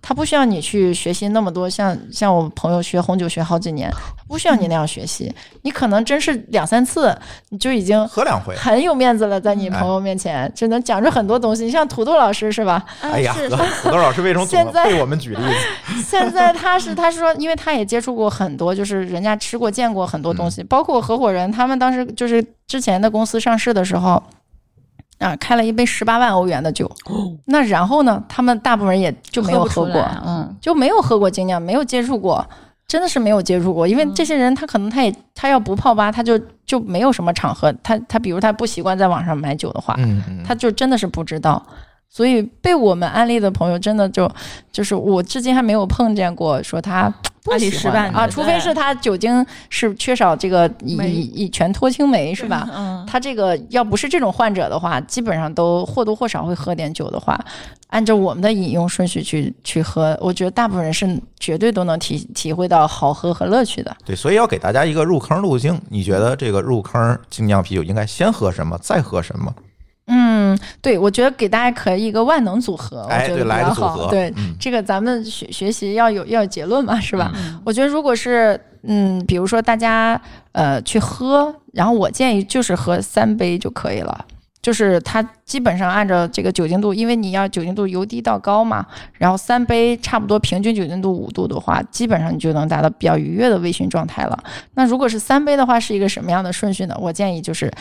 C: 它不需要你去学习那么多，像像我朋友学红酒学好几年，它不需要你那样学习，你可能真是两三次你就已经。
A: 喝两回，
C: 很有面子了，在你
A: 哎
C: 朋友面前只能讲出很多东西。你像土豆老师是吧？
A: 哎呀， 土豆老师为什么
C: 现
A: 总
C: 在
A: 被我们举例子？
C: 现在他是他说，因为他也接触过很多，就是人家吃过、见过很多东
E: 嗯
C: 西，包括合伙人，他们当时就是之前的公司上市的时候。啊，开了一杯十八万欧元的酒，那然后呢？他们大部分人也就没有
E: 哦不出
C: 喝过，
E: 来嗯，
C: 就没有喝过精酿，没有接触过，真的是没有接触过。因
E: 嗯
C: 为这些人他可能他也他要不泡吧，他就就没有什么场合，他他比如他不习惯在网上买酒的话，
A: 嗯嗯，
C: 他就真的是不知道。所以被我们安利的朋友，真的就就是我至今还没有碰见过说
A: 嗯
C: 他不
E: 阿里
C: 喜
E: 失
C: 欢
E: 败
C: 的啊，
E: 的
C: 除非是他酒精是缺少这个乙
D: 酶
C: 乙醛脱氢酶是吧？
E: 嗯，
C: 他这个要不是这种患者的话，基本上都或多或少会喝点酒的话，按照我们的饮用顺序去去喝，我觉得大部分人是绝对都能体体会到好喝和乐趣的。
A: 对，所以要给大家一个入坑路径。你觉得这个入坑精酿啤酒应该先喝什么，再喝什么？
C: 嗯，对，我觉得给大家可以一哦个万能组合，
A: 哎，
C: 我觉
A: 对，
C: 得比
A: 来个
C: 较
A: 组
C: 好。
A: 合，
C: 对，
A: 嗯，
C: 这个咱们学学习要有要有结论嘛，是吧？
E: 嗯
C: 我觉得如果是嗯，比如说大家呃去喝，然后我建议就是喝三杯就可以了。就是它基本上按照这个酒精度，因为你要酒精度由低到高嘛，然后三杯差不多平均酒精度五度的话，基本上你就能达到比较愉悦的微醺状态了。那如果是三杯的话，是一个什么样的顺序呢？我建议就是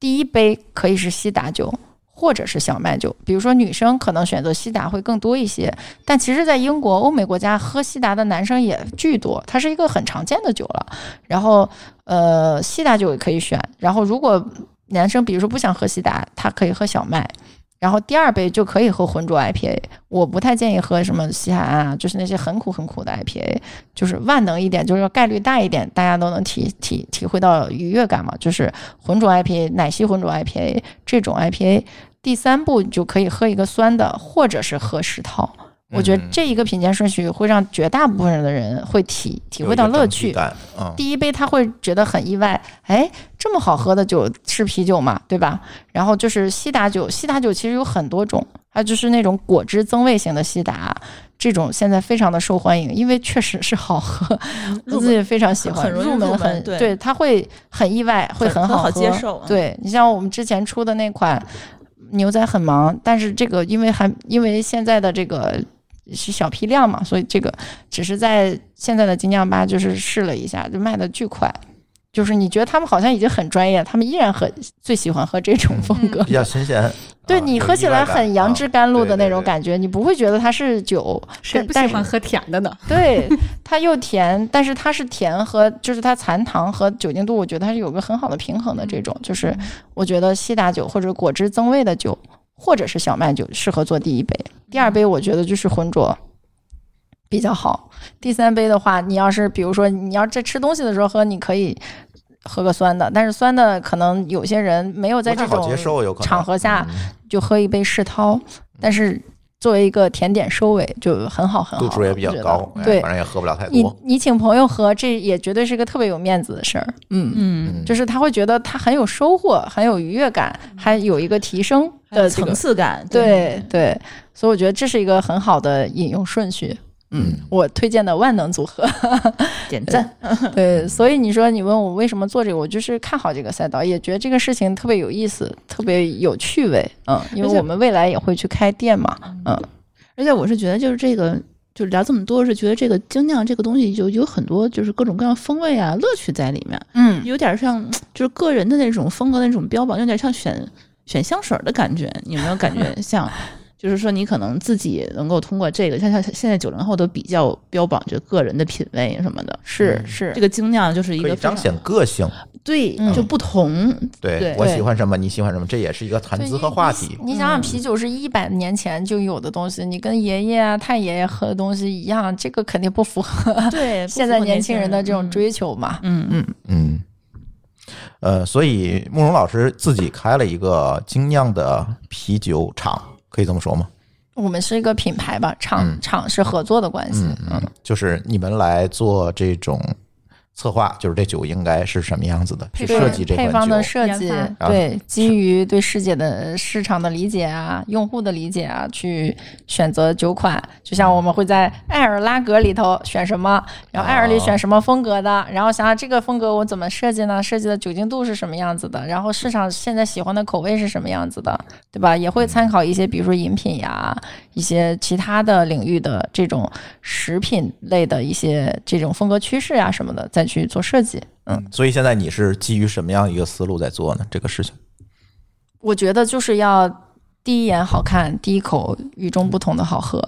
C: 第一杯可以是西打酒。或者是小麦酒，比如说女生可能选择西打会更多一些，但其实，在英国、欧美国家喝西达的男生也巨多，它是一个很常见的酒了。然后，呃，西达酒也可以选。然后，如果男生比如说不想喝西达，他可以喝小麦。然后第二杯就可以喝浑浊 IPA，我不太建议喝什么西海岸啊，就是那些很苦很苦的 IPA，就是万能一点，就是概率大一点，大家都能体体体会到愉悦感嘛。就是浑浊 IPA、奶昔浑浊 IPA 这种 IPA，第三步你就可以喝一个酸的，或者是喝石涛。我觉得
A: 嗯
C: 这一个品鉴顺序会让绝大部分的人会体体
A: 有
C: 会
A: 一
C: 到
A: 个
C: 乐
A: 整体
C: 趣，
A: 感，嗯，
C: 第一杯他会觉得很意外，哎，这么好喝的酒是啤酒嘛，对吧？然后就是西达酒，西达酒其实有很多种，还有就是那种果汁增味型的西达，这种现在非常的受欢迎，因为确实是好喝，
F: 入
C: 我自己非常喜
F: 嗯很
C: 欢，
F: 很容易
C: 入门
F: 入门
C: 很
F: 对
C: 对，它会很意外，会
F: 很
C: 好
F: 很好
C: 喝，
F: 接受
E: 啊
F: 嗯
C: 对你像我们之前出的那款牛仔很忙，但是这个因为还因为现在的这个是小批量嘛，所以这个只是在现在的精酿吧就是试了一下，就卖的巨快。就是你觉得他们好像已经很专业，他们依然很最喜欢喝这种风格。
A: 比较新鲜。
C: 对
A: 啊
C: 你
A: 有
C: 喝
A: 意
C: 起
A: 外
C: 来
A: 感
C: 很
A: 嗯
C: 杨
A: 啊
C: 枝甘露的那种
A: 对对对
C: 感觉，你不会觉得它是酒，
D: 谁
C: 但
D: 不
C: 但
D: 喜
C: 是
D: 欢喝甜的呢？
C: 对，它又甜，但是它是甜和就是它残糖和酒精度，我觉得它是有个很好的平衡的。这种就是我觉得西打酒或者果汁增味的酒，或者是小麦酒适合做第一杯，第二杯我觉得就是浑浊。比较好。第三杯的话，你要是比如说你要在吃东西的时候喝，你可以喝个酸的，但是酸的可能有些人没有在
A: 不
C: 这
A: 太好
C: 种
A: 接受有可能
C: 场合下
A: 嗯
C: 就喝一杯世涛，但是作为一个甜点收尾就很好很好，
A: 嗯度数也比较
C: 嗯我觉得
A: 高，哎
C: 对
A: 反，正也喝不了太
C: 你
A: 多。
C: 你请朋友喝，这也绝对是个特别有面子的事儿。嗯，
E: 嗯，
A: 嗯
C: 就是他会觉得他很有收获，很有愉悦感，还有一个提升
F: 还有
C: 的这个
F: 层次感，
C: 对对，所以我觉得这是一个很好的饮用顺序。嗯，我推荐的万能组合。
E: 点赞。
C: 对，所以你说你问我为什么做这个，我就是看好这个赛道，也觉得这个事情特别有意思，特别有趣味。嗯，因为
E: 而且
C: 我们未来也会去开店嘛。嗯，
E: 而且我是觉得，就是这个，就聊这么多，是觉得这个精酿这个东西就有很多就是各种各样风味啊、乐趣在里面，
C: 嗯，
E: 有点像就是个人的那种风格、那种标榜，有点像选选香水的感觉。你有没有感觉 像？就是说，你可能自己能够通过这个，像像现在九零后都比较标榜着个人的品味什么的，
C: 是是
E: 这，个精酿就是一
A: 可
E: 个
A: 以
E: 非常
A: 彰显个性，
E: 对，
C: 嗯
E: 就不 同，
A: 对
E: 对
A: 我喜欢什么，你喜欢什么，这也是一个谈
C: 对
A: 资
C: 你
A: 和话
C: 你
A: 题。
C: 你想想，啤酒是一百年前就有的东西，你跟爷爷啊、太爷爷喝的东西一样，这个肯定不符合
E: 对
C: 现在年轻人的这种，追求嘛。
E: 嗯嗯，
A: 嗯，呃，所以慕容老师自己开了一个精酿的啤酒厂，可以这么说吗？
C: 我们是一个品牌吧，厂、
A: 嗯
C: 厂是合作的关系。
A: 嗯嗯，就是你们来做这种策划，就是这酒应该是什么样子的，去
D: 配
A: 设计这
C: 配
A: 款
C: 方的
A: 酒。啊
C: 设计
D: 研，
A: 发
C: 对，基于对世界的市场的理解啊，用户的理解啊，去选择酒款。就像我们会在艾尔拉格里头选什么，然后艾
A: 哦
C: 尔里选什么风格的，然后想想这个风格我怎么设计呢？设计的酒精度是什么样子的？然后市场现在喜欢的口味是什么样子的，对吧？也会参考一些，比如说饮品呀，一些其他的领域的这种食品类的一些这种风格趋势啊什么的，再去做设计。嗯，
A: 所以现在你是基于什么样一个思路在做呢？这个事情，
C: 我觉得就是要第一眼好看，第一口与众不同的好喝。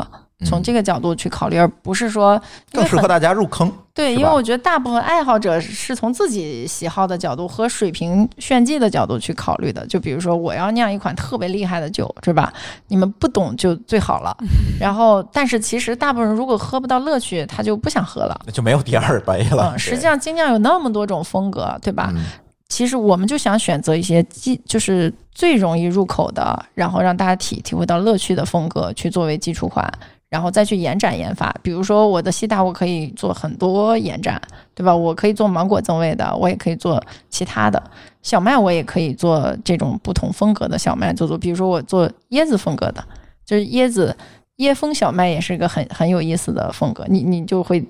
C: 从这个角度去考虑，而不是说因
A: 嗯更
C: 为
A: 适
C: 很
A: 合大家入坑。
C: 对，
A: 是
C: 因为
A: 吧
C: 我觉得大部分爱好者是从自己喜好的角度和水平炫技的角度去考虑的。就比如说，我要酿一款特别厉害的酒，是吧？你们不懂就最好了。
A: 嗯
C: 然后，但是其实大部分人如果喝不到乐趣，他就不想喝了。
A: 那就没有第二杯了。
C: 嗯，实际上精酿有那么多种风格，对吧？
A: 嗯
C: 其实我们就想选择一些基，就是最容易入口的，然后让大家体体会到乐趣的风格去作为基础款，然后再去延展研发。比如说我的西达，我可以做很多延展，对吧？我可以做芒果增味的，我也可以做其他的小麦，我也可以做这种不同风格的小麦做做。比如说我做椰子风格的，就是椰子椰风小麦也是个很很有意思的风格，你你就会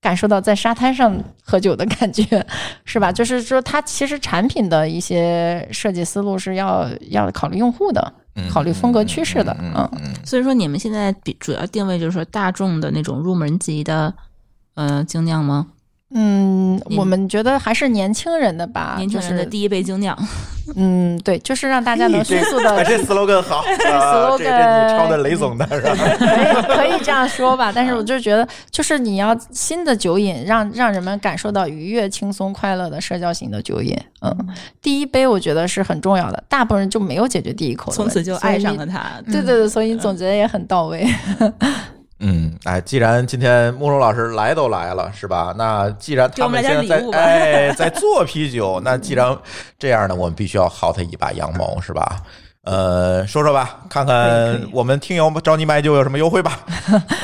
C: 感受到在沙滩上喝酒的感觉，是吧？就是说，它其实产品的一些设计思路是要要考虑用户的，
A: 嗯
C: 考虑风格趋势的
A: 嗯嗯
C: 嗯
A: 嗯嗯
E: 所以说你们现在比主要定位就是说大众的那种入门级的，呃，精酿吗？
C: 嗯，嗯，
E: 你
C: 我们觉得还是年轻人的吧，
E: 年轻人的
C: 啊就是
E: 第一杯精酿，
C: 嗯，对，就是让大家能迅速的
A: 哎这 slogan 好，啊
C: slogan
A: 这这你抄的雷总的是吧？
C: 可以可以这样说吧，但是我就觉得，就是你要新的酒饮，让让人们感受到愉悦、轻松、快乐的社交型的酒饮。嗯，第一杯我觉得是很重要的，大部分人就没有解决第一口的
E: 从
C: 问题，
E: 此就爱上
C: 所
E: 了
C: 以
E: 嗯它。
C: 你。对对对，所以你总结得也很到位。
A: 嗯，哎，既然今天慕容老师来都来了，是吧？那既然
E: 给
A: 他
E: 我们
A: 们
E: 来
A: 现
E: 点
A: 在
E: 礼物
A: 在
E: 吧
A: 哎在做啤酒，那既然这样呢，我们必须要薅他一把羊毛，是吧？呃，说说吧，看看我们听友找你买酒有什么优惠吧。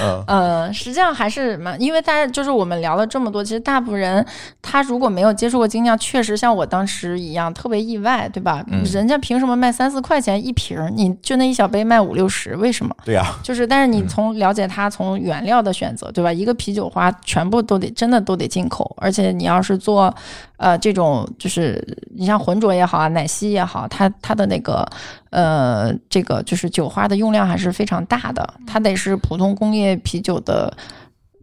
A: 嗯，
C: 呃，实际上还是蛮，因为大家就是我们聊了这么多，其实大部分人他如果没有接触过精酿，确实像我当时一样特别意外，对吧？
A: 嗯
C: 人家凭什么卖三四块钱一瓶儿，你就那一小杯卖五六十，为什么？
A: 对 呀、
C: 就是，但是你
A: 嗯
C: 从了解它，从原料的选择，对吧？一个啤酒花全部都得真的都得进口，而且你要是做，呃，这种就是你像浑浊也好啊，奶昔也好，它它的那个呃，这个就是酒花的用量还是非常大的，它得是普通工业啤酒的。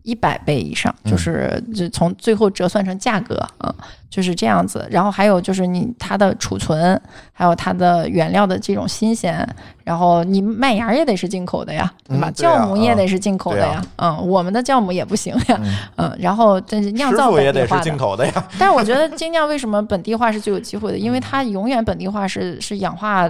C: 一百倍以上，
A: 嗯
C: 就是就从最后折算成价格啊、嗯就是这样子。然后还有就是你它的储存，还有它的原料的这种新鲜，然后你麦芽也得是进口的呀，对吧？
A: 嗯对啊
C: 酵母也得是进口的呀，嗯，我们的酵母也不行呀，嗯，然后但是酿
A: 师
C: 造
A: 傅
C: 本
A: 也
C: 地
A: 得
C: 化
A: 是
C: 的
A: 进口的 呀。
C: 但是我觉得精酿为什么本地化是最有 机会的？因为它永远本地化是是氧化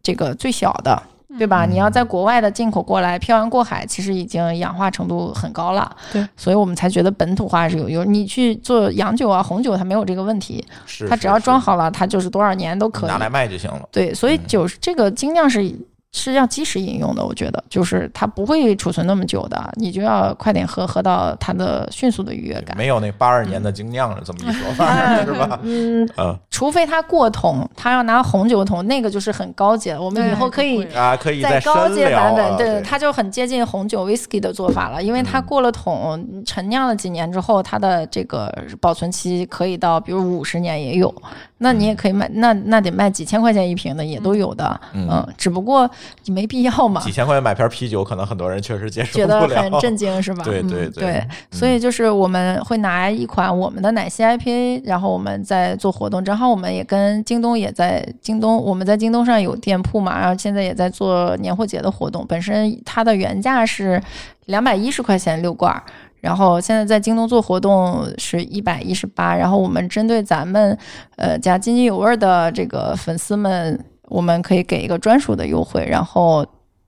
C: 这个最小的，
A: 嗯
C: 对吧？你要在国外的进口过来，漂洋过海，其实已经氧化程度很高了。
D: 对，
C: 所以我们才觉得本土化是有用。你去做洋酒啊、红酒，它没有这个问题，
A: 是，
C: 它只要
A: 是
C: 装好了，它就是多少年都可以
A: 拿来卖就行了。
C: 对，所以
A: 嗯
C: 酒是这个精酿是是要及时饮用的，我觉得就是它不会储存那么久的，你就要快点喝，喝到它的迅速的愉悦感。
A: 没有那八二年的精酿了，这么一说法 是吧？
C: 嗯，
A: 嗯
C: 除非它过桶，它要拿红酒桶，那个就是很高级了。我们以
D: 对
C: 后可以
D: 对
A: 啊，可以
C: 在
A: 深
C: 高阶
A: 聊
C: 版本，
A: 啊嗯
C: 对，它就很接近红酒 whisky 的做法了，因为它过了桶，陈酿了几年之后，它的这个保存期可以到，比如五十年也有。那你也可以卖，那那得卖几千块钱一瓶的也都有的，
A: 嗯
C: 嗯，只不过你没必要嘛
A: 几，千块钱买瓶啤酒，可能很多人确实接受
C: 觉得
A: 不了。
C: 很震惊是吧？
A: 对
C: 嗯
A: 对对
C: 对，所以就是我们会拿一款我们的奶昔 IPA，然后我们在做活动，正好我们也跟京东也在京东，我们在京东上有店铺嘛，然后现在也在做年货节的活动，本身它的原价是两百一十块钱六罐儿。然后现在在京东做活动是一百一十八，然后我们针对咱们呃家津津有味儿的这个粉丝们，我们可以给一个专属的优惠，然后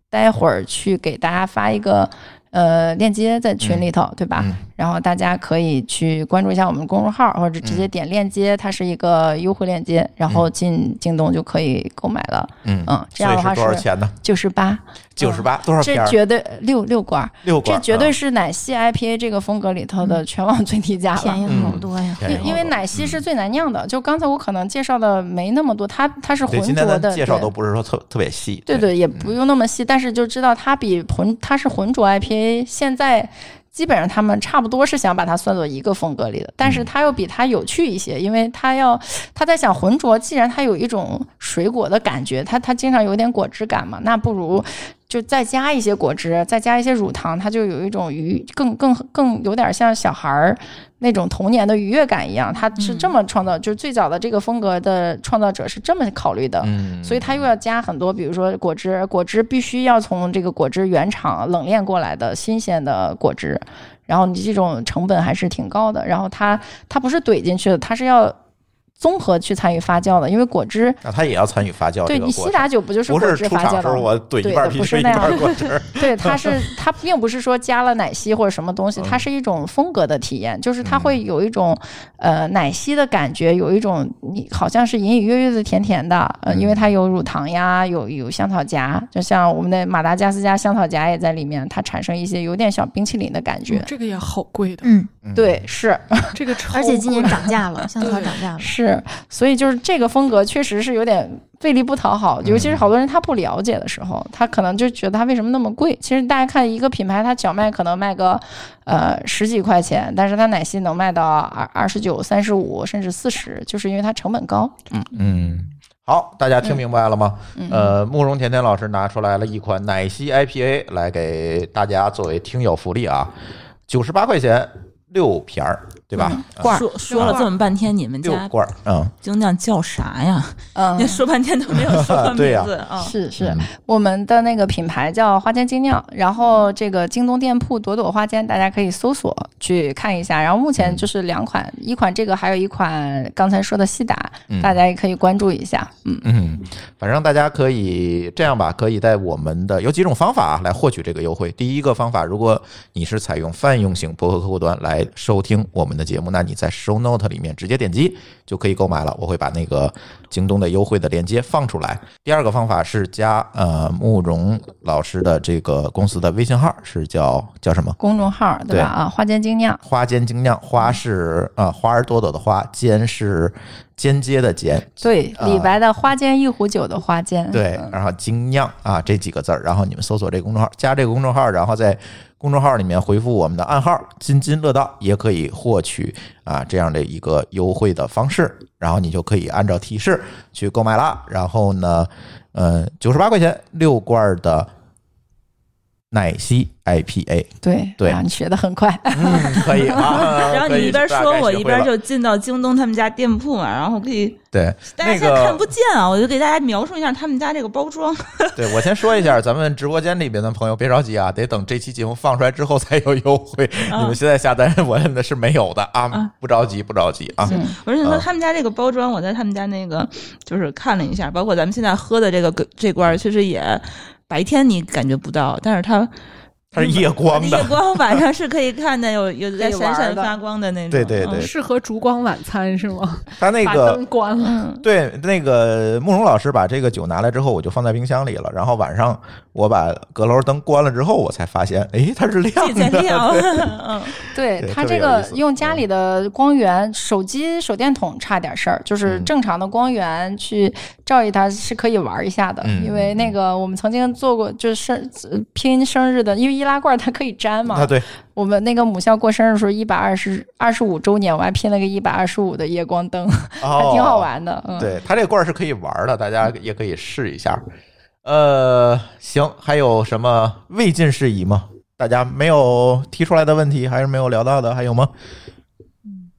C: 待会儿去给大家发一个呃链接在群里头，对吧？
A: 嗯
C: 然后大家可以去关注一下我们公众号，或者直
A: 嗯
C: 接点链接，它是一个优惠链接，然后进京东就可以购买了，
A: 嗯
C: 嗯这样
A: 所
C: 的
A: 以
C: 话
A: 是
C: 是
A: 多少钱呢？
C: 九十八，
A: 九十八，多少瓶
C: 这
A: 儿？
C: 绝对六六罐儿，
A: 六罐
C: 这
A: 儿，
C: 绝对
A: 嗯
C: 是奶昔 IPA 这个风格里头的全网最低价了，
B: 便宜
A: 嗯
B: 好多呀。
A: 便宜好
C: 因
A: 多嗯
C: 因为奶昔是最难酿的，就刚才我可能介绍的没那么多，它它是
A: 对
C: 浑
A: 今
C: 浊
A: 天
C: 的，
A: 的介绍
C: 对
A: 都不是说特特别细。
C: 对对，也不用那么细，但是就知道它比浑它是浑浊 IPA，现在基本上他们差不多是想把它算作一个风格里的，但是它又比它有趣一些，因为它要他在想浑浊，既然它有一种水果的感觉，它它经常有点果汁感嘛，那不如。就再加一些果汁，再加一些乳糖，它就有一种愉更更更有点像小孩儿那种童年的愉悦感一样。它是这么创造，就是最早的这个风格的创造者是这么考虑的。
A: 嗯，
C: 所以它又要加很多，比如说果汁，果汁必须要从这个果汁原厂冷链过来的新鲜的果汁，然后你这种成本还是挺高的。然后它它不是怼进去的，它是要综合去参与发酵的，因为果汁
A: 那他也要参与发酵哦
C: 对
A: 这个过
C: 你西
A: 程。
C: 打酒不就是
A: 不
C: 果
A: 是
C: 汁
A: 出
C: 发
A: 厂
C: 酵
A: 时候
C: 的吗？
A: 我怼
C: 对
A: 一半
C: 的
A: 啤
C: 不
A: 酒
C: 是
A: 一
C: 那样
A: 半果汁儿，
C: 对，它是它并不是说加了奶昔或者什么东西，它是一种风格的体验，就是它会有一种呃奶昔的感觉，有一种你好像是隐隐约约的甜甜的，呃，因为它有乳糖呀，有有香草荚，就像我们的马达加斯加香草荚也在里面，它产生一些有点小冰淇淋的感觉。
D: 哦这个也好贵的，
B: 嗯，
C: 对，是
D: 这个超
B: 而且今年
D: 贵
B: 涨价 了，香草
D: 对
B: 涨价了。
C: 是，所以就是这个风格确实是有点费力不讨好，尤其是好多人他不了解的时候，他可能就觉得它为什么那么贵。其实大家看一个品牌，它小卖可能卖个呃十几块钱，但是它奶昔能卖到二二十九、三十五甚至四十，就是因为它成本高。
A: 嗯。好，大家听
C: 嗯
A: 明白了吗？呃，慕容甜甜老师拿出来了一款奶昔 IPA 来给大家作为听友福利啊，九十八块钱六瓶儿，对吧？
C: 嗯
E: 罐儿说说了这么半天，你们
A: 六
E: 家
A: 罐儿，嗯，
E: 精酿叫啥呀？
C: 嗯
E: 您，说半天都没 有说名
A: 对呀
E: 字啊。
C: 是是
A: 嗯，
C: 我们的那个品牌叫花间精酿，然后这个京东店铺朵朵花间，大家可以搜索去看一下。然后目前就是两款，一款这个，还有一款刚才说的西达，
A: 嗯
C: 大家也可以关注一下。嗯，
A: 嗯，反正大家可以这样吧，可以在我们的有几种方法来获取这个优惠。第一个方法，如果你是采用泛用型博客客户端来收听我们的节目，那你在 Show Note 里面直接点击就可以购买了。我会把那个京东的优惠的链接放出来。第二个方法是加呃慕容老师的这个公司的微信号，是叫叫什么？
C: 公众号对吧？
A: 对
C: 啊，花间精酿，
A: 花间精酿，花是啊、呃花儿朵朵的花，间是间接的间，
C: 对，
A: 啊
C: 李白的花间一壶酒的花
E: 嗯
C: 间，
A: 对，然后精酿啊这几个字儿，然后你们搜索这个公众号，加这个公众号，然后在公众号里面回复我们的暗号“津津乐道”，也可以获取啊这样的一个优惠的方式，然后你就可以按照提示去购买啦。然后呢，呃，九十八块钱六罐儿的奶昔 IPA，
C: 对
A: 对
C: 啊，你学的 很快，
A: 嗯，可以啊。
E: 然后
A: 可
E: 你
A: 以
E: 一边
A: 大概
E: 说，我
A: 学会
E: 一边
A: 了
E: 就进到京东他们家店铺嘛，然后可以
A: 对
E: 大家
A: 那
E: 现在看
A: 个
E: 不见啊，我就给大家描述一下他们家这个包装。
A: 对，我先说一下，咱们直播间里边的朋友别着急啊，得等这期节目放出来之后才有优惠。
E: 啊
A: 你们现在下单，我那是没有的啊
E: 啊，
A: 不着急，不着急啊。
C: 嗯
E: 我是想说，
A: 啊
E: 他们家这个包装，我在他们家那个就是看了一下，包括咱们现在喝的这个这罐儿，其实也白天你感觉不到，但是它
A: 它是夜光
E: 夜
A: 的，
E: 光晚上是可以看的，有有在
C: 可以
E: 闪
C: 玩
E: 闪
C: 的
E: 发光的那种。
A: 对对
E: 嗯
A: 对，
D: 适合烛光晚餐是吗？
A: 它那
D: 把
A: 个
D: 灯关了，
E: 嗯，
A: 对那个慕容老师把这个酒拿来之后，我就放在冰箱里了。然后晚上我把阁楼灯关了之后，我才发现，哎，它是
E: 自己
A: 亮
E: 在
A: 的。
E: 亮，嗯，
C: 对
A: 对
C: 它
A: 特别
C: 这
A: 有意
C: 个
A: 思
C: 用家里的光源，手机手电筒差点事儿，就是
A: 嗯
C: 正常的光源去照一它是可以玩一下的，
A: 嗯
C: 因为那个我们曾经做过，就是生呃拼生日的，因为易拉罐它可以粘嘛。
A: 啊，对，
C: 我们那个母校过生日的时候，一百二十二十五周年，我还拼了个一百二十五的夜光灯， 还
A: 哦，
C: 挺好。玩的。嗯，
A: 对，它这个罐儿是可以玩的，大家也可以试一下。呃，行，还有什么未尽事宜吗？大家没有提出来的问题，还是没有聊到的，还有吗？
C: 嗯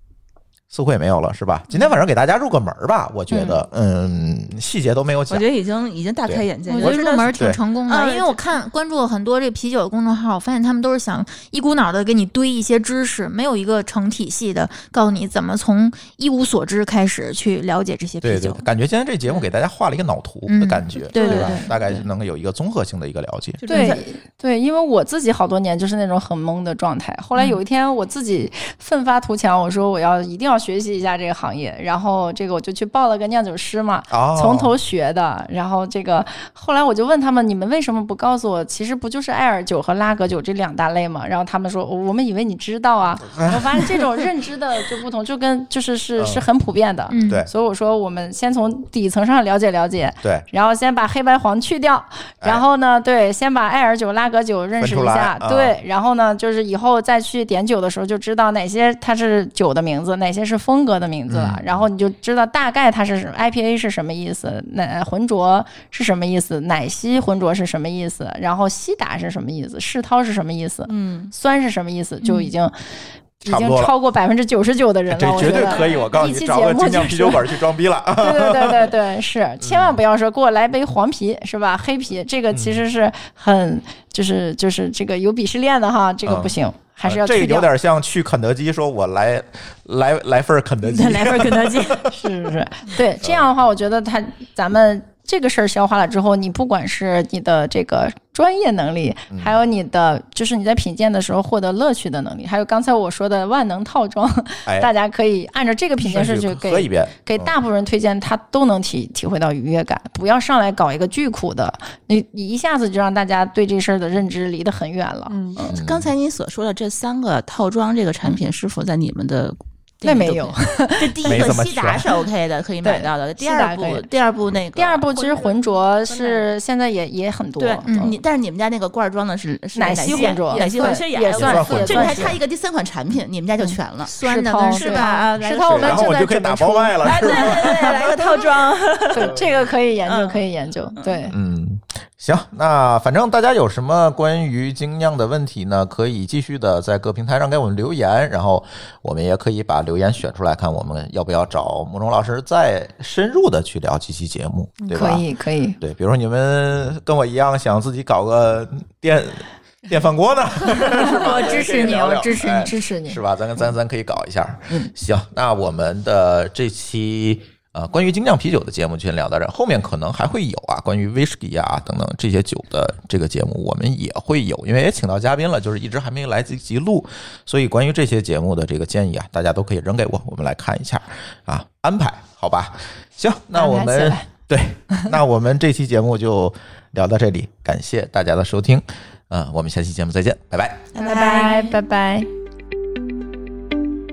A: 似乎也没有了，是吧？今天晚上给大家入个门儿吧，我觉得，嗯，细节都没有
E: 我
A: 讲
E: 觉，得已经已经大开
A: 对
E: 眼界。
B: 我觉得入门挺
A: 对
B: 成功
E: 嗯
B: 啊的，因为我看关注了很多这啤酒的公众号，我发现他们都是想一股脑的给你堆一些知识，没有一个成体系的告诉你怎么从一无所知开始去了解这些
A: 对
B: 啤
A: 对
B: 酒，。
A: 感觉今天这节目给大家画了一个脑图的
B: 嗯
A: 感觉，
B: 对
A: 对
B: 对
A: 吧
B: 对？
A: 大概能有一个综合性的一个了解。
E: 就
C: 对
E: 是
C: 对，因为我自己好多年就是那种很懵的状态。后来有一天我自己奋发图强，我说我要一定要学习一下这个行业，然后这个我就去报了个酿酒师嘛，
A: 哦，
C: 从头学的。然后这个后来我就问他们，你们为什么不告诉我？其实不就是艾尔酒和拉格酒这两大类嘛？然后他们说，我我们以为你知道啊。我发现这种认知的就不同，就跟就是是是很普遍的。
B: 嗯，
A: 对
C: 所以我说，我们先从底层上了解了解，
A: 对，
C: 然后先把黑白黄去掉，
A: 哎
C: 然后呢，对，先把艾尔酒、拉格酒认识
A: 分
C: 一
A: 出来
C: 下，
A: 啊
C: 对，然后呢，就是以后再去点酒的时候就知道哪些它是酒的名字，哪些是风格的名字了，
A: 嗯
C: 然后你就知道大概它是什么 IPA 是什么意思，奶浑浊是什么意思，奶昔浑浊是什么意思，然后西打是什么意思，世涛是什么意思，
E: 嗯，
C: 酸是什么意思，就已经。已
A: 嗯差不
C: 经
A: 多了
C: 超过百分之九十九的人了，
A: 这
C: 我
A: 绝
C: 觉
A: 对
C: 得
A: 可以。我告诉你
C: 一，期
A: 找个
C: 节目
A: 精酿
C: 就
A: 啤
C: 是
A: 酒馆去装逼了。
C: 对对对对对，是，
A: 嗯
C: 千万不要说给我来杯黄啤是吧？黑啤这个其实是很就是就是这个有鄙视链的哈，这个不行，还是要
A: 呃这
C: 去
A: 个有
C: 掉。
A: 点像去肯德基，说我来来来份儿肯 德基，
B: 来份肯德基，
C: 是是是，
A: 嗯
C: 对，这样的话，我觉得他咱们。这个事儿消化了之后，你不管是你的这个专业能力，
A: 嗯
C: 还有你的就是你在品鉴的时候获得乐趣的能力，还有刚才我说的万能套装，
A: 哎，
C: 大家可以按照这个品鉴顺序给
A: 喝一遍，嗯
C: 给大部分人推荐，他都能体体会到愉悦感。不要上来搞一个巨苦的，你你一下子就让大家对这事儿的认知离得很远了。
D: 嗯，
A: 嗯
E: 刚才你所说的这三个套装这个产品，是否在你们的？
C: 那没 有，，
E: 这第
A: 没
E: 一
A: 怎
E: 个
A: 么
E: 西达
A: 选
E: 是 OK 的，可以买
C: 对
E: 到的。第
C: 西达
E: 二
C: 可
E: 步
C: 以，
E: 第二步那个，
C: 第二步其实浑浊是现在也也很多，
E: 对
C: 嗯
E: 你，但是你们家那个罐儿装的是是
C: 奶
E: 昔
C: 昔浑浊
E: 奶昔浑
C: 对
E: 浊
C: 也
E: 还
C: 算
A: 也算
E: 这里还
C: 混浊
E: 差一个第三款产品，你们家就全 了，
B: 酸的
C: 石
B: 跟
C: 头
E: 是
B: 是
E: 吧？
B: 吧？
E: 啊，
C: 石头我们
A: 然后我
C: 正在
A: 就可以
C: 准备
A: 打
C: 出
A: 包卖了，
E: 哎，
A: 是
E: 对
A: 吧？
E: 对对，来个套装。
C: 对这个可以研究，
E: 嗯
C: 可以研究。对，
A: 嗯，行，那反正大家有什么关于精酿的问题呢，可以继续的在各平台上给我们留言，然后我们也可以把留言选出来，看我们要不要找慕容老师再深入的去聊几期节目，对吧？
C: 嗯可以可以，
A: 对，比如说你们跟我一样想自己搞个电电饭锅呢，
B: 我支持你，我支持
A: 哎
B: 你。
C: 支持你
A: 是。吧？咱跟咱咱可以搞一下。嗯，行，那我们的这期呃关于精酿啤酒的节目就先聊到这儿，后面可能还会有啊，关于威士忌啊等等这些酒的这个节目，我们也会有，因为也请到嘉宾了，就是一直还没来得及录，所以关于这些节目的这个建议啊，大家都可以扔给我，我们来看一下啊，安排好吧？行，那我
C: 安排起
A: 们
C: 来
A: 对， 那我们这期节目就聊到这里，感谢大家的收听，嗯、我们下期节目再见，拜拜。
B: 拜拜
C: 拜拜。